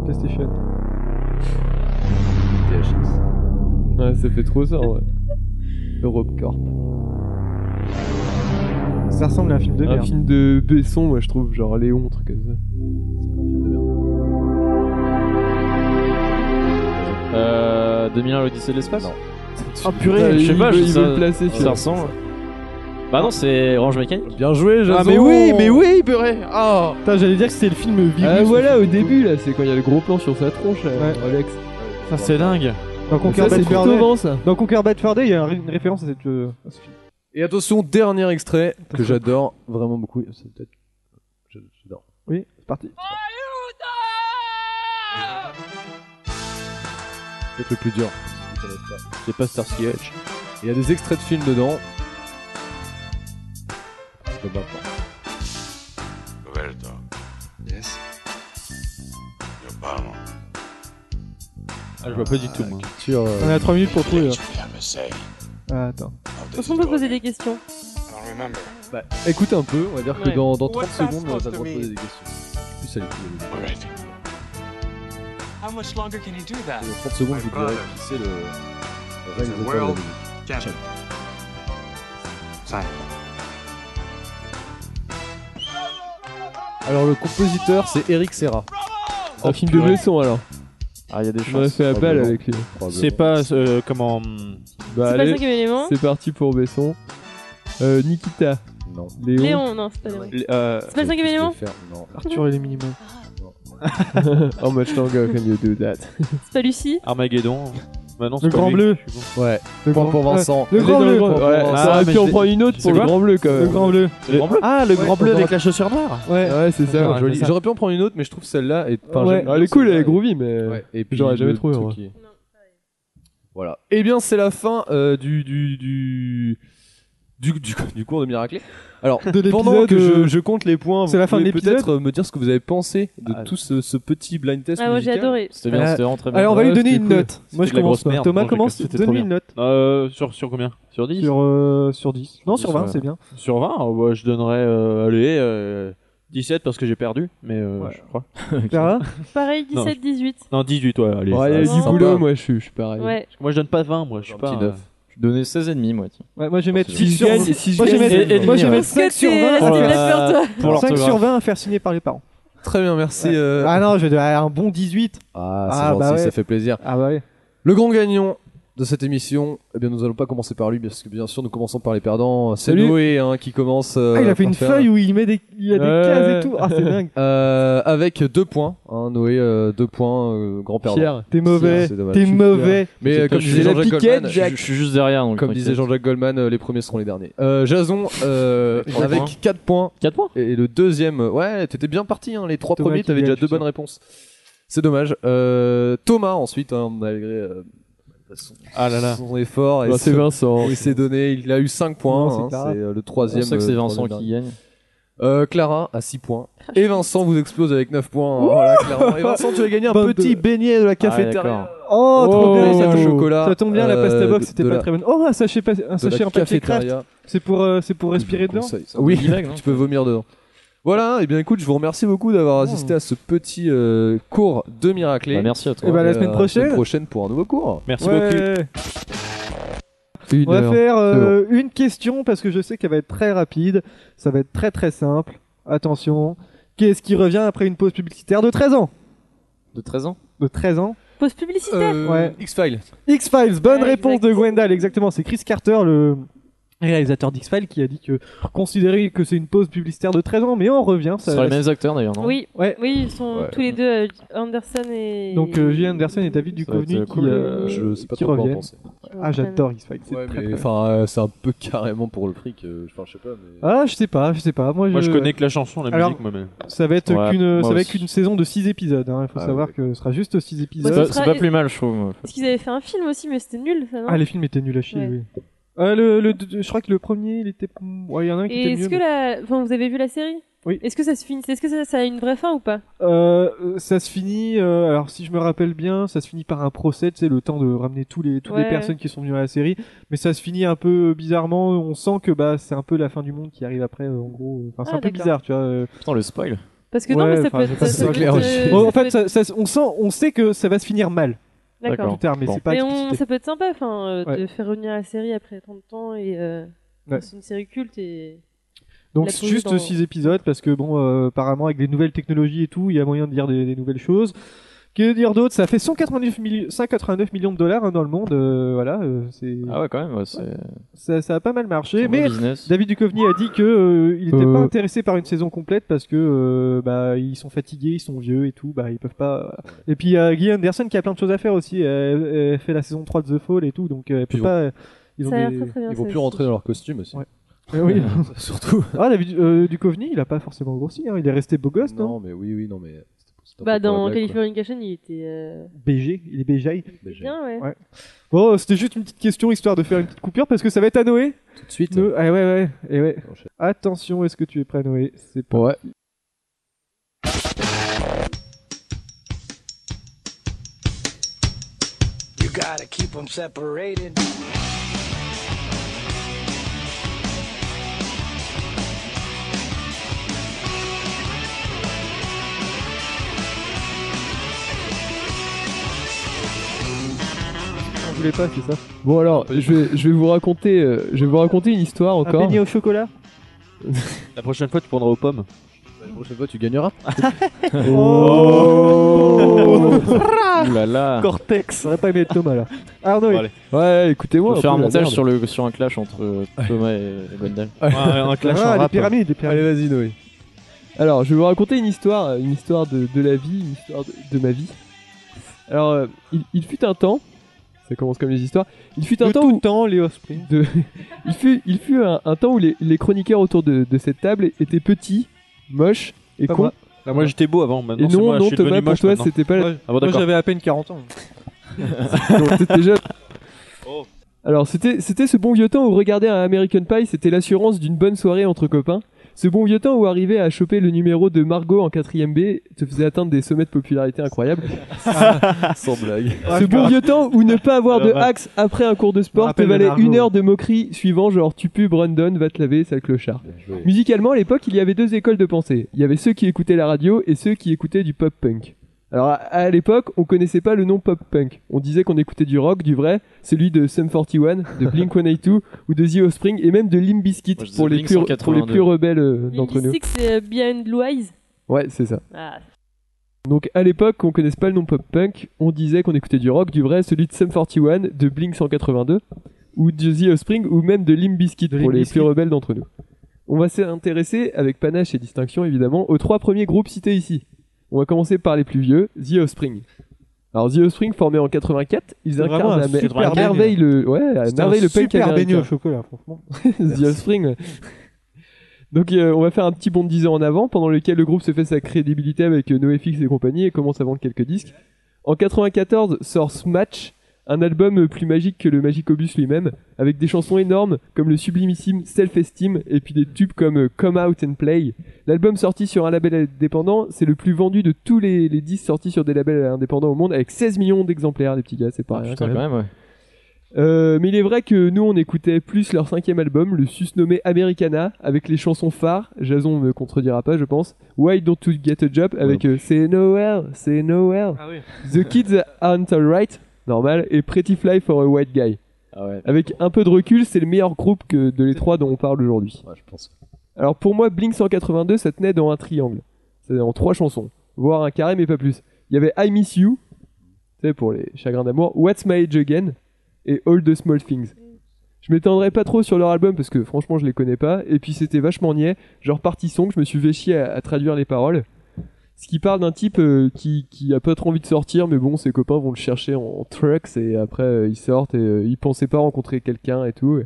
S3: PlayStation.
S8: THX.
S4: Ouais, ça fait trop ça, ouais. EuropeCorp.
S3: Ça ressemble à un film de
S4: Un
S3: merde.
S4: film de Besson, moi je trouve, genre Léon, truc comme ça.
S7: Euh, 2001 l'Odyssée de l'espace
S8: Non.
S7: Ah purée, je sais pas, je
S4: il veut
S7: ça,
S4: le placer.
S7: ça ressemble. Bah non, c'est Orange Mécanique.
S8: Bien joué, Jason.
S7: Ah mais oui, mais oui, purée. Ah.
S3: Putain, j'allais dire que c'était le film virus.
S4: Ah voilà,
S3: le
S4: au
S3: film de-
S4: début là, c'est quand il y a le gros plan sur sa tronche, là,
S3: Ouais.
S4: Alex.
S5: Ça, c'est dingue.
S3: Dans Conquer
S4: Ça, c'est
S3: Bad Fur
S4: plutôt
S3: Day.
S4: vent ça.
S3: Dans Conquer Bad Fur Day, il y a un- une référence à cette. euh, à ce film.
S8: Et attention, dernier extrait que j'adore vraiment beaucoup. C'est peut-être. je- J'adore.
S3: Oui, c'est parti.
S8: Peut-être le plus dur. si vous connaissez pas. C'est pas Starsky et Hutch. Il y a des extraits de films dedans. Je peux pas prendre.
S16: Roberto. Yes. Your bomb.
S5: Ah, je vois pas du tout, moi.
S8: Sur, euh,
S3: On a 3 minutes pour trouver. là.
S16: say
S3: Ah, attends.
S6: Est-ce qu'on peut poser des questions
S16: remember.
S8: bah, écoute un peu, on va dire que
S6: Ouais.
S8: dans, dans 30
S1: What's that
S8: secondes, ça
S1: supposed
S8: te
S1: to
S8: poser
S1: mean
S8: des questions. Plus ça les couilles.
S16: All right.
S17: How much longer can he do that?
S8: Dans 30 secondes, je vous dirai
S16: brother.
S8: qui c'est le. le réalisateur de la
S16: world
S8: musique.
S16: champion.
S8: Alors, le compositeur, c'est Eric Serra.
S4: C'est
S5: Oh,
S4: un film de Besson alors.
S7: Ah, il y a des
S4: On a
S7: choses.
S4: fait la balle
S8: probablement.
S4: avec lui.
S8: Probablement.
S5: C'est pas euh, comment.
S4: Bah
S6: C'est pas le
S4: allez,
S6: cinquième élément
S4: c'est parti pour Besson. Euh, Nikita,
S8: Non.
S4: Léon.
S6: Léon, non, c'est pas Léon.
S5: l- euh,
S6: C'est pas le cinquième
S8: Je vais
S6: élément
S8: faire- Non.
S3: Arthur et les minimums.
S4: How much longer can you do that?
S6: C'est pas Lucie
S5: Armageddon. Bah non, c'est
S3: Le
S5: pas
S3: Grand
S5: lui.
S3: Bleu.
S8: Ouais.
S3: Le
S8: Point
S3: grand
S8: pour Vincent.
S3: Le grand bleu.
S4: Ouais,
S5: Ah,
S4: ça aurait
S5: mais
S4: pu en
S5: c'est-
S4: prendre une autre
S5: c'est
S4: pour le
S5: quoi
S4: grand bleu quand
S3: Le
S4: même.
S3: grand bleu.
S5: Le grand bleu.
S3: Ah, le
S5: grand bleu avec la chaussure noire.
S3: Ouais.
S4: Ouais, c'est ça. Ah
S8: Joli. J'aurais pu en prendre une autre, mais je trouve celle-là est. enfin,
S4: Ouais,
S8: j'aime bien
S4: elle est cool, elle
S8: celle-là.
S4: est groovy, mais.
S8: Ouais, et puis
S4: J'aurais jamais
S8: le
S4: trouvé,
S8: truc
S4: ouais.
S8: qui- Voilà. Eh bien, c'est la fin euh, du, du, du, du, du- du cours de Miracle. Alors, pendant
S3: l'épisode,
S8: que
S3: euh,
S8: je, je compte les points, vous
S3: c'est la fin de
S8: pouvez
S3: l'épisode
S8: peut-être euh, me dire ce que vous avez pensé de
S7: Ah.
S8: tout ce, ce petit blind test.
S6: Ah, moi j'ai
S8: musical.
S6: adoré.
S7: C'était bien,
S3: Euh,
S7: c'était vraiment très bien.
S3: Alors, on va
S4: Ouais,
S3: lui donner
S4: c'était
S3: une
S4: cool.
S3: note. Moi, je
S5: de la
S3: commence.
S5: grosse merde.
S3: Thomas
S5: Non, je
S3: commence.
S5: déconne, c'était trop
S3: Donne-lui
S5: bien.
S3: une note.
S5: Euh, sur, sur combien Sur 10
S3: Sur, euh, sur 10. Non, sur
S5: Sur,
S3: 20,
S5: euh,
S3: c'est bien.
S5: Sur 20 oh, bah, Je donnerais euh, allez, euh, 17 parce que j'ai perdu, mais euh,
S3: Ouais.
S5: je crois.
S3: Clara
S6: Pareil,
S5: Non,
S6: 17-18.
S5: Non, 18, ouais, allez.
S4: Ouais,
S5: ça-
S4: il y
S8: Ah,
S4: a eu
S6: c'est
S4: du
S6: sympa.
S4: boulot, moi je suis, je suis pareil.
S6: Ouais.
S5: Moi, je donne pas 20, moi, je suis pas.
S8: petit
S5: euh,
S8: neuf.
S7: Je donnais 16,5 moi. tiens.
S3: Ouais, moi, je vais mettre
S7: c'est
S4: Si
S3: 6
S4: je
S3: sur
S4: gagne,
S3: 20.
S4: si je
S3: Moi, je vais
S4: gagne,
S7: Et- et-
S3: mettre- moi, je vais
S7: et-
S3: mettre
S6: Parce que
S3: 5 sur
S6: t'es-
S3: 20
S6: c'était de la peur, toi.
S7: Pour
S3: 5 sur
S7: l'orthographe.
S3: 20 à faire signer par les parents.
S8: Très bien, merci. euh,
S3: Ah non, je vais dire ah, un bon 18.
S8: Ah,
S3: Ah,
S8: c'est gentil,
S3: bah ouais.
S8: ça fait plaisir.
S3: Ah bah ouais.
S8: Le grand gagnant de cette émission, eh bien, nous allons pas commencer par lui, parce que bien sûr, nous commençons par les perdants. C'est
S4: Salut.
S8: Noé hein, qui commence. euh,
S3: Ah, il a fait
S8: par
S3: une
S8: faire-
S3: feuille où il met des, il y a des
S4: Ouais.
S3: cases et tout. Ah, c'est dingue.
S8: Euh, avec deux points, hein, Noé, euh, deux points, euh, grand perdant.
S4: Pierre.
S3: T'es mauvais.
S8: c'est dommage.
S3: T'es
S8: Je suis
S3: mauvais.
S8: Mais
S7: C'est
S8: euh,
S7: pas-
S8: comme
S7: je
S8: disait
S7: suis
S8: Jean-Jacques
S7: la
S8: Goldman,
S7: Je je suis juste derrière donc.
S8: comme disait Jean-Jacques Goldman, euh, les premiers seront les derniers. Euh, Jason euh,
S7: Trois
S8: avec
S7: points.
S8: 4 points
S7: 4 points.
S8: et le deuxième, euh, ouais, t'étais bien parti. Hein, les trois
S3: Thomas
S8: premiers,
S3: qui
S8: t'avais déjà
S3: gagne,
S8: deux
S3: putain.
S8: bonnes réponses. C'est dommage. Euh, Thomas ensuite, hein, malgré euh,
S7: façon.
S8: Ah là là. Son effort. et
S4: Bah, c'est
S8: ce-
S4: Vincent.
S8: Il s'est donné. Il a eu 5 points.
S4: Non, c'est
S8: hein, c'est
S4: pas grave.
S8: euh, le troisième.
S7: On sait que c'est
S8: euh,
S7: Vincent
S8: troisième
S7: qui
S8: dernier.
S7: gagne.
S8: Euh, Clara à 6 points. Et Vincent vous explose avec 9 points. hein, voilà, clairement. Et Vincent, tu as gagné un
S3: Vingt-deux.
S8: petit beignet de la
S7: Ah, d'accord.
S8: cafétéria.
S3: Oh, trop bien.
S8: ça au chocolat.
S3: Ça tombe bien, la
S8: euh,
S3: pasta
S8: de-
S3: box, c'était
S8: de
S3: pas
S8: la-
S3: très bonne. Oh, un sachet, pas- un
S8: de la
S3: sachet en papier craft.
S8: cafétéria.
S3: C'est pour, euh, c'est pour respirer dedans
S8: Conseil. Oui, tu peux vomir dedans. Voilà, et bien écoute, je vous remercie beaucoup d'avoir assisté à ce petit euh, cours de Miraclé.
S7: Bah, merci à toi.
S3: Et bah, la
S8: euh,
S3: semaine
S8: à
S3: prochaine.
S8: prochaine pour un nouveau cours.
S5: Merci
S3: Ouais. On va faire euh, une question parce que je sais qu'elle va être très rapide. Ça va être très très simple. Attention. Qu'est-ce qui revient après une pause publicitaire de 13 ans
S7: De 13 ans
S3: De 13 ans
S6: Pause publicitaire.
S3: Ouais.
S8: Euh, X-Files.
S3: X-Files, bonne
S6: Ouais,
S3: réponse de Gwendal, exactement. C'est Chris Carter, le réalisateur d'X-Files, qui a dit que considérer que c'est une pause publicitaire de 13 ans, mais on revient.
S7: Ce
S3: Ça,
S7: sera les mêmes acteurs d'ailleurs, non
S6: Oui,
S3: Ouais.
S6: oui, ils sont
S8: Ouais.
S6: tous les deux, euh, Anderson et.
S3: Donc, euh, Gillian Anderson et David
S7: Ça va être,
S3: Duchovny
S7: euh,
S3: qui,
S7: cool.
S3: euh,
S8: Je sais pas
S3: qui
S8: trop quoi en
S3: reviennent.
S8: penser.
S3: Ah, j'adore X-Files. c'est
S8: Ouais,
S3: très,
S8: mais
S3: très-
S8: enfin, euh, c'est un peu carrément pour le fric. euh, Enfin, je sais pas. Mais...
S3: Ah, je sais pas, je sais pas. Moi,
S5: Moi, je connais que la chanson, la
S3: Alors-
S5: musique, moi-même.
S3: Ça va être
S7: Ouais,
S3: qu'une,
S7: moi
S3: ça va être
S7: aussi.
S3: qu'une saison de 6 épisodes. hein. Il faut
S8: Ah,
S3: savoir
S8: ouais.
S3: que ce sera juste 6
S7: C'est
S3: épisodes.
S7: pas,
S6: ce
S7: c'est
S6: sera-
S7: pas plus mal, je trouve. moi.
S6: Parce qu'ils avaient fait un film aussi, mais c'était nul, ça, non
S3: Ah, les films étaient nuls à chier,
S6: Ouais.
S3: oui. Euh, le, le- je crois que le premier, il était. Ouais, il y en a un qui était
S6: Et est-ce
S3: mieux.
S6: que
S3: mais-
S6: la. Enfin, vous avez vu la série
S3: Oui.
S6: Est-ce que ça se finit Est-ce que ça, ça a une vraie fin ou pas
S3: Euh, euh, ça se finit. euh, alors, si je me rappelle bien, ça se finit par un procès. C'est le temps de ramener tous les toutes les
S6: Ouais.
S3: personnes qui sont venues à la série. Mais ça se finit un peu bizarrement. On sent que bah c'est un peu la fin du monde qui arrive après. euh, en gros, Enfin, c'est
S6: Ah,
S3: un peu
S6: d'accord.
S3: bizarre, tu vois. euh.
S7: Putain, le spoil.
S6: Parce que non,
S3: Ouais,
S6: mais ça
S3: enfin,
S6: peut
S3: je sais
S6: être.
S3: pas
S6: ça
S3: si c'est
S6: peut
S8: clair
S6: être,
S8: aussi.
S6: euh,
S3: Bon, Oh, en
S6: ça peut
S3: fait,
S6: être-
S3: ça- ça- on sent, on sait que ça va se finir mal
S6: D'accord.
S3: plus tard, mais
S7: Bon.
S3: c'est pas
S6: Mais
S3: explicité.
S6: on, ça peut être sympa, enfin, euh,
S3: Ouais.
S6: de faire revenir la série après tant de temps et euh,
S3: Ouais.
S6: c'est une série culte et.
S3: Donc
S6: La
S3: c'est
S6: pause
S3: juste
S6: dans-
S3: 6 épisodes parce que bon, euh, apparemment avec les nouvelles technologies et tout, il y a moyen de dire des, des nouvelles choses. Que dire d'autre Ça fait 189, milli- 189 millions de dollars hein, dans le monde, euh, voilà. euh, c'est
S7: Ah ouais, quand même, ouais, c'est.
S3: ça, ça a pas mal marché,
S7: c'est un bon
S3: mais
S7: business.
S3: David Duchovny a dit que euh, il n'était
S4: Euh.
S3: pas intéressé par une saison complète parce que euh, bah ils sont fatigués, ils sont vieux et tout, bah ils peuvent pas. voilà. Et puis il y a Guy Anderson qui a plein de choses à faire aussi. Elle, elle fait la saison 3 de The Fall et tout, donc euh, elle peut
S8: Ils ont-
S3: pas. Ils
S6: Ça a l'air
S3: des-
S6: très très bien.
S8: Ils
S6: ça
S8: vont plus
S6: aussi.
S8: rentrer dans leur costume aussi.
S3: Ouais. Mais oui.
S8: Surtout.
S3: Ah David euh, Duchovny, il a pas forcément grossi, hein. il est resté beau gosse, non,
S8: Non, mais oui, oui, non, mais. c'était- c'était un
S6: Bah,
S8: peu pour la
S6: dans
S8: blague, quoi.
S6: Californication, il était. euh,
S3: BG, il est BG.
S6: il était
S8: Déjà.
S6: Bien, ouais.
S3: Ouais. Bon, c'était juste une petite question histoire de faire une petite coupure parce que ça va être à Noé.
S8: Tout de suite.
S3: Noé- Ah ouais, ouais, et ouais.
S8: Enchaîne.
S3: Attention, est-ce que tu es prêt, Noé C'est pas.
S4: Ouais.
S18: You gotta keep them separated.
S3: On voulait pas, c'est ça.
S4: Bon alors, je vais, je vais vous raconter, euh, je vais vous raconter une
S8: Ah,
S4: histoire
S3: Un
S4: encore.
S3: beignet au chocolat.
S5: La prochaine fois, tu prendras aux pommes.
S8: La prochaine fois, tu gagneras.
S7: Ah
S8: Oh.
S3: Oh.
S4: Ah.
S7: Ouh là là.
S3: Cortex. J'aurais pas aimé être Thomas là. Ah Noé.
S5: Bon, allez.
S4: Ouais,
S7: On
S4: écoutez-moi.
S7: va faire
S4: peu,
S7: un
S4: la
S7: montage
S4: merde.
S7: sur, le, sur un clash entre euh, Thomas et et Gwendal.
S5: un clash
S3: Ah,
S5: en
S3: les
S5: rap. hein.
S3: pyramides, les pyramides.
S8: Allez, vas-y, Noé.
S4: Alors, je vais vous raconter une histoire, une histoire de, de la vie, une histoire de, de ma vie. Alors, euh, il, il fut un temps, ça commence comme les histoires. Il fut un
S3: Le
S4: temps
S3: tout
S4: où
S3: le temps, Léo Spring.
S4: de- il fut, il fut un, un temps où les, les chroniqueurs autour de, de cette table étaient petits, moches et
S3: Pas
S4: cons.
S3: moi.
S5: Ah, moi, j'étais beau avant. Maintenant,
S4: Et
S5: c'est
S4: non,
S5: moi, je
S4: non,
S5: suis devenu
S4: Thomas, pour
S5: moche
S4: toi,
S5: maintenant.
S4: c'était pas la...
S5: Ah bon,
S3: Moi
S5: d'accord.
S3: j'avais à peine 40 ans.
S4: Donc, c'était jeune.
S5: Oh.
S4: Alors c'était c'était ce bon vieux temps où regarder un American Pie, c'était l'assurance d'une bonne soirée entre copains. Ce bon vieux temps où arriver à choper le numéro de Margot en 4ème B te faisait atteindre des sommets de popularité incroyables.
S8: Sans blague.
S4: ce bon vieux temps où ne pas avoir de
S5: Alors, ouais.
S4: axe après un cours de sport te
S3: Rappel de
S4: valait
S3: Margot.
S4: une heure de moquerie suivant genre tu pues Brandon, va te laver, sale clochard.
S8: Bien joué.
S4: Musicalement, à l'époque, il y avait deux écoles de pensée. Il y avait ceux qui écoutaient la radio et ceux qui écoutaient du pop punk. Alors, à, à l'époque, on connaissait pas le nom pop punk. On disait qu'on écoutait du rock, du vrai, celui de Sum 41, de Blink 182 ou de The Offspring et même de Limp Bizkit
S7: Moi, je disais
S4: pour, les
S7: Blink
S4: plus, pour les
S7: 182.
S4: plus rebelles euh, d'entre
S6: L'Indy
S4: nous.
S6: Six, c'est euh, Behind Blue Eyes.
S4: Ouais, c'est ça.
S6: Ah,
S4: Donc, à l'époque, on connaissait pas le nom pop punk. On disait qu'on écoutait du rock, du vrai, celui de Sum 41, de Blink 182 ou de The Offspring ou même de Limp Bizkit
S3: De
S4: pour
S3: Limp
S4: les
S3: Bizkit.
S4: plus rebelles d'entre nous. On va s'intéresser avec panache et distinction évidemment aux trois premiers groupes cités ici. On va commencer par les plus vieux, The Offspring. Alors The Offspring formé en 84, ils
S3: C'est vraiment
S4: incarnent
S3: un
S4: à mer-
S3: super
S4: à merveille le ouais, à
S3: C'était
S4: merveille
S3: un
S4: le punk
S3: super beignet
S4: américain.
S3: au chocolat, franchement.
S4: The Offspring. ouais. Donc euh, on va faire un petit bond de 10 ans en avant pendant lequel le groupe se fait sa crédibilité avec euh, NoFX et compagnie et commence à vendre quelques disques. En 94 sort Smash, Un album plus magique que le Magicobus lui-même, avec des chansons énormes comme le sublimissime Self Esteem et puis des tubes comme euh, Come Out and Play. L'album sorti sur un label indépendant, c'est le plus vendu de tous les, les disques sortis sur des labels indépendants au monde, avec 16 millions d'exemplaires, les petits gars, c'est pas rien.
S7: Ah, putain, quand même, ouais.
S4: Euh, mais il est vrai que nous, on écoutait plus leur cinquième album, le susnommé Americana, avec les chansons phares, Jason me contredira pas, je pense, Why Don't You Get a Job, avec euh, C'est Nowhere, C'est Nowhere, The Kids Aren't Alright, normal, et Pretty Fly for a White Guy. Avec un peu de recul, c'est le meilleur groupe que de les trois dont on parle aujourd'hui. Alors pour moi, Blink 182, ça tenait dans un triangle. C'est en trois chansons, voire un carré, mais pas plus. Il y avait I Miss You, tu sais, pour les chagrins d'amour, What's My Age Again, et All the Small Things. Je m'étendrai pas trop sur leur album parce que franchement je les connais pas, et puis c'était vachement niais, genre partie song, je me suis fait chier à, à traduire les paroles. Ce qui parle d'un type euh, qui, qui a pas trop envie de sortir, mais bon, ses copains vont le chercher en, en trucks et après euh, ils sortent et euh, ils pensaient pas rencontrer quelqu'un et tout.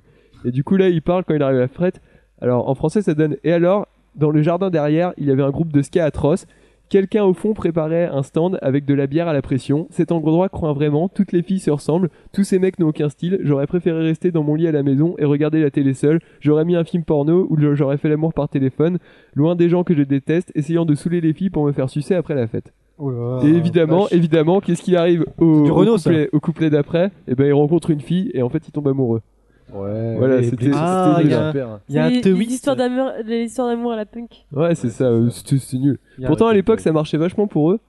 S4: Et, du coup là, il parle quand il arrive à la frette. Alors en français ça donne Et alors, dans le jardin derrière, il y avait un groupe de ska atroce. Quelqu'un au fond préparait un stand avec de la bière à la pression. Cet endroit croit vraiment, toutes les filles se ressemblent, tous ces mecs n'ont aucun style. J'aurais préféré rester dans mon lit à la maison et regarder la télé seule. J'aurais mis un film porno ou le- j'aurais fait l'amour par téléphone, loin des gens que je déteste, essayant de saouler les filles pour me faire sucer après la fête.
S3: Oh
S4: Et évidemment, évidemment, qu'est-ce qu'il arrive au,
S3: Ah, Du
S4: au
S3: Renault, ça.
S4: couplet, au couplet d'après Eh ben, il rencontre une fille et en fait, il tombe amoureux.
S8: Ouais.
S4: Voilà,
S8: Et
S4: c'était
S8: puis- Ah,
S4: c'était
S8: il y a
S4: nul.
S8: un père.
S6: Il y a l'histoire d'amour, l'histoire d'amour à la punk.
S4: Ouais, c'est ça, euh, c'était c'était nul.
S3: Il y a
S4: Pourtant,
S3: un
S4: à l'époque, ça marchait vachement pour eux.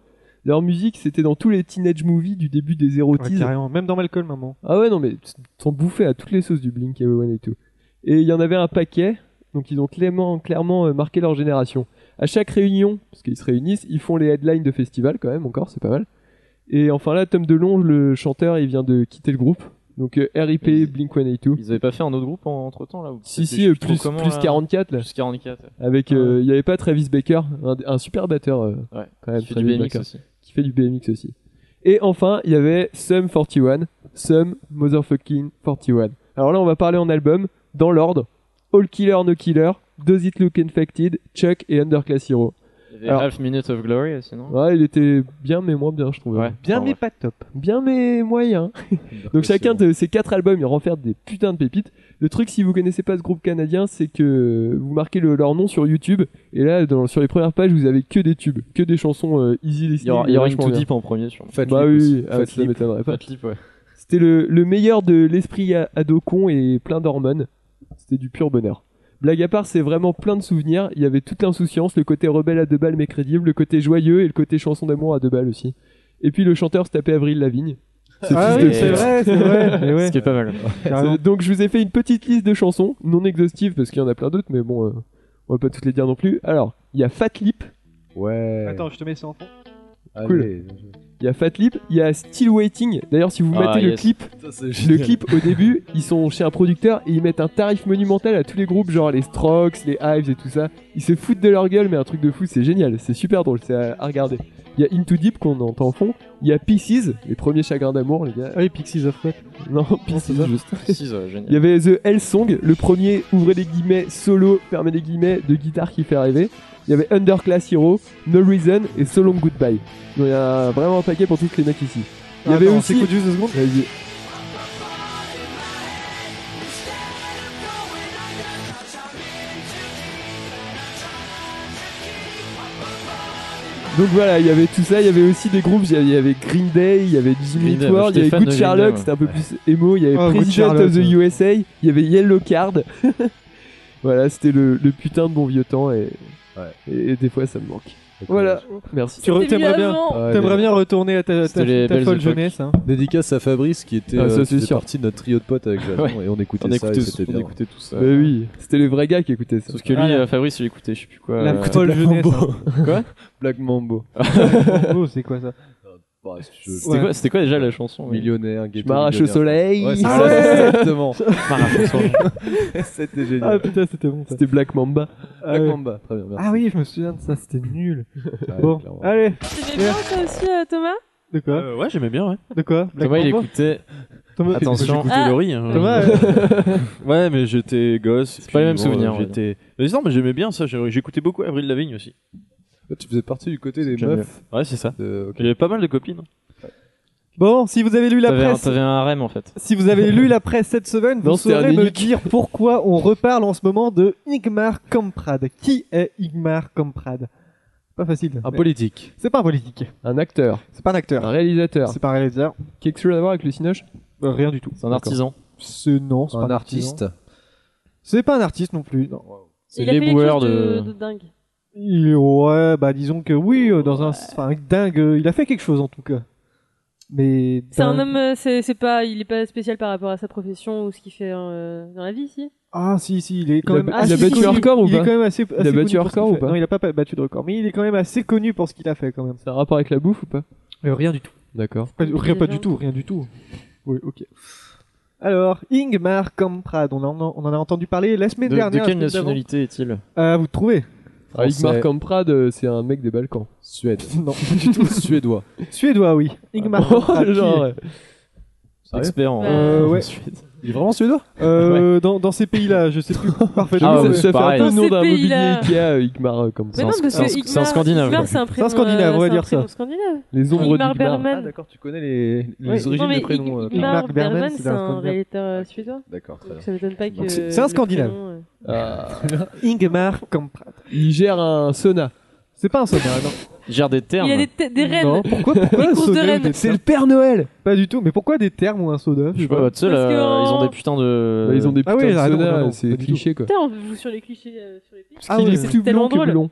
S4: Leur musique, c'était dans tous les teenage movies du début des
S3: Ouais,
S4: érotismes.
S3: carrément, même dans Malcolm, maman.
S4: Ah ouais, non, mais t- t'en bouffais à toutes les sauces du Blink One et tout. Et il y en avait un paquet, donc ils ont clairement, clairement euh, marqué leur génération. À chaque réunion, parce qu'ils se réunissent, ils font les headlines de festivals quand même, encore, c'est pas mal. Et enfin là, Tom DeLonge, le chanteur, il vient de quitter le groupe. Donc euh, RIP, Blink 182.
S7: Ils avaient pas fait un autre groupe en- entre temps là ou c'était-
S4: Si, si,
S7: je
S4: euh,
S7: sais plus
S4: plus,
S7: trop comment,
S4: plus
S7: là.
S4: 44 là.
S7: Plus 44. ouais.
S4: Avec, euh, il y avait pas Travis Baker, un, un super batteur euh,
S7: Ouais,
S4: quand même.
S7: qui fait
S4: Travis
S7: du BMX
S4: Baker,
S7: aussi.
S4: Qui fait du BMX aussi. Et enfin, il y avait Sum 41, Sum Motherfucking 41. Alors là, on va parler en album, dans l'ordre. All Killer No Killer, Does It Look Infected, Chuck et Underclass Hero.
S7: Il y avait Half Minute of Glory aussi, non
S4: Ouais, il était bien mais moins bien, je trouvais.
S3: Ah,
S7: Bien, Enfin, mais ouais.
S4: pas top. Bien mais moyen. Donc chacun de ces quatre albums, ils renferment des putains de pépites. Le truc, si vous connaissez pas ce groupe canadien, c'est que vous marquez le- leur nom sur YouTube et là, dans- sur les premières pages, vous avez que des tubes, que des chansons euh, easy listening.
S7: Il y aura, il y aura une
S4: vachement
S7: Too
S4: bien.
S7: Deep en premier sûrement.
S4: Bah oui, ah, ça m'étonnerait pas. C'était le, le meilleur de l'esprit a- ado con et plein d'hormones. C'était du pur bonheur. Blague à part, c'est vraiment plein de souvenirs. Il y avait toute l'insouciance, le côté rebelle à deux balles mais crédible, le côté joyeux et le côté chanson d'amour à deux balles aussi. Et puis le chanteur se tapait Avril Lavigne. C'est
S3: Ah
S4: fils
S3: oui,
S4: de
S3: c'est
S4: pute.
S3: vrai, c'est vrai.
S4: Eh
S3: Mais ouais.
S7: Ce qui est pas mal.
S3: Carrément.
S4: Donc je vous ai fait une petite liste de chansons, non exhaustive parce qu'il y en a plein d'autres, mais bon, euh, on va pas toutes les dire non plus. Alors, il y a Fat Lip. Ouais.
S3: Attends, je te mets ça en fond.
S4: Cool. Il y a Fat Lip, il y a Still Waiting. D'ailleurs, si vous
S3: Ah,
S4: mettez le
S3: yes.
S4: clip,
S3: Putain, c'est
S4: le
S3: génial.
S4: clip au début, ils sont chez un producteur et ils mettent un tarif monumental à tous les groupes, genre les Strokes, les Hives et tout ça. Ils se foutent de leur gueule, mais un truc de fou, c'est génial, c'est super drôle, c'est à, à regarder. Il y a Into Deep qu'on entend en fond, il y a Pieces, les premiers chagrins d'amour, les gars. Ah oui, Pixies of What Non, Pieces juste.
S7: Six, ouais, génial.
S4: Il y avait The Hell Song, le premier, ouvrez les guillemets, solo, fermez les guillemets, de guitare qui fait rêver. Il y avait Underclass Hero, No Reason et So Long Goodbye. Donc il y a vraiment un paquet pour tous les mecs ici. Il y
S3: Ah,
S4: avait
S3: attends, on
S4: aussi.
S3: s'écoute juste deux secondes
S4: Vas-y. Donc voilà, il y avait tout ça, il y avait aussi des groupes, il y avait- il y avait Green Day, il y avait Jimmy
S7: Green Day,
S4: World, il y
S7: j'étais fan
S4: avait Good
S7: de Green Day,
S4: Sherlock,
S7: moi.
S4: c'était un peu plus emo, il y avait
S3: Oh, Good
S4: President of the
S3: Sherlock, ouais.
S4: USA, il y avait Yellow Card. voilà, c'était le, le putain de bon vieux temps et, et, et des fois ça me manque. Voilà, merci.
S3: Tu re- t'aimerais bien,
S8: Ouais,
S3: t'aimerais
S8: les-
S3: bien retourner à ta, ta,
S8: C'était les
S3: ta
S8: belles
S3: folle
S8: époques.
S3: jeunesse. Hein.
S8: Dédicace à Fabrice qui était,
S4: Ah,
S8: euh,
S4: ça, c'est
S8: qui faisait
S4: sûr.
S8: partie de notre trio de potes avec Jason
S7: Ouais.
S8: et on écoutait
S7: On
S8: ça
S7: écoutait
S8: et
S7: ce-
S8: c'était
S7: on
S8: bien.
S7: écoutait tout ça.
S4: Bah oui, c'était les vrais gars qui écoutaient ça.
S7: Sauf que lui,
S3: Ah, là.
S7: euh, Fabrice, il écoutait, je sais plus quoi.
S3: La
S7: euh,
S3: folle jeunesse. hein.
S7: Quoi
S8: Black Mambo.
S3: Oh, c'est quoi ça
S8: Bah, si tu veux.
S7: C'était quoi, c'était quoi déjà la chanson ouais
S8: Millionnaire,
S4: Je m'arrache au soleil.
S8: Ouais, c'est
S4: Ah
S8: ça,
S4: ouais
S8: exactement.
S7: M'arrache au soleil.
S8: C'était
S3: Ah
S8: génial.
S3: putain, c'était bon. ça.
S4: C'était Black Mamba.
S3: Ah,
S8: Black
S3: ouais.
S8: Mamba, très bien, merci.
S3: Ah oui, je me souviens de ça, c'était nul.
S8: Ouais,
S4: Ah,
S3: bon,
S8: clairement.
S3: allez.
S6: T'aimais bien ça aussi, euh, Thomas
S3: De quoi
S2: Euh, ouais, j'aimais bien, ouais.
S3: De quoi Black
S7: Thomas, il
S3: Mamba
S7: écoutait.
S3: Thomas-
S7: Attention.
S2: J'écoutais
S6: Ah.
S2: le riz. hein.
S3: Thomas, euh,
S2: Ouais, mais j'étais gosse. C'est
S7: pas les mêmes souvenirs, ouais.
S2: J'étais. Mais non, mais j'aimais bien ça. j'ai- J'écoutais beaucoup Avril Lavigne aussi.
S8: Toi, Bah, Tu faisais partie du côté des
S7: J'aime
S8: meufs.
S2: Ouais, c'est ça.
S8: de- ok.
S2: J'avais pas mal de copines.
S3: Bon, si vous avez lu la
S7: T'avais un-
S3: presse.
S7: t'avais un harem, en fait.
S3: Si vous avez lu la presse cette semaine, vous
S7: Non, c'était un
S3: saurez me
S7: eunuque.
S3: dire pourquoi on reparle en ce moment de Igmar Kamprad. Qui est Igmar Kamprad Pas facile.
S4: Un
S3: Mais-
S4: politique.
S3: C'est pas un politique.
S4: Un acteur.
S3: C'est pas un acteur.
S4: Un réalisateur. Euh,
S3: C'est pas un réalisateur.
S4: Quelque chose à voir avec le cinoche
S3: Rien du tout.
S7: C'est un artisan.
S3: C'est non, c'est
S8: Un
S3: pas
S8: artiste.
S3: artisan. C'est pas un artiste non plus. non.
S6: Il a fait quelque chose de... de dingue.
S3: Il- ouais, bah disons que oui, euh, dans un, enfin dingue, euh, il a fait quelque chose en tout cas. Mais
S6: C'est un
S3: dingue-
S6: homme, euh, c'est c'est pas, il est pas spécial par rapport à sa profession ou ce qu'il fait euh, dans la vie, si.
S3: Ah si si, il est quand
S4: Il a
S3: même.
S4: ba-
S3: assez
S4: il a battu
S3: connu.
S4: un record ou
S3: Il
S4: pas
S3: est quand même assez.
S4: Il a
S3: assez connu
S4: battu un
S3: pour ce qu'il
S4: record ou
S3: fait.
S4: pas
S3: Non, il a pas pa- battu de record, mais il est quand même assez connu pour ce qu'il a fait quand même.
S4: Ça a un rapport avec la bouffe ou pas
S3: Rien du tout.
S4: D'accord.
S3: Pas, du- rien, pas du tout, rien du tout. Oui, ok. Alors, Ingmar Kamprad, on en, on en a entendu parler la semaine
S7: De, de
S3: dernière. la
S7: quelle
S3: semaine d'avant.
S7: nationalité est-il
S3: Euh, Vous trouvez
S4: Ah, Igmar
S3: Français.
S4: Kamprad, euh, c'est un mec des Balkans.
S8: Suède.
S3: Non, pas du tout.
S8: Suédois.
S3: Suédois, oui. Ingmar
S4: bon
S3: Kamprad. qui
S4: Genre,
S3: est-
S4: ouais.
S7: C'est expert en.
S3: Euh, ouais.
S8: Il est vraiment suédois
S3: Euh, dans, dans ces pays-là, je sais plus parfaitement.
S4: Ah,
S3: mais-
S4: ouais, ça fait un peu le
S6: Dans
S4: nom
S6: ces
S4: d'un mobilier
S6: pays-là.
S4: Ikea, euh, Igmar euh, Kamprad.
S6: Mais non, parce que Igmar- Igmar, c'est un prénom.
S3: Scandinave, on
S6: euh,
S3: va
S6: c'est un
S3: dire ça.
S6: prénom Scandinave.
S4: Les ombres
S6: Igmar
S4: d'Igmar.
S8: Ah,
S6: Bergman.
S8: d'accord, tu connais les, les
S3: Oui.
S8: origines
S6: Non, mais
S8: des prénoms.
S6: Ig-
S8: euh,
S6: Igmar
S3: Marc Bergman,
S6: Bergman,
S3: c'est
S6: c'est
S3: un
S6: un
S3: Scandinave.
S6: réalisateur euh, suédois.
S8: D'accord, très
S6: Donc
S8: bien.
S6: ça m'étonne pas que.
S3: Donc c'est- c'est un
S6: le
S3: Scandinave.
S6: prénom, euh,
S4: Ah,
S3: Ingmar Kamprad.
S4: il gère un sauna.
S3: C'est pas un sauna, non.
S7: Il gère des termes.
S6: Il a des, te- des reines.
S3: Non, pourquoi,
S6: Des
S3: pourquoi un
S6: courses de
S3: sauna ou
S6: rennes.
S3: des
S4: C'est le
S3: termes
S4: Père Noël
S3: Pas du tout, mais pourquoi des termes ou un sauna
S7: Je sais pas, tu sais,
S6: Parce
S7: là,
S6: que en-
S7: ils ont des putains de.
S4: Bah, Ils ont des
S3: Ah
S4: putains
S3: oui,
S4: de
S3: ah non, non,
S4: saunas,
S3: non,
S4: c'est
S3: pas du
S4: cliché quoi.
S6: Putain, on joue sur les clichés. euh, sur les pays.
S3: Ah
S4: Il
S3: oui,
S4: est
S6: c'est
S4: plus blanc
S6: tellement
S4: que
S6: drôle.
S4: blond.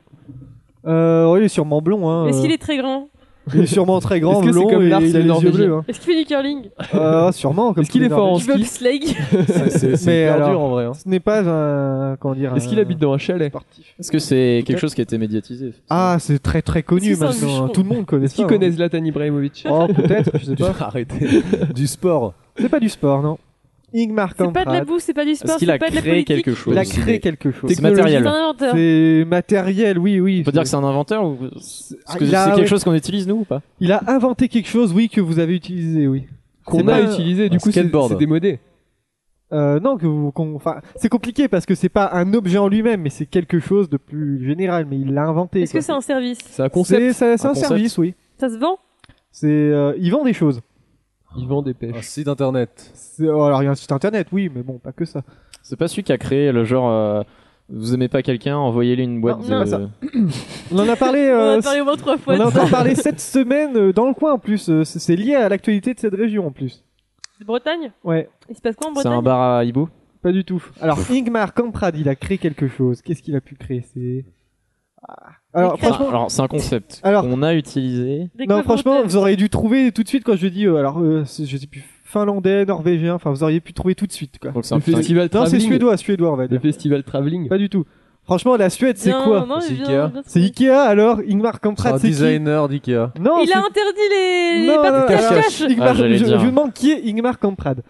S3: Euh, il est sûrement blond, hein.
S6: Est-ce qu'il
S3: euh,
S6: est très grand
S3: il est sûrement très grand,
S4: Est-ce que c'est
S3: blond,
S4: comme
S3: et
S4: Lars,
S3: il a
S4: le
S3: les yeux
S4: Norvégien
S3: bleus. hein.
S6: Est-ce qu'il fait du curling
S3: Euh, sûrement, comme
S4: Est-ce qu'il
S3: tous
S4: est
S3: les
S4: fort en
S3: Norvégiens.
S6: Du
S4: ski
S6: bobsleigh
S8: C'est
S3: Mais
S8: super
S3: alors-
S8: dur en vrai. hein.
S3: Ce n'est pas un. Comment dire
S4: Est-ce qu'il
S3: un-
S4: habite dans un chalet
S7: Est-ce que c'est quelque
S3: Peut-être.
S7: chose qui a été médiatisé
S3: Ah, c'est très très
S6: Est-ce
S3: connu
S6: que c'est un
S3: maintenant.
S6: bûcheron
S3: Tout le monde connaît
S4: Est-ce
S3: ça.
S4: qu'il
S3: hein.
S4: connaît Zlatan Ibrahimovic
S3: Oh, peut-être, je sais pas.
S8: Arrêtez. du sport.
S3: C'est pas du sport, non. Ingmar
S6: C'est pas de la
S3: Kamprad.
S6: boue, c'est pas du sport,
S7: Est-ce
S6: c'est
S7: qu'il a
S6: pas de la
S7: créé
S6: politique.
S7: quelque chose
S3: Il a créé quelque chose.
S7: C'est matériel.
S6: C'est un inventeur.
S3: C'est matériel, oui, oui.
S7: On peut dire que c'est un inventeur ou Parce
S3: Ah,
S7: que
S3: il
S7: c'est
S3: a-
S7: quelque
S3: ouais.
S7: chose qu'on utilise nous ou pas
S3: Il a inventé quelque chose, oui, que vous avez utilisé, oui.
S4: Qu'on
S7: C'est
S4: a
S7: pas-
S4: utilisé,
S8: un
S4: du coup c'est
S8: skateboard.
S4: c'est démodé.
S3: Euh, non, que vous, qu'on- enfin, c'est compliqué parce que c'est pas un objet en lui-même, mais c'est quelque chose de plus général. Mais il l'a inventé.
S6: Est-ce que
S3: quoi.
S6: c'est un service
S4: C'est un concept.
S3: C'est- C'est c'est un,
S7: Un concept.
S3: service, oui.
S6: Ça se vend
S3: C'est, euh, il vend des choses.
S4: Il vend des pêches.
S8: Un site internet.
S3: C'est- oh, alors il y a un site internet, oui, mais bon, pas que ça.
S7: C'est pas celui qui a créé le genre. euh, Vous aimez pas quelqu'un, envoyez-lui une boîte
S6: Non,
S7: de.
S6: non,
S3: ça. On en a parlé.
S6: On
S3: euh,
S6: a parlé au moins trois
S3: on
S6: fois.
S3: en a
S6: de
S3: encore parlé cette semaine euh, dans le coin en plus. Euh, C'est c'est lié à l'actualité de cette région en plus.
S6: De Bretagne
S3: Ouais,
S6: Il se passe quoi en
S7: C'est
S6: Bretagne
S7: un bar à hibou
S3: pas du tout. Alors Ingmar Kamprad, il a créé quelque chose. Qu'est-ce qu'il a pu créer C'est. Ah. Alors
S6: Il crée-
S3: franchement,
S7: Alors, c'est un concept
S3: Alors-
S7: qu'on a utilisé.
S6: Des
S3: Non,
S6: clubs
S3: franchement,
S6: bretagne.
S3: vous auriez dû trouver tout de suite quand je dis. euh, alors, euh, c'est- je sais plus, finlandais, norvégien. Enfin, vous auriez pu trouver tout de suite. Quoi.
S8: Oh,
S7: Donc, c'est un
S4: Le
S7: putain de-
S4: festival
S3: Non, c'est
S4: travelling.
S3: suédois, suédois, on va
S4: Le
S3: dire.
S4: festival travelling.
S3: Pas du tout. Franchement, la Suède, c'est
S6: Bien,
S3: quoi
S6: non,
S8: C'est
S6: mais bien,
S8: Ikea
S6: bien
S3: C'est
S6: trouvé.
S3: Ikea. Alors, Ingmar
S8: Un
S3: Kamprad, c'est qui
S8: designer d'IKEA.
S3: Non,
S6: Il
S3: c'est-
S6: a interdit les, les
S3: non, euh,
S6: parties
S3: non,
S6: de
S3: alors,
S6: cache-cache.
S3: Ingmar-
S7: Ah, j'allais
S3: je,
S7: dire.
S3: je vous demande qui est Ingmar Kamprad.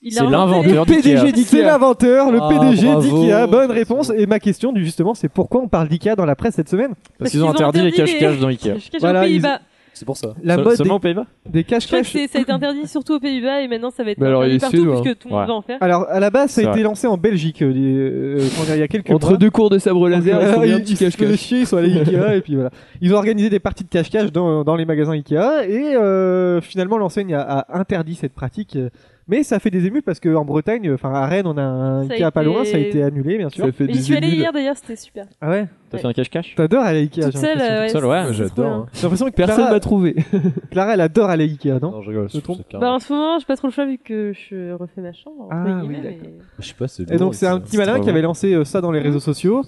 S6: Il a
S7: C'est
S6: inventé
S7: l'inventeur
S4: PDG
S7: d'IKEA.
S4: d'IKEA.
S3: C'est l'inventeur, le
S8: Ah,
S3: PDG
S8: bravo.
S3: d'IKEA. Bonne réponse. Et ma question, du- justement, c'est pourquoi on parle d'IKEA dans la presse cette semaine
S7: Parce qu'ils ont interdit les cache-cache dans Ikea.
S6: cache-cache
S3: Voilà,
S6: aux
S3: ils-
S6: Pays-Bas.
S8: C'est pour ça.
S3: La
S7: Se-
S3: mode
S7: Seulement
S3: des,
S7: aux Pays-Bas
S3: des
S6: Je crois que
S3: cache-cache.
S6: c'est- ça a été interdit surtout aux Pays-Bas et maintenant ça va être
S7: Bah,
S4: Mais alors, il
S6: interdit
S4: est
S6: partout
S4: suédois.
S6: puisque tout le monde
S7: hein. Ouais.
S6: va en faire.
S3: Alors, à la base, ça
S7: C'est
S3: a été
S7: vrai.
S3: lancé en Belgique euh, euh, euh, comment dire, il y a quelques
S4: Entre
S3: mois.
S4: deux cours de sabre laser, ils font bien un petit
S3: se faisaient
S4: cache-cache.
S3: chier, ils sont allés à Ikea et puis voilà. Ils ont organisé des parties de cache-cache dans, dans les magasins Ikea et euh, finalement l'enseigne a, a interdit cette pratique. euh, Mais ça fait des émules parce qu'en Bretagne, enfin à Rennes, on a un
S6: Ça a
S3: Ikea pas
S6: été-
S3: loin, ça a été annulé bien sûr.
S4: Ça fait
S6: Mais J'y
S4: des
S6: suis allée
S4: émules.
S6: hier d'ailleurs, c'était super.
S3: Ah ouais
S7: T'as fait un cache-cache
S3: T'adores aller à Ikea, j'ai
S6: Toute seule,
S3: l'impression.
S6: euh, ouais.
S7: Toute seule, ouais.
S6: c'est- c'est trop bien.
S8: J'adore. hein.
S3: J'ai l'impression que
S4: Personne
S3: Clara,
S4: m'a trouvé.
S3: Clara, elle adore aller à Ikea, non
S8: Non, je rigole.
S3: Je trompe.
S8: c'est carrément-
S6: Bah en ce moment, j'ai pas trop le choix vu que je refais ma chambre. entre
S3: Ah,
S6: guillemets,
S3: oui,
S6: mais-
S8: Je sais pas, c'est
S3: Et donc
S8: lourd,
S3: c'est un petit malin
S7: trop
S3: qui avait lancé euh, ça dans les réseaux sociaux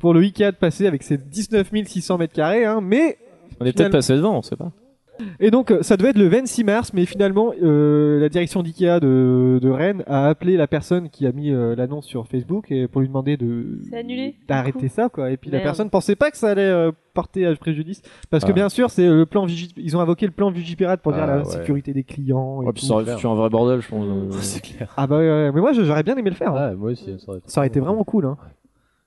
S3: pour le Ikea de passer avec ses 19 600 mètres carrés, hein, mais
S7: On est
S3: Finalement.
S7: peut-être passé devant, on sait pas.
S3: Et donc, euh, ça devait être le 26 mars, mais finalement, euh, la direction d'IKEA de, de Rennes a appelé la personne qui a mis euh, l'annonce sur Facebook et pour lui demander de
S6: C'est annulé, du
S3: d'arrêter
S6: coup.
S3: ça, quoi. Et puis la
S6: Merde.
S3: personne pensait pas que ça allait euh, porter à préjudice, parce que
S7: Ah.
S3: bien sûr, c'est euh, le plan Vigi- ils ont invoqué le plan Vigipirate pour dire
S8: Ah,
S3: la
S8: ouais.
S3: sécurité des clients. et
S7: Ouais, puis
S3: tout.
S7: ça aurait foutu un vrai bordel, je pense. euh,
S8: C'est clair.
S3: Ah bah ouais, ouais, mais moi j'aurais bien aimé le faire. hein.
S8: Ah, moi aussi, ça aurait été-
S3: Ça aurait été vraiment cool. Hein.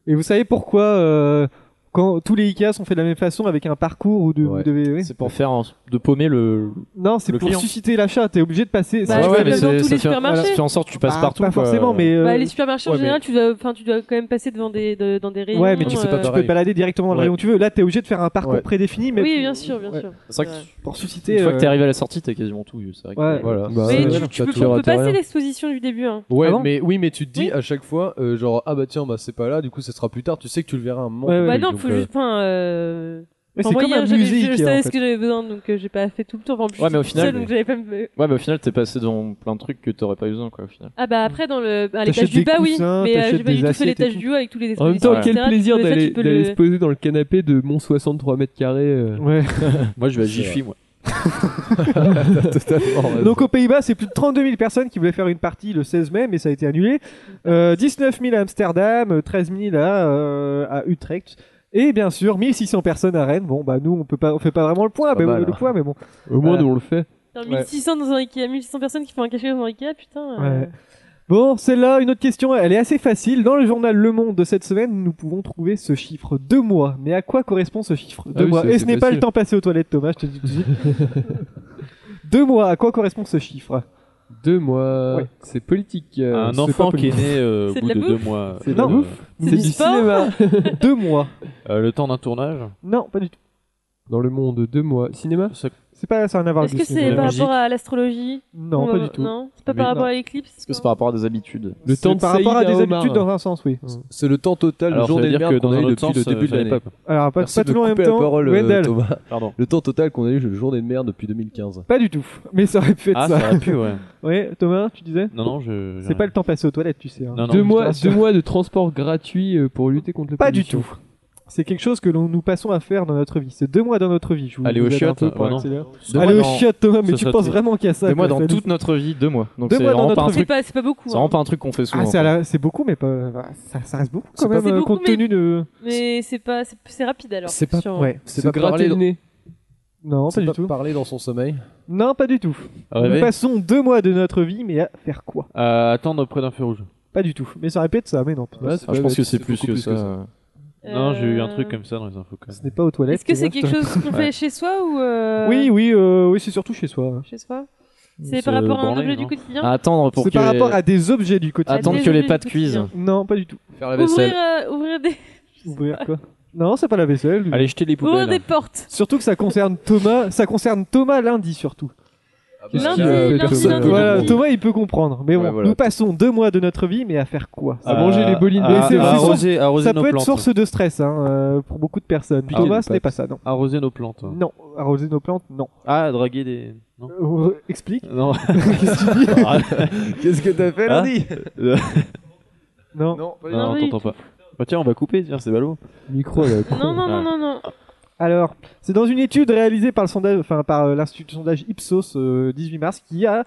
S3: Et vous savez pourquoi euh, Quand tous les IKEA sont faits de la même façon avec un parcours où de- vous devez. oui.
S7: C'est pour faire un- de paumer le.
S3: Non, c'est
S7: le
S3: pour
S7: client.
S3: susciter l'achat. T'es obligé de passer.
S7: Bah,
S3: si tu
S7: ouais,
S3: veux-
S7: mais
S6: dans
S7: c'est-
S6: tous
S7: ça
S6: les
S7: fait en-
S6: supermarchés.
S7: ça fait en sorte que tu passes
S3: Bah,
S7: partout.
S3: pas
S7: quoi.
S3: forcément, mais, euh,
S6: Bah, les supermarchés en
S3: ouais, mais-
S6: général, tu dois, enfin, tu dois quand même passer devant des, de- dans des rayons.
S3: Ouais, mais tu
S6: euh,
S3: peux, tu peux te balader directement dans le
S7: Ouais.
S3: rayon que tu veux. Là, t'es obligé de faire un parcours
S7: Ouais.
S3: prédéfini. Mais
S6: Oui, bien sûr, bien sûr.
S7: C'est vrai que
S3: pour susciter.
S7: Une fois que t'es
S3: euh,
S7: arrivé à la sortie, t'as quasiment tout vu. c'est vrai que-
S3: Ouais.
S8: Voilà.
S7: Mais
S8: Bah,
S6: Mais
S8: euh,
S6: tu-
S8: t'as
S6: tu peux-
S8: tout.
S6: tu peux passer
S8: rien.
S6: l'exposition du début. Hein.
S8: Ouais,
S6: Ah bon
S8: mais oui, mais tu te dis à chaque fois, euh, genre ah bah tiens, bah c'est pas là, du coup ça sera plus tard. Tu sais que tu le verras un moment.
S3: Ouais, ouais,
S6: Bah
S8: donné,
S6: non,
S8: donc,
S6: faut
S8: euh,
S6: juste. Enfin, euh...
S3: Mais
S6: enfin,
S3: c'est
S6: moi,
S3: comme
S6: hier,
S3: un
S6: j'avais-
S3: musée
S6: Je
S3: Ikea,
S6: savais
S3: en
S6: ce
S3: fait.
S6: que j'avais besoin, donc euh, j'ai pas fait tout le tour. Enfin, en plus,
S7: Ouais, mais au
S6: j'étais toute
S7: final,
S6: seule, donc j'avais pas. me-
S7: Ouais, mais au final, t'es passé dans plein de trucs que t'aurais pas eu besoin, quoi, au final.
S6: Ah bah après dans le à
S3: T'achètes
S6: l'étage du
S3: des
S6: bas oui,
S3: coussins,
S6: mais euh,
S3: t'achètes
S6: j'ai pas
S3: des
S6: du tout fait
S3: assiettes et
S6: l'étage
S3: tout.
S6: du haut avec tous les
S4: En même
S6: expositions.
S4: temps,
S6: etc.
S4: quel plaisir
S6: Ça, tu
S4: d'aller
S6: peux
S4: d'aller
S6: le-
S4: se poser dans le canapé de mon 63 mètres carrés. euh.
S3: Ouais.
S7: Moi, je vais à
S4: C'est
S7: Jiffy, moi.
S3: Donc aux Pays-Bas, c'est plus de 32 000 personnes qui voulaient faire une partie le 16 mai, mais ça a été annulé. Euh, 19 000 à Amsterdam, euh, 13 000 à, euh, à Utrecht. Et bien sûr, 1600 personnes à Rennes. Bon, bah nous, on peut pas, on fait pas vraiment le point,
S4: C'est pas
S3: mais,
S4: mal,
S3: le
S4: hein.
S3: point, mais bon.
S4: Au moins, nous on le fait.
S6: Putain,
S3: Ouais.
S6: 1600 dans un Ikea, 1600 personnes qui font un cachet dans un Ikea, putain. euh,
S3: Ouais. Bon, celle-là, une autre question, elle est assez facile. Dans le journal Le Monde de cette semaine, nous pouvons trouver ce chiffre deux mois. Mais à quoi correspond ce chiffre
S4: Ah
S3: deux
S4: oui,
S3: mois
S4: c'est-
S3: Et
S4: c'est
S3: ce n'est pas
S4: facile.
S3: le temps passé aux toilettes, Thomas, je te dis tout de suite. deux mois, à quoi correspond ce chiffre
S4: Deux mois. C'est politique. euh,
S5: Un
S4: c'est pas
S5: enfant qui est
S4: politique.
S5: né euh, au
S6: C'est de
S5: bout
S6: la
S5: de deux
S6: bouffe
S5: mois.
S4: C'est de la
S5: euh,
S4: bouffe.
S6: du
S4: C'est du
S6: sport
S4: cinéma.
S3: Deux mois.
S5: euh, le temps d'un tournage.
S3: Non, pas du tout.
S4: Dans le monde, deux mois. Cinéma
S3: C'est pas ça, n'a rien à voir
S6: Est-ce
S3: avec
S6: que
S3: le cinéma.
S6: c'est par
S5: musique.
S6: rapport à l'astrologie
S3: Non,
S6: Ou,
S3: pas
S6: euh,
S3: du tout.
S6: Non, c'est pas
S3: Mais
S6: par rapport
S3: non.
S6: à l'éclipse.
S7: Est-ce que c'est par rapport à des habitudes
S4: Le
S3: C'est
S4: temps de
S3: par rapport à
S4: Saïd
S3: des
S4: Omar.
S3: habitudes dans un sens, oui.
S8: C'est le temps total, le
S5: Alors,
S8: jour
S5: ça veut
S8: des
S5: dire
S8: merdes
S5: que
S8: qu'on
S5: dans
S8: a eu
S5: un autre
S8: depuis
S5: sens,
S8: le
S5: euh,
S8: début de
S5: j'avais
S8: l'année.
S5: pas.
S3: Alors, pas,
S8: Merci
S3: pas tout
S8: de
S3: le monde en
S8: couper
S3: même
S8: la
S3: temps.
S8: parole, euh,
S3: Wendell.
S8: Thomas.
S5: Pardon.
S8: Le temps total qu'on a eu le jour des merdes depuis 2015.
S3: Pas du tout. Mais ça aurait pu être
S5: Ah,
S3: ça.
S5: ça aurait pu, ouais.
S3: Oui, Thomas, tu disais
S5: Non, non, je. j'ai
S3: C'est pas
S5: rien.
S3: le temps passé aux toilettes, tu sais. hein.
S5: Non, non.
S4: Deux
S5: mais-
S4: mois,
S3: rassure.
S4: deux mois de transport gratuit euh, pour lutter contre le
S3: Pas du tout. C'est quelque chose que l'on nous passons à faire dans notre vie. C'est deux mois dans notre vie. Je vous,
S5: Aller
S3: vous
S5: aux
S3: aide un
S5: chiottes,
S3: peu
S5: euh,
S3: pour
S5: bah non.
S3: accélérer.
S7: Deux
S3: Aller
S7: mois
S3: aux
S7: dans-
S3: chiottes, Thomas, mais
S5: ce
S3: tu
S5: serait
S3: penses
S5: trop.
S3: vraiment qu'il y a ça
S7: Deux
S3: quoi,
S7: mois dans
S3: ça-
S7: toute notre vie, deux mois. Donc
S3: Deux
S7: c'est
S3: mois dans
S7: vraiment pas un
S3: notre
S6: C'est
S7: truc.
S6: pas, c'est pas beaucoup.
S7: C'est vraiment
S6: hein.
S7: pas un truc qu'on fait souvent.
S3: Ah, c'est à
S7: quoi.
S3: la- c'est beaucoup, mais pas. bah, Ça, ça reste beaucoup quand même,
S6: pas- c'est
S3: euh,
S6: beaucoup,
S3: compte tenu de.
S6: Mais c'est pas, c'est c'est rapide alors.
S8: C'est pas-
S6: sur-
S3: Ouais.
S8: C'est
S4: Se
S8: pas
S4: gratter
S8: parler
S4: le
S8: dans-
S4: nez.
S3: Non, pas
S8: c'est
S3: du
S8: pas
S3: tout.
S8: parler dans son sommeil.
S3: Non, pas du tout. Nous
S5: Rêver.
S3: passons deux mois de notre vie, mais à faire quoi
S5: Euh, attendre près d'un feu rouge.
S3: Pas du tout. Mais ça répète ça, mais non. putain.
S8: Ouais,
S7: Ah, je pense que c'est
S8: beaucoup
S7: plus que ça.
S5: Non, j'ai eu un
S6: Euh,
S5: truc comme ça dans les infos. quand même.
S3: Ce n'est pas aux toilettes.
S6: Est-ce que
S3: tu vois,
S6: c'est quelque
S3: je te-
S6: chose qu'on fait chez soi ou euh,
S3: Oui, oui, euh, oui, c'est surtout chez soi.
S6: chez soi C'est
S5: se
S6: par rapport à un
S5: branler,
S6: objet du
S5: non
S6: quotidien.
S7: À Attendre pour
S3: C'est
S7: que
S3: par
S7: les-
S3: rapport à des objets du quotidien.
S6: Attends.
S7: attendre
S6: des
S7: que les
S6: objets
S7: pâtes
S6: du
S7: cuisent.
S6: quotidien.
S3: Non, pas du tout.
S8: Faire la
S6: Ouvrir,
S8: vaisselle.
S6: euh, ouvrir des,
S3: Ouvrir quoi Non, c'est pas la vaisselle.
S5: Allez, jeter les
S6: ouvrir des
S5: poubelles.
S6: portes.
S3: Surtout que ça concerne Thomas, ça concerne Thomas lundi surtout.
S4: Qu'est-ce
S6: Lundi,
S4: qu'il y a
S6: lundi,
S4: Personne
S6: lundi,
S4: peut
S3: Voilà,
S4: comprendre.
S3: Thomas il peut comprendre. Mais bon,
S7: Ouais, voilà.
S3: nous passons deux mois de notre vie, mais à faire quoi
S4: À manger les bolines.
S3: Mais
S5: Euh, À,
S3: c'est-
S5: à
S3: c'est-
S5: arroser, arroser
S3: Ça
S5: nos
S3: peut être
S5: plantes. Ah,
S3: source de stress hein, euh, pour beaucoup de personnes.
S5: Piquer
S3: Thomas,
S5: des
S3: ce n'est
S5: pattes.
S3: pas ça, non.
S5: Arroser nos plantes. ouais.
S3: Non, arroser nos plantes, non.
S5: Ah, draguer des. Non.
S3: Euh, explique.
S5: Non. Ah,
S3: Qu'est-ce que tu dis
S8: Qu'est-ce que t'as fait
S5: Hein
S8: lundi
S3: Non.
S8: Non, pas du
S5: Non,
S6: Non,
S5: on
S6: oui.
S5: t'entend pas. Bah tiens, on va couper, tiens, c'est ballot.
S4: Micro là.
S6: Non, non, non, non, non.
S3: Alors, c'est dans une étude réalisée par le sondage, enfin par euh, l'institut de sondage Ipsos euh, 18 mars, qui a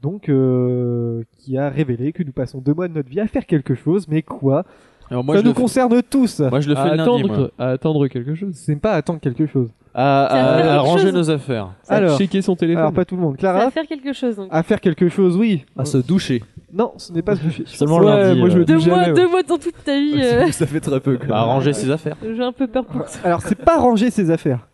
S3: donc euh, qui a révélé que nous passons deux mois de notre vie à faire quelque chose, mais quoi
S5: Alors moi,
S3: Ça
S5: je
S3: nous
S5: le fais-
S3: concerne tous.
S5: moi, je le
S4: À
S5: fais le lundi. moi.
S4: attendre, à attendre quelque chose.
S3: C'est pas attendre quelque chose.
S5: À,
S6: C'est à
S5: à-
S6: faire
S5: à
S6: autre
S5: ranger
S6: chose.
S5: nos affaires.
S4: À
S3: Alors,
S4: checker son téléphone.
S3: alors pas tout le monde.
S6: Ça
S3: Clara,
S6: va faire quelque chose. Donc.
S3: à faire quelque chose, oui.
S5: Ah,
S8: À se doucher.
S3: Non, ce n'est pas se doucher.
S7: Seulement
S4: Ouais,
S7: lundi.
S4: moi, je
S7: euh,
S4: me-
S6: Deux
S4: jamais,
S6: mois,
S4: ouais.
S6: deux mois dans toute ta vie. euh,
S8: Ça fait très peu.
S5: À Bah, ranger ses affaires.
S6: J'ai un peu peur pour ça.
S3: Alors, c'est pas ranger ses affaires.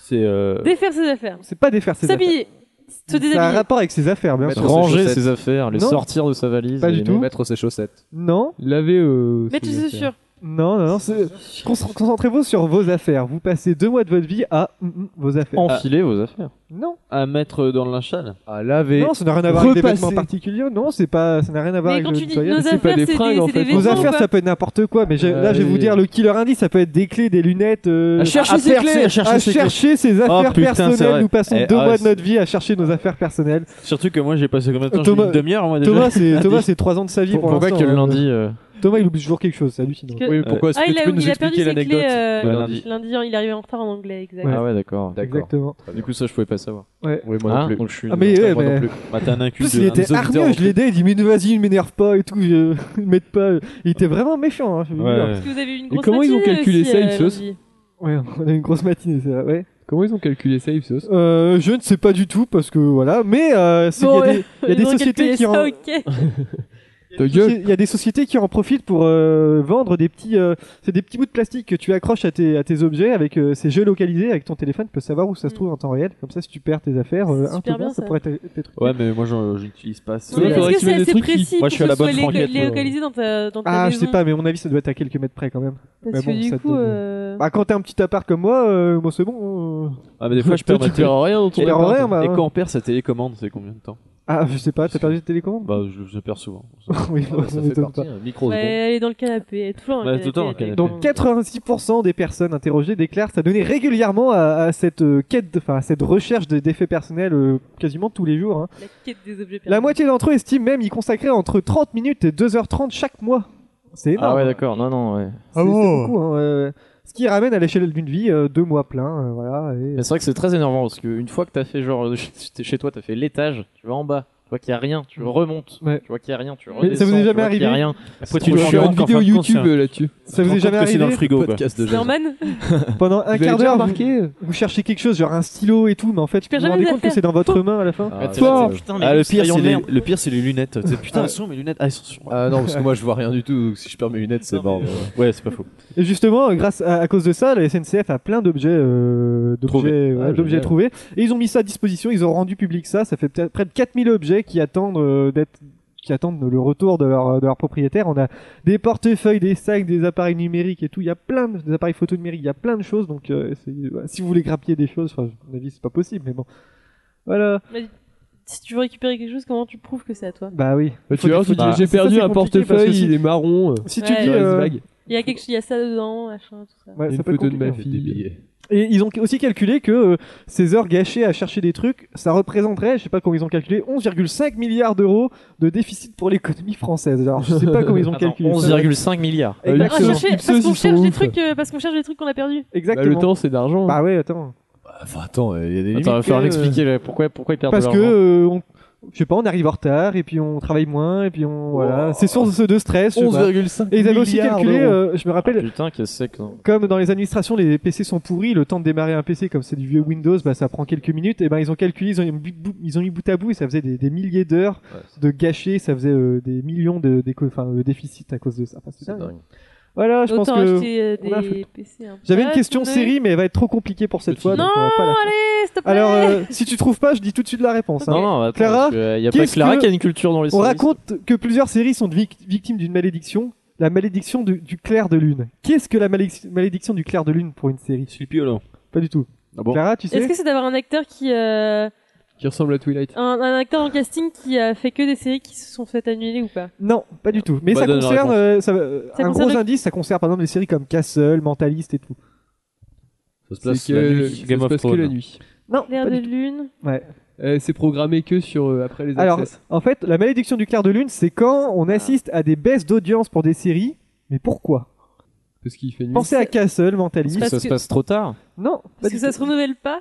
S5: C'est euh,
S6: Défaire ses affaires.
S3: C'est pas défaire ses affaires.
S6: S'habiller. Se
S3: Ça a un
S6: déshabiller.
S3: rapport avec ses affaires, bien
S8: Mettre
S3: sûr.
S8: en-
S7: Ranger
S8: chaussettes.
S7: ses affaires, les
S3: Non.
S7: sortir de sa valise.
S3: Pas
S7: et
S3: du
S7: les
S3: tout.
S7: mettre-
S8: Mettre ses chaussettes.
S3: Non,
S4: Laver. euh,
S6: Mettre
S4: ses
S6: ses
S4: affaires.
S6: chaussures.
S3: non, non. non, c'est- Concent- Concentrez-vous sur vos affaires. Vous passez deux mois de votre vie à mm, mm, vos affaires.
S7: Enfiler vos affaires.
S3: Non.
S5: à mettre dans le linchal.
S8: À laver.
S3: Non, ça n'a rien à voir avec des
S4: repasser.
S3: vêtements particuliers. Non, c'est pas, ça n'a rien à voir
S6: Mais
S3: avec
S6: quand
S3: le
S6: tu dis
S3: nettoyage.
S6: nos
S4: c'est pas
S6: affaires,
S4: des
S6: c'est des,
S4: fringues, en
S6: c'est des
S4: fait.
S3: Vos
S6: vêtements,
S3: affaires,
S6: quoi.
S3: ça peut être n'importe quoi, mais j'ai- là je vais vous
S4: Allez.
S3: dire le killer indice, ça peut être des clés, des lunettes. euh,
S4: À chercher ses
S3: percer-
S4: clés, à
S5: chercher
S3: à
S5: ses
S3: chercher ses affaires
S5: putain, c'est
S3: personnelles.
S5: vrai.
S3: Nous passons
S5: Eh,
S3: deux
S5: ah,
S3: mois de
S5: c'est-
S3: notre vie à chercher nos affaires personnelles.
S5: Surtout que moi, j'ai passé combien de temps
S3: Thomas-
S5: J'ai mis Une demi-heure, moi déjà.
S3: Thomas, c'est Thomas, c'est trois ans de sa vie
S7: Pour-
S3: pour
S7: Pourquoi
S3: l'instant.
S7: que le
S3: hein.
S7: lundi euh,
S3: Thomas, il oublie toujours quelque chose, c'est hallucinant.
S6: Que-
S8: Oui, pourquoi Est-ce
S6: Ah,
S8: que
S6: il
S8: tu
S6: a,
S8: peux nous
S6: il a perdu
S8: expliquer
S6: ses
S8: l'anecdote
S6: clés euh,
S5: Ouais,
S6: lundi.
S5: lundi.
S6: hein, il est arrivé en retard en anglais, exact.
S3: Ouais.
S7: Ah ouais, d'accord.
S3: Exactement.
S7: Du coup, ça, je pouvais pas savoir.
S3: Ouais.
S8: Oui,
S7: Hein
S8: moi non plus.
S7: Donc, je suis
S3: Ah, mais ouais,
S8: Moi
S3: mais-
S8: non plus.
S5: Bah, t'as un
S3: En plus,
S5: incus
S3: il
S5: de-
S3: était
S8: auditeurs
S3: hargneux,
S8: ont
S3: je l'ai aidé, il dit mais vas-y, ne m'énerve pas et tout, je m'aide pas. Il était vraiment méchant. hein, je vais vous dire.
S5: Ouais.
S6: Parce que vous avez eu une grosse
S4: comment ils ont
S6: matinée
S4: calculé
S6: aussi,
S4: ça,
S6: euh,
S4: Ipsos
S6: lundi.
S3: Ouais, on a une grosse matinée, c'est vrai. ouais.
S4: Comment ils ont calculé ça, Ipsos
S3: Euh, je ne sais pas du tout parce que voilà, mais euh, c'est- il
S6: Bon,
S3: y a
S6: ouais.
S3: des, il y a des
S6: Ils ont
S3: sociétés
S6: calculé
S3: qui
S6: ça,
S3: en-
S6: ok.
S4: Ta
S3: Il
S4: gueule.
S3: y a des sociétés qui en profitent pour euh, vendre des petits, euh, c'est des petits bouts de plastique que tu accroches à tes, à tes objets avec euh, ces géolocalisés avec ton téléphone, tu peux savoir où ça se trouve en temps réel. Comme ça, si tu perds tes affaires, euh, un peu
S6: Mm. bien,
S3: bien, ça
S6: ça.
S3: pourrait t'être- t'être.
S5: Ouais, mais moi j'en- j'utilise pas ça.
S6: Non, mais
S3: faudrait
S6: Est-ce que
S3: que tu mettes
S6: c'est
S3: des
S6: assez
S3: trucs qui-
S6: précis
S5: Moi,
S6: pour
S5: je
S6: que
S5: suis à la
S6: ce soit
S5: bonne franquette,
S6: lé-
S5: moi.
S6: localisé dans ta dans ta
S3: Ah, je sais
S6: maison
S3: pas, mais à mon avis, ça doit être à quelques mètres près quand même.
S6: Parce
S3: Mais
S6: que
S3: bon,
S6: du
S3: ça
S6: coup,
S3: te-
S6: euh,
S3: Bah, quand t'as un petit appart comme moi, euh, moi c'est bon. euh,
S5: Ah, mais des fois je
S3: toi,
S5: perds ma
S3: tu
S5: télé-
S3: perds rien dans ton
S5: Tu perds
S3: appart.
S5: rien, bah,
S3: Et
S5: Et quand
S3: quand
S5: on perd sa télécommande, c'est combien de temps
S3: Ah, je sais pas, t'as perdu ta télécommande
S5: Bah, je, je perds souvent.
S3: Oui,
S5: Ah, bah,
S3: ça
S5: ça fait
S3: m'étonne
S5: partie,
S7: hein,
S3: pas.
S5: un micro
S6: ouais, elle est dans le canapé, elle est toujours dans
S5: Ouais,
S6: le
S5: tout le temps dans le
S6: canapé.
S3: Donc 86% des personnes interrogées déclarent s'adonner régulièrement à, à cette euh, quête, enfin à cette recherche de- d'effets personnels euh, quasiment tous les jours. hein.
S6: La quête des objets
S3: La moitié d'entre eux estiment même y consacrer entre 30 minutes et 2h30 chaque mois. C'est énorme.
S7: Ah ouais, d'accord, non, non, ouais.
S3: C'est- c'est beaucoup, hein, euh, ce qui ramène à l'échelle d'une vie euh, deux mois pleins. euh, voilà, et-
S7: Mais c'est vrai que c'est très énervant parce qu'une fois que t'as fait genre, t'es chez toi, t'as fait l'étage, tu vas en bas, tu vois qu'il y a rien, tu remontes,
S3: Ouais.
S7: tu vois qu'il y a rien, tu
S3: Mais
S7: redescends,
S3: ça vous est
S7: tu
S3: jamais
S7: vois qu'il y a
S3: arrivé
S7: rien.
S3: C'est
S7: Après tu
S3: trop
S7: vois
S3: chiant,
S7: qu'en
S3: une
S7: fin de
S3: vidéo
S7: compte, c'est un-
S3: YouTube, euh, là-dessus. Ça vous est jamais
S5: C'est dans le
S3: arrivé
S5: frigo. quoi.
S8: Podcast de jazz.
S6: Norman
S3: Pendant un
S4: avez
S3: quart
S4: déjà
S3: d'heure, vous,
S4: remarqué
S3: vous cherchez quelque chose, genre un stylo et tout, mais en fait, vous
S6: perds
S3: vous
S6: jamais
S3: rendez
S6: les
S3: compte que
S6: affaires.
S3: c'est dans votre main à la fin.
S7: Ah, t'es
S3: Toi,
S7: là, t'es là, putain, mais
S5: Ah, le
S7: ce
S5: pire,
S7: rayon
S5: c'est
S7: de
S5: les,
S7: merde.
S5: le pire, c'est les lunettes. Tu sais, Putain,
S8: Ah.
S5: elles sont mes lunettes. Ah, elles sont sur.
S8: Ah non, parce que moi je vois rien du tout, donc si je perds mes lunettes, c'est mort.
S5: Ouais, c'est pas faux.
S3: Et justement, euh, grâce à, à cause de ça, la SNCF a plein d'objets euh, d'objets
S5: Trouvés.
S3: ouais,
S5: Ah,
S3: d'objets
S5: génial.
S3: trouvés. Et ils ont mis ça à disposition, ils ont rendu public ça. Ça fait peut-être près de 4000 objets qui attendent euh, d'être qui attendent le retour de leur, de leur propriétaire. On a des portefeuilles, des sacs, des appareils numériques et tout. Il y a plein de, des appareils photo numériques, il y a plein de choses. Donc, euh, c'est- ouais, si vous voulez grappiller des choses, enfin, à mon avis, c'est pas possible, mais bon. Voilà.
S6: Mais Si tu veux récupérer quelque chose, comment tu prouves que c'est à toi
S3: Bah oui. Faut
S4: Bah, tu
S3: des
S4: vois, tu dis,
S3: photos.
S4: j'ai
S3: C'est ça,
S4: perdu
S3: c'est
S4: un
S3: compliqué, parce que
S4: portefeuille,
S3: si-
S4: il est marron.
S3: Si tu
S6: Ouais.
S3: dis,
S6: Il reste
S3: euh,
S4: vague.
S6: Il y a quelque il y a ça dedans, machin, tout ça.
S3: ouais,
S4: une
S3: ça peut être
S4: photo de ma
S3: compliqué.
S4: fille.
S3: Et ils ont aussi calculé que euh, ces heures gâchées à chercher des trucs, ça représenterait, je sais pas comment ils ont calculé, 11,5 milliards d'euros de déficit pour l'économie française. Alors je sais pas comment ils ont
S7: Attends,
S3: calculé. ça.
S7: 11,5 milliards.
S4: Euh,
S6: Ah,
S3: Exactement.
S4: Luxembourg.
S6: chercher-
S4: Ipsos,
S6: parce qu'on
S4: ils sont
S6: cherche des
S4: ouf.
S6: trucs, euh, parce qu'on cherche des trucs qu'on a perdus.
S4: Bah, le
S3: Exactement.
S4: temps, c'est de l'argent.
S3: Bah ouais, attends.
S8: Enfin attends, il y a des limites.
S7: Attends, il va falloir
S3: euh,
S7: l'expliquer là, pourquoi, pourquoi ils perdent
S3: Parce
S7: de
S3: que,
S7: l'argent.
S3: euh, on- je sais pas, on arrive en retard et puis on travaille moins et puis on voilà. C'est source de stress. je sais pas.
S8: 11,5
S3: Et ils avaient aussi
S8: milliards
S3: calculé,
S8: d'euros.
S3: euh, je me rappelle,
S7: Putain, qu'est-ce que c'est que. non.
S3: comme dans les administrations, les PC sont pourris, le temps de démarrer un PC, comme c'est du vieux Windows, bah, ça prend quelques minutes. Et ben ils ont calculé, ils ont, mis bout- ils ont mis bout à bout et ça faisait des, des milliers d'heures de gâchés, ça faisait euh, des millions de, d'éco- enfin, de déficits à cause de ça. Enfin, c'est dingue.
S8: dingue.
S3: Voilà, je pense
S6: Autant
S3: que.
S6: acheter euh,
S3: on a
S6: des PC. hein.
S3: J'avais
S6: Ah,
S3: une
S6: tu
S3: question
S6: me donnais-
S3: série, mais elle va être trop compliquée pour cette
S8: Petit.
S3: fois. donc
S6: Non,
S3: on va pas la faire.
S6: allez, s'il te plaît.
S3: Alors, euh, si tu trouves pas, je dis tout de suite la réponse. hein.
S7: Non, non, attends,
S3: Clara,
S7: parce que, euh, il y a pas
S3: qu'est-ce
S7: Clara
S3: que-
S7: qui a une culture dans les
S3: On
S7: séries.
S3: raconte que plusieurs séries sont vic- victimes d'une malédiction. La malédiction du, du clair de lune. Qu'est-ce que la malédic- malédiction du clair de lune pour une série
S5: Sleepy Hollow.
S3: Pas du tout.
S5: Ah bon
S3: Clara, tu sais
S6: Est-ce que c'est d'avoir un acteur qui euh,
S4: Qui ressemble à Twilight.
S6: un, un acteur en casting qui a fait que des séries qui se sont faites annuler ou pas
S3: Non, pas du tout. Mais
S5: Bah,
S3: ça
S5: donne la
S3: concerne
S5: réponse.
S3: euh, ça, euh,
S6: Ça
S3: un
S6: concerne
S3: gros
S6: le-
S3: indice, ça concerne par exemple des séries comme Castle, Mentalist et tout.
S8: Ça se
S4: C'est
S8: place
S4: que
S8: la nuit.
S4: euh, ça
S5: Game
S4: se
S5: of
S4: passe que
S5: Thrones.
S4: la nuit.
S3: Non,
S6: Clair
S3: pas
S6: de
S3: du tout.
S6: lune.
S3: Ouais.
S4: Euh, C'est programmé que sur euh, après les
S3: Alors,
S4: access.
S3: en fait, la malédiction du clair de lune, c'est quand
S5: Ah.
S3: on assiste à des baisses d'audience pour des séries. Mais pourquoi
S4: Parce qu'il fait nuit.
S3: Pensez à Castle,
S7: Parce
S3: Mentalist.
S7: que
S6: Parce
S7: ça se
S6: que-
S7: passe trop tard.
S3: Non, pas
S6: Parce
S3: du
S6: que ça
S3: tout.
S6: se renouvelle pas.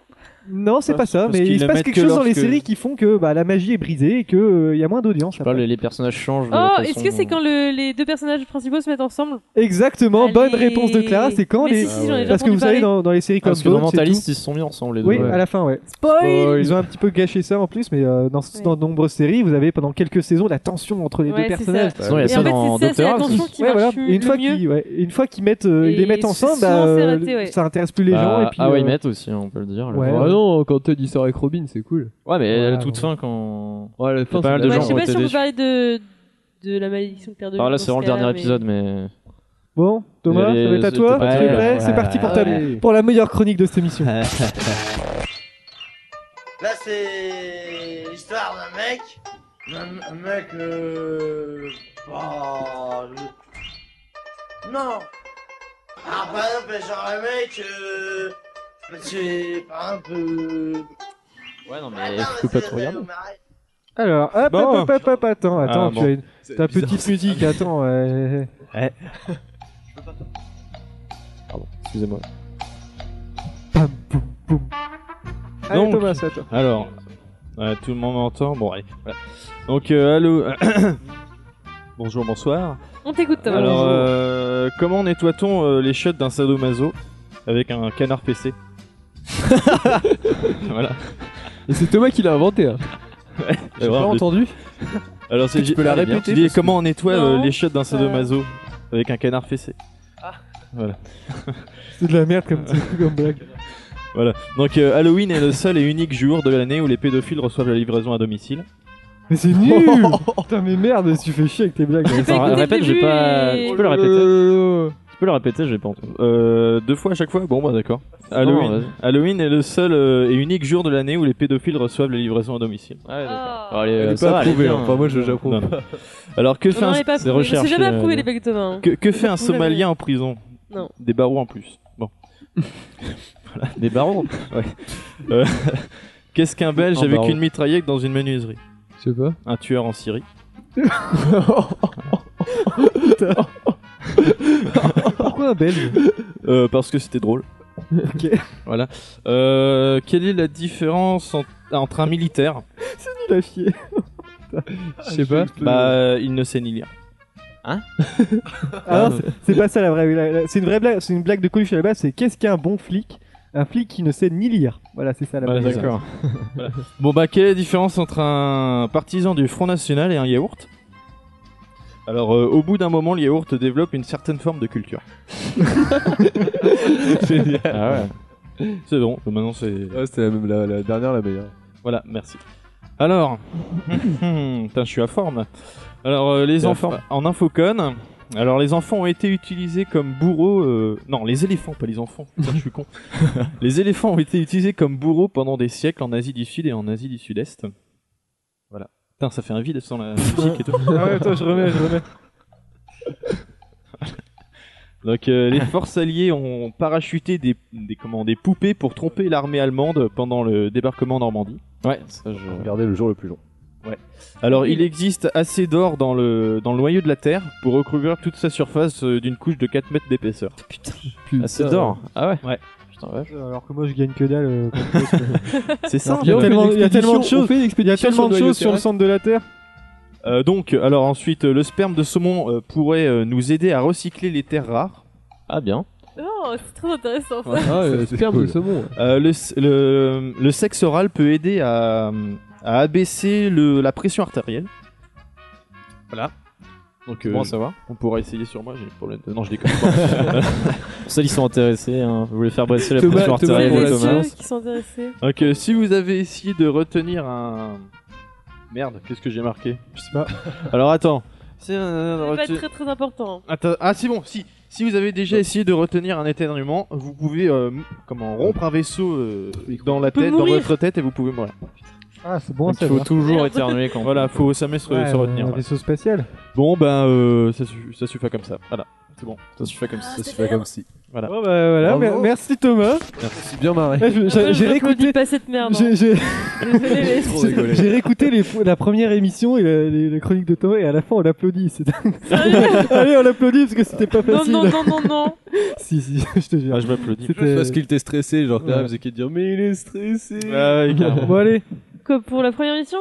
S3: Non, c'est pas ça.
S5: Parce
S3: Mais
S5: qu'ils
S3: il se
S5: la
S3: passe
S5: mettent
S3: quelque
S5: que
S3: chose dans les
S5: lorsque-
S3: séries qui font que bah, la magie est brisée et que euh, il y a moins d'audience.
S7: Je sais pas,
S3: après.
S7: les, les personnages changent. de
S6: Oh,
S7: façon-
S6: est-ce que c'est quand le- les deux personnages principaux se mettent ensemble
S3: Exactement.
S6: Allez.
S3: Bonne réponse de Clara. C'est quand
S6: Mais
S3: les
S6: si, si, j'en ai déjà
S3: parce que vous
S6: entendu
S3: savez
S6: parler.
S3: dans, dans les séries comme
S7: Parce que dans
S3: Bones et tout-
S7: Mentalist, ils se sont mis ensemble les deux.
S3: Oui,
S7: ouais.
S3: à la fin, ouais.
S6: Spoil
S3: Euh, Ils ont un petit peu gâché ça en plus, mais euh, dans, dans de nombreuses séries, vous avez pendant quelques saisons la tension entre les
S6: Ouais,
S3: deux
S6: c'est
S3: personnages.
S6: ça.
S7: Sinon, il y a
S6: Et
S7: ça
S6: en
S7: dans
S6: fait, c'est ça, c'est
S7: Doctor
S6: la
S7: House.
S6: tension qui
S3: Ouais,
S6: marche
S3: voilà.
S6: le
S3: Et une fois
S6: mieux.
S3: qu'ils ouais, et une fois qu'ils mettent, euh,
S6: Et
S3: ils les mettent ensemble,
S6: souvent,
S3: bah,
S6: c'est
S3: euh,
S6: raté, ouais.
S3: ça intéresse plus les
S7: Bah,
S3: gens. Et puis,
S7: Ah ouais, ils
S3: euh,
S7: mettent aussi, on peut le dire. le
S3: Ouais.
S7: vrai.
S4: Ah non, quand Todd il sort avec Robin, c'est cool.
S7: Ouais, mais à
S3: Ouais,
S7: la toute
S3: ouais.
S7: fin, quand.
S4: Ouais, à la fin,
S7: pas mal
S4: c'est
S7: de
S6: Ouais,
S7: gens
S6: je sais
S7: ont
S6: pas
S7: été
S6: si on peut
S7: déçus.
S6: parler de, de la malédiction de Père de
S7: Alors Ah, là,
S6: Lune
S7: c'est
S6: dans
S7: vraiment le
S6: ce
S7: dernier
S6: cas-là, mais-
S7: épisode, mais.
S3: Bon, Thomas,
S7: Et
S3: ça va être à
S7: c'était
S3: toi.
S7: pas
S3: Tu es
S7: très
S3: prêt
S7: bien.
S3: c'est parti pour ta
S4: Ouais.
S3: pour la meilleure chronique de cette émission.
S1: Là, c'est l'histoire d'un mec. Un, un mec. Euh... bah, je- Non Ah, par exemple, genre un mec. Euh... C'est par exemple. Euh...
S7: Ouais, Ah, non,
S1: attends,
S7: mais je
S1: c'est
S7: peux pas
S1: la
S7: trop
S1: belle
S7: regarder.
S1: au marais.
S3: Alors, hop,
S5: Bon.
S3: hop, hop, hop, attends, attends,
S7: Ah,
S3: tu
S7: bon.
S3: as une-
S8: C'est
S3: ta
S8: bizarre.
S3: petite musique, attends. ouais.
S7: Pardon, excusez-moi.
S3: Pam, poum, poum. Allez,
S5: Donc,
S3: Thomas, c'est à toi.
S5: Alors, euh, tout le monde m'entend Bon, allez. voilà. Donc, euh, allô Bonjour, bonsoir.
S6: On t'écoute, hein. Thomas.
S5: Alors, euh, comment nettoie-t-on euh, les chiottes d'un sadomaso avec un canard PC Voilà.
S4: Et c'est Thomas qui l'a inventé. hein.
S5: J'ai pas entendu. Alors, c'est
S7: Tu peux la
S5: elle est bien.
S7: répéter,
S5: Tu dis
S7: parce que-
S5: comment on nettoie euh,
S7: Non,
S5: les chiottes d'un
S7: euh,
S5: sadomaso avec un canard fessé. Voilà.
S3: C'est de la merde comme, comme blague.
S5: Voilà. Donc euh, Halloween est le seul et unique jour de l'année où les pédophiles reçoivent la livraison à domicile.
S3: Mais c'est nul Putain, mais merde, tu fais chier avec tes blagues.
S5: Attends, répète, j'ai pas. Tu peux
S7: Euh,
S5: le répéter. Tu peux le répéter, j'ai pas entendu. Euh, deux fois à chaque fois. Bon bah d'accord. Halloween.
S7: vas-y.
S5: Halloween est le seul euh, et unique jour de l'année où les pédophiles reçoivent la livraison à domicile.
S7: Ah, Ouais,
S6: d'accord.
S5: Allez,
S8: Elle
S5: euh,
S8: est
S5: ça
S8: pas
S5: va, elle est
S8: approuvée,
S5: bien.
S8: hein. Enfin, moi, je- j'approuve
S5: Non, non.
S8: pas.
S5: Alors que fait
S6: Oh Non,
S5: un
S6: elle est pas
S5: c'est
S6: approuvée. C'est
S5: recherché,
S6: jamais approuvé,
S5: euh,
S6: les bagues de vin, hein.
S5: Que, que fait un
S6: Vous l'avez.
S5: Somalien en prison
S6: Non.
S5: Des barreaux en plus. Bon. Des barreaux Ouais. Euh, Qu'est-ce qu'un Belge
S7: Un
S5: avec
S7: barreau.
S5: une mitraillette dans une menuiserie
S4: Je sais pas.
S5: Un tueur en Syrie.
S3: Pourquoi un belge
S5: Euh, Parce que c'était drôle.
S3: Ok.
S5: Voilà. Euh, quelle est la différence en- entre un militaire
S3: C'est nul à chier.
S5: Je sais pas. Bah, il ne sait ni lire. Hein
S3: Ah non, c'est- c'est pas ça la vraie. la- la- C'est une vraie blague, c'est une blague de Coluche à la base. C'est qu'est-ce qu'un bon flic Un flic qui ne sait ni lire. Voilà, c'est ça la
S5: Voilà,
S3: blague.
S5: d'accord. Voilà. Bon bah quelle est la différence entre un partisan du Front National et un yaourt Alors euh, au bout d'un moment, le yaourt développe une certaine forme de culture. Génial. C'est bon. Maintenant c'est.
S8: c'était la, même- la- la dernière la meilleure.
S5: Voilà, merci. Alors, putain, je suis à forme. là. Alors euh, les
S8: T'es à
S5: enfants
S8: forme.
S5: en infocon. Alors les enfants ont été utilisés comme bourreaux. euh, Non, les éléphants, pas les enfants. Putain, je suis con. les éléphants ont été utilisés comme bourreaux pendant des siècles en Asie du Sud et en Asie du Sud-Est. Voilà. Putain, ça fait un vide sans la musique et tout.
S3: Ah ouais, attends, je remets, je remets.
S5: Donc euh, les forces alliées ont parachuté des, des, comment, des poupées pour tromper l'armée allemande pendant le débarquement en Normandie. Ouais, ça je...
S8: Regardez le jour le plus long.
S5: Ouais. Alors il existe assez d'or dans le, dans le noyau de la Terre pour recouvrir toute sa surface euh, d'une couche de 4 mètres d'épaisseur. Putain,
S7: Assez d'or.
S5: Ah ouais Ouais.
S3: Alors que moi je gagne que dalle. euh, comme ça, parce que-
S5: C'est ça,
S3: Il y a
S5: on fait
S3: tellement,
S5: une
S3: il y a tellement de
S5: expédition, on
S3: choses.
S5: fait une
S3: Il y a
S5: expédition
S3: tellement de
S5: sur le noyau
S3: choses sur le
S5: terrestre.
S3: centre de la Terre.
S5: Euh, donc, alors ensuite, euh, le sperme de saumon euh, pourrait euh, nous aider à recycler les terres rares. Ah bien.
S6: Oh, c'est très intéressant ça.
S4: Ah,
S5: Euh, le, s- le- le sexe oral peut aider à, à abaisser le- la pression artérielle. Voilà. Donc, euh,
S7: Bon à savoir.
S5: On pourra essayer sur moi, j'ai des problèmes de- Non, je déconne pas.
S7: Pour ceux qui sont intéressés, hein, vous voulez faire baisser la
S5: Thomas-
S7: pression
S5: Thomas
S7: artérielle
S5: pour
S7: de
S5: la
S7: Thomas.
S5: science.
S6: Qui sont intéressés.
S5: Donc, euh, si vous avez essayé de retenir un. Merde, qu'est-ce que j'ai marqué Je sais pas. Alors, attends. C'est
S6: Ça va être très très important.
S5: Attends, ah c'est bon, si. Si vous avez déjà essayé de retenir un éternuement, vous pouvez euh, m- comment rompre un vaisseau euh, dans la
S3: peut
S5: tête, dans
S3: mourir.
S5: votre tête et vous pouvez mourir.
S3: Ah, c'est bon,
S5: Donc,
S3: ça.
S5: il faut
S3: va. Ah,
S5: toujours éternuer quand. Voilà, faut jamais se,
S3: Ouais,
S5: se retenir.
S3: Un
S5: voilà.
S3: vaisseau spatial.
S5: Bon ben euh, ça, su- ça suffit comme ça. Voilà, c'est bon. Ça suffit
S6: Ah,
S5: comme ça.
S8: Ça se fait comme si.
S5: Voilà.
S3: Bon, bah voilà, mer-
S8: Bravo.
S3: merci Thomas.
S8: Merci bien marré.
S3: Ouais, Eh, je-
S6: Moi,
S3: J'ai
S6: je
S3: j'ai réécouté.
S6: m'applaudis pas cette merde. hein.
S3: J'ai j'ai-
S6: Désolé, mais-
S8: Trop rigolé.
S3: j'ai réécouté les fo- la première émission et la, les- la chronique de Thomas et à la fin on l'applaudit. c'est dingue. Allez, on l'applaudit parce que c'était pas
S6: Non,
S3: facile.
S6: non, non, non, non.
S3: si, si, je te jure.
S5: Ah, je m'applaudis.
S3: C'était-
S8: Parce qu'il était stressé, genre quand
S3: Ouais.
S8: même, c'est qu'il dire mais il est stressé.
S5: Ouais, ouais, carrément.
S3: Bon, allez.
S6: Quoi, pour la première émission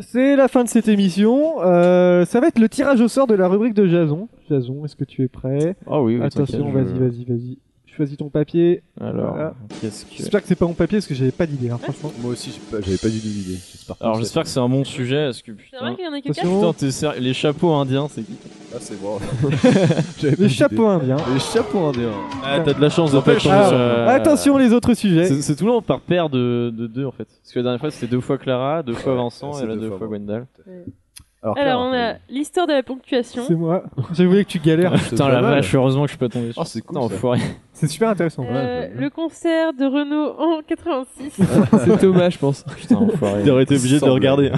S3: C'est la fin de cette émission. Euh, ça va être le tirage au sort de la rubrique de Jason. Jason, est-ce que tu es prêt
S7: Ah oui, oui,
S3: Attention,
S7: t'inquiète,
S3: vas-y,
S7: je-
S3: vas-y, vas-y. Choisis ton papier.
S7: Alors,
S3: Voilà.
S7: qu'est-ce que.
S3: J'espère que c'est pas mon papier parce que j'avais pas d'idée, hein, franchement.
S8: Moi aussi, j'ai pas- j'avais pas du tout l'idée. J'espère pas
S7: Alors
S8: que
S7: j'espère que c'est un bon sujet, parce que
S6: C'est vrai
S7: putain.
S6: qu'il y en a que
S3: Attention.
S7: Putain, t'es sérieux Les chapeaux indiens, c'est qui
S8: c'est- Ah, c'est bon.
S3: Le chapeau indien.
S8: Les chapeaux indiens.
S7: Ah, t'as de la chance de pas
S8: N'empêche,
S7: tomber
S3: alors,
S7: sur, euh,
S3: Attention, les autres sujets.
S7: C'est c'est tout le long par paire de, de deux en fait. Parce que la dernière fois c'était deux fois Clara, deux fois Vincent
S8: c'est
S7: et là
S8: deux
S7: deux
S8: fois
S7: fois
S8: moi.
S7: Gwendal.
S6: Alors, on
S8: euh,
S6: a l'histoire de la ponctuation.
S3: C'est moi. Je voulais que tu galères.
S7: Putain la
S8: pas mal.
S7: vache, heureusement que je suis pas tombé sur.
S5: Ah,
S8: Oh, c'est cool,
S7: Putain,
S8: ça.
S7: enfoiré.
S3: C'est super intéressant.
S6: Euh, le concert de Renault en 86.
S4: C'est Thomas, je pense.
S7: Putain, enfoiré.
S5: T'aurais été obligé de
S8: Semble.
S5: regarder.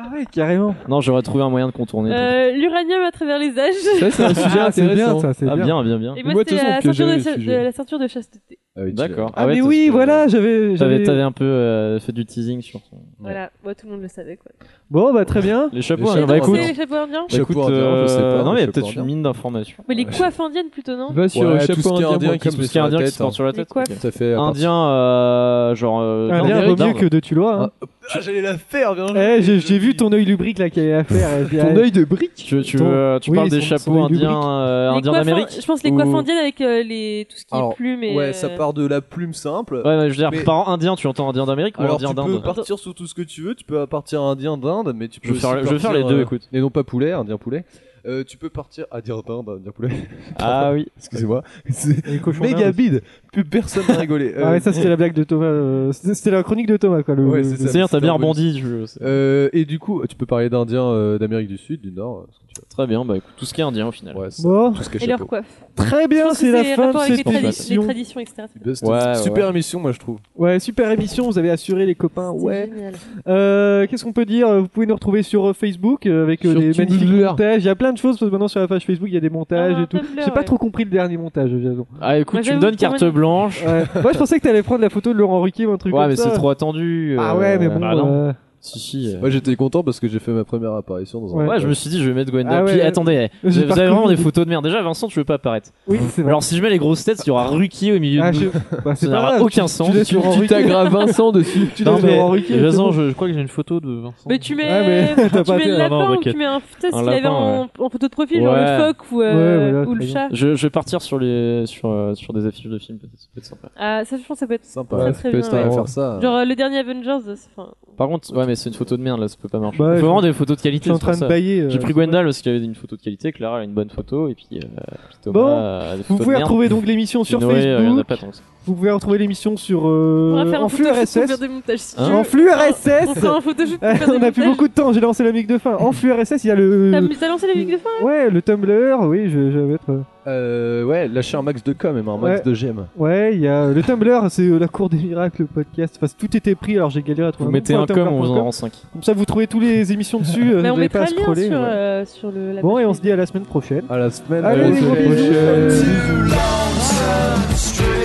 S3: Ah ouais, carrément.
S7: Non, j'aurais trouvé un moyen de contourner.
S6: Euh, L'uranium à travers les âges.
S4: Ça, c'est un sujet
S3: Ah, c'est bien
S4: intéressant.
S3: ça, c'est
S7: ah
S3: bien.
S7: bien, bien, bien.
S6: Et
S4: moi,
S6: moi,
S4: de toute
S6: c'était la,
S4: façon, on
S6: ceinture
S4: pioche
S6: de,
S4: jamais le
S6: cha-
S4: sujet.
S6: de- la ceinture de chasteté.
S7: D'accord.
S3: Ah,
S7: ouais,
S3: mais
S7: t'as-
S3: oui,
S7: t'as-
S3: voilà, j'avais.
S7: T'avais
S3: j'avais-
S7: t'avais un peu euh, fait du teasing sur son.
S6: Voilà, moi tout le monde le savait quoi.
S3: Bon, bah très bien.
S7: Les chapeaux
S8: Les
S7: indiens.
S8: chapeaux
S7: Bah
S8: indiens.
S7: écoute,
S6: C'est les chapeaux indiens
S7: bah, écoute,
S8: Chapeaux indiens, je sais pas,
S7: euh, non
S8: les
S7: mais il y a
S8: chapeaux
S7: peut-être une
S8: indiens.
S7: mine d'informations.
S6: Mais les coiffes indiennes plutôt, non
S4: Va sur
S8: Ouais,
S4: euh,
S8: tout
S4: chapeau
S8: ce qui est
S4: indien.
S8: indien qui
S4: moi, qui-
S8: se met
S7: Tout ce qui
S8: sur
S7: est
S8: la
S7: indien qui
S8: tête,
S7: se porte
S8: hein.
S7: sur la
S6: Les
S7: tête.
S6: coiffes.
S7: ok.
S8: Ça fait. à partir-
S7: Indien, euh, genre. euh,
S3: Indien
S7: d'Inde.
S3: vaut mieux Ah, que de Tulois. hein.
S8: Ah, j'allais la faire, bien joué.
S3: Eh, j'ai j'ai vu ton œil lubrique là qui avait à faire. euh,
S4: Ton œil de brique
S7: Tu, tu,
S3: Ton-
S7: veux- tu
S3: oui,
S7: parles des
S3: son-
S7: chapeaux
S3: son œil
S7: indiens,
S3: lubrique.
S7: euh,
S6: Les
S7: indiens
S6: coiffes-
S7: d'Amérique
S6: Je pense les
S7: ou-
S6: coiffes indiennes avec euh, les... tout ce qui
S8: Alors,
S6: est plumes et.
S8: Ouais, ça
S6: euh,
S8: part de la plume simple.
S7: Ouais, mais je veux dire,
S8: Mais-
S7: par indien, tu entends indien d'Amérique ou
S8: Alors,
S7: indien
S8: tu peux
S7: d'Inde
S8: partir sur tout ce que tu veux. Tu peux partir indien d'Inde, mais tu peux.
S7: Je vais faire-
S8: aussi
S7: je vais faire les
S8: partir,
S7: deux,
S8: euh,
S7: écoute.
S8: Et non pas poulet, indien poulet. Euh, tu peux partir à dire d'Inde, indien poulet.
S7: Ah oui.
S8: Excusez-moi. C'est
S3: cochons
S8: méga
S3: d'Inde aussi.
S8: bide. Plus personne n'a rigolé. Euh,
S3: Ah ouais, ça c'était la blague de Thomas. euh, c'était c'était la chronique de Thomas quoi. le-
S8: Ouais,
S3: le-
S8: c'est ça.
S3: le-
S7: C'est-à-dire, t'as
S8: C'était
S7: bien
S8: un bonus.
S7: rebondi, je- c'est-
S8: Euh, et du coup, tu peux parler d'Indiens euh, d'Amérique du Sud, du Nord. euh, ce que tu veux.
S7: Très bien, bah écoute, tout ce qui est indien au final.
S8: Ouais, c'est
S3: Bon.
S8: tout ce qui est
S6: Et leur
S8: chapeau.
S6: coiffe.
S3: Très
S6: Je
S3: bien,
S6: pense que
S3: c'est la
S6: c'est
S3: fin de
S6: rapport avec
S3: cette
S6: les, tradi- les
S3: émission.
S6: traditions extraterrestres.
S8: C'était
S7: Ouais,
S8: une
S7: ouais.
S8: super émission, moi je trouve.
S3: Ouais, super émission, vous avez assuré les copains.
S6: C'est
S3: Ouais.
S6: génial.
S3: Euh, Qu'est-ce qu'on peut dire Vous pouvez nous retrouver sur euh, Facebook euh, avec euh,
S4: Sur
S3: des
S4: Tumblr.
S3: magnifiques montages. Il y a plein de choses parce que maintenant sur la page Facebook il y a des montages
S6: Ah,
S3: et tout.
S6: Tumblr,
S3: J'ai pas
S6: ouais.
S3: trop compris le dernier montage, j'avoue.
S7: Ah écoute,
S6: Moi,
S7: tu me
S6: j'avoue,
S7: donnes
S6: quand
S7: carte
S6: même.
S7: blanche.
S3: Ouais. Moi je pensais que t'allais prendre la photo de Laurent Ruquier ou un truc
S7: Ouais,
S3: comme
S7: mais
S3: ça.
S7: c'est trop attendu.
S3: Ah
S7: euh,
S3: ouais, mais bon.
S7: bah non.
S3: euh,
S7: Si, si. euh.
S8: Moi j'étais content parce que j'ai fait ma première apparition dans un.
S7: Ouais, je me suis dit, je vais mettre Gwendal.
S3: Ah ouais,
S7: Puis
S3: ouais.
S7: attendez, eh,
S3: J'ai
S7: vous avez
S3: pas
S7: vraiment
S3: reconnu.
S7: des photos de merde. Déjà, Vincent, tu veux pas apparaître.
S3: Oui, c'est vrai.
S7: Alors, si je mets les grosses têtes, il y aura Ruki au milieu
S3: Ah,
S7: de
S3: je-
S7: nous.
S3: bah,
S7: Ça
S3: c'est pas
S7: n'aura
S3: grave,
S7: aucun
S3: tu-
S7: sens.
S3: Tu laisses
S7: Tu-
S3: Laurent
S4: Tu
S3: Ruquier.
S4: t'aggraves Vincent dessus.
S3: Tu laisses Laurent Ruquier. c'est
S7: Vincent,
S3: bon.
S7: je, je crois que j'ai une photo de Vincent.
S6: Mais tu mets,
S3: Ah, mais t'as
S6: tu
S3: pas
S6: mets
S3: fait-
S6: le
S7: non,
S6: lapin
S7: non,
S6: ou tu
S7: ok.
S6: mets un putain
S7: Un
S6: s'il avait
S7: lapin,
S6: en, en photo de profil, genre
S7: Ouais.
S6: le phoque ou, euh,
S3: Ouais, voilà,
S6: ou le
S3: très
S6: chat.
S7: Je, je vais partir sur les sur, euh, sur des affiches de films, peut-être ça peut être sympa.
S6: Ah, ça, je pense que ça peut être
S8: Sympa.
S6: Ouais,
S8: ça
S6: très
S8: peut
S6: bien,
S8: être sympa
S6: ouais.
S8: de faire ça.
S6: Genre euh, le dernier Avengers, euh, c'est- enfin,
S7: Par contre, ouais, mais c'est une photo de merde là, ça peut pas marcher.
S3: Bah,
S7: Il
S3: je-
S7: faut vraiment des photos
S3: Je
S7: de
S3: suis
S7: qualité.
S3: en
S7: c'est pour
S3: train de
S7: ça.
S3: bailler. euh,
S7: J'ai pris Gwendal parce qu'il avait une photo de qualité, Clara a une bonne photo, et puis, euh, puis Thomas
S3: Bon,
S7: a des
S3: Vous
S7: photos de
S3: pouvez
S7: merde.
S3: retrouver donc l'émission sur
S7: Noé, euh, il y en a
S3: Facebook.
S7: pas tant que ça.
S3: Vous pouvez retrouver l'émission sur
S6: on
S3: euh,
S6: va faire un
S3: en flux
S6: photoshoot pour
S3: RSS.
S6: faire des montages. si tu
S7: Hein
S6: veux.
S3: En flux
S6: Ah, On
S3: RSS.
S6: fera un photoshoot pour faire des
S3: On a plus
S6: montages.
S3: beaucoup de temps. J'ai lancé la mic de fin. En flux RSS, il y a
S6: T'as
S3: le
S6: t'as lancé la musique de fin
S3: ouais le Tumblr. Oui, je, je vais être. euh,
S8: Euh, ouais, lâcher un max de com et un max
S3: Ouais.
S8: de gem.
S3: Ouais, il y a euh, le Tumblr, c'est euh, la cour des miracles, le podcast. Enfin, tout était pris. Alors j'ai galéré à trouver.
S7: Vous
S3: un
S7: mettez
S3: nom.
S7: un com, on vous en
S3: Tumblr.com.
S7: rend 5.
S3: Comme ça, vous trouvez toutes les émissions dessus. euh,
S6: Mais
S3: vous
S6: Bah, on
S3: n'avez
S6: mettra
S3: pas à
S6: le lien sur,
S3: scroller. ouais.
S6: euh, sur le. la
S3: Bon,
S6: page
S3: et on se
S6: Facebook.
S3: dit à la semaine prochaine.
S8: À la semaine
S3: Allez, les gros
S8: prochaine.
S3: bisous.
S9: Too long, sun straight.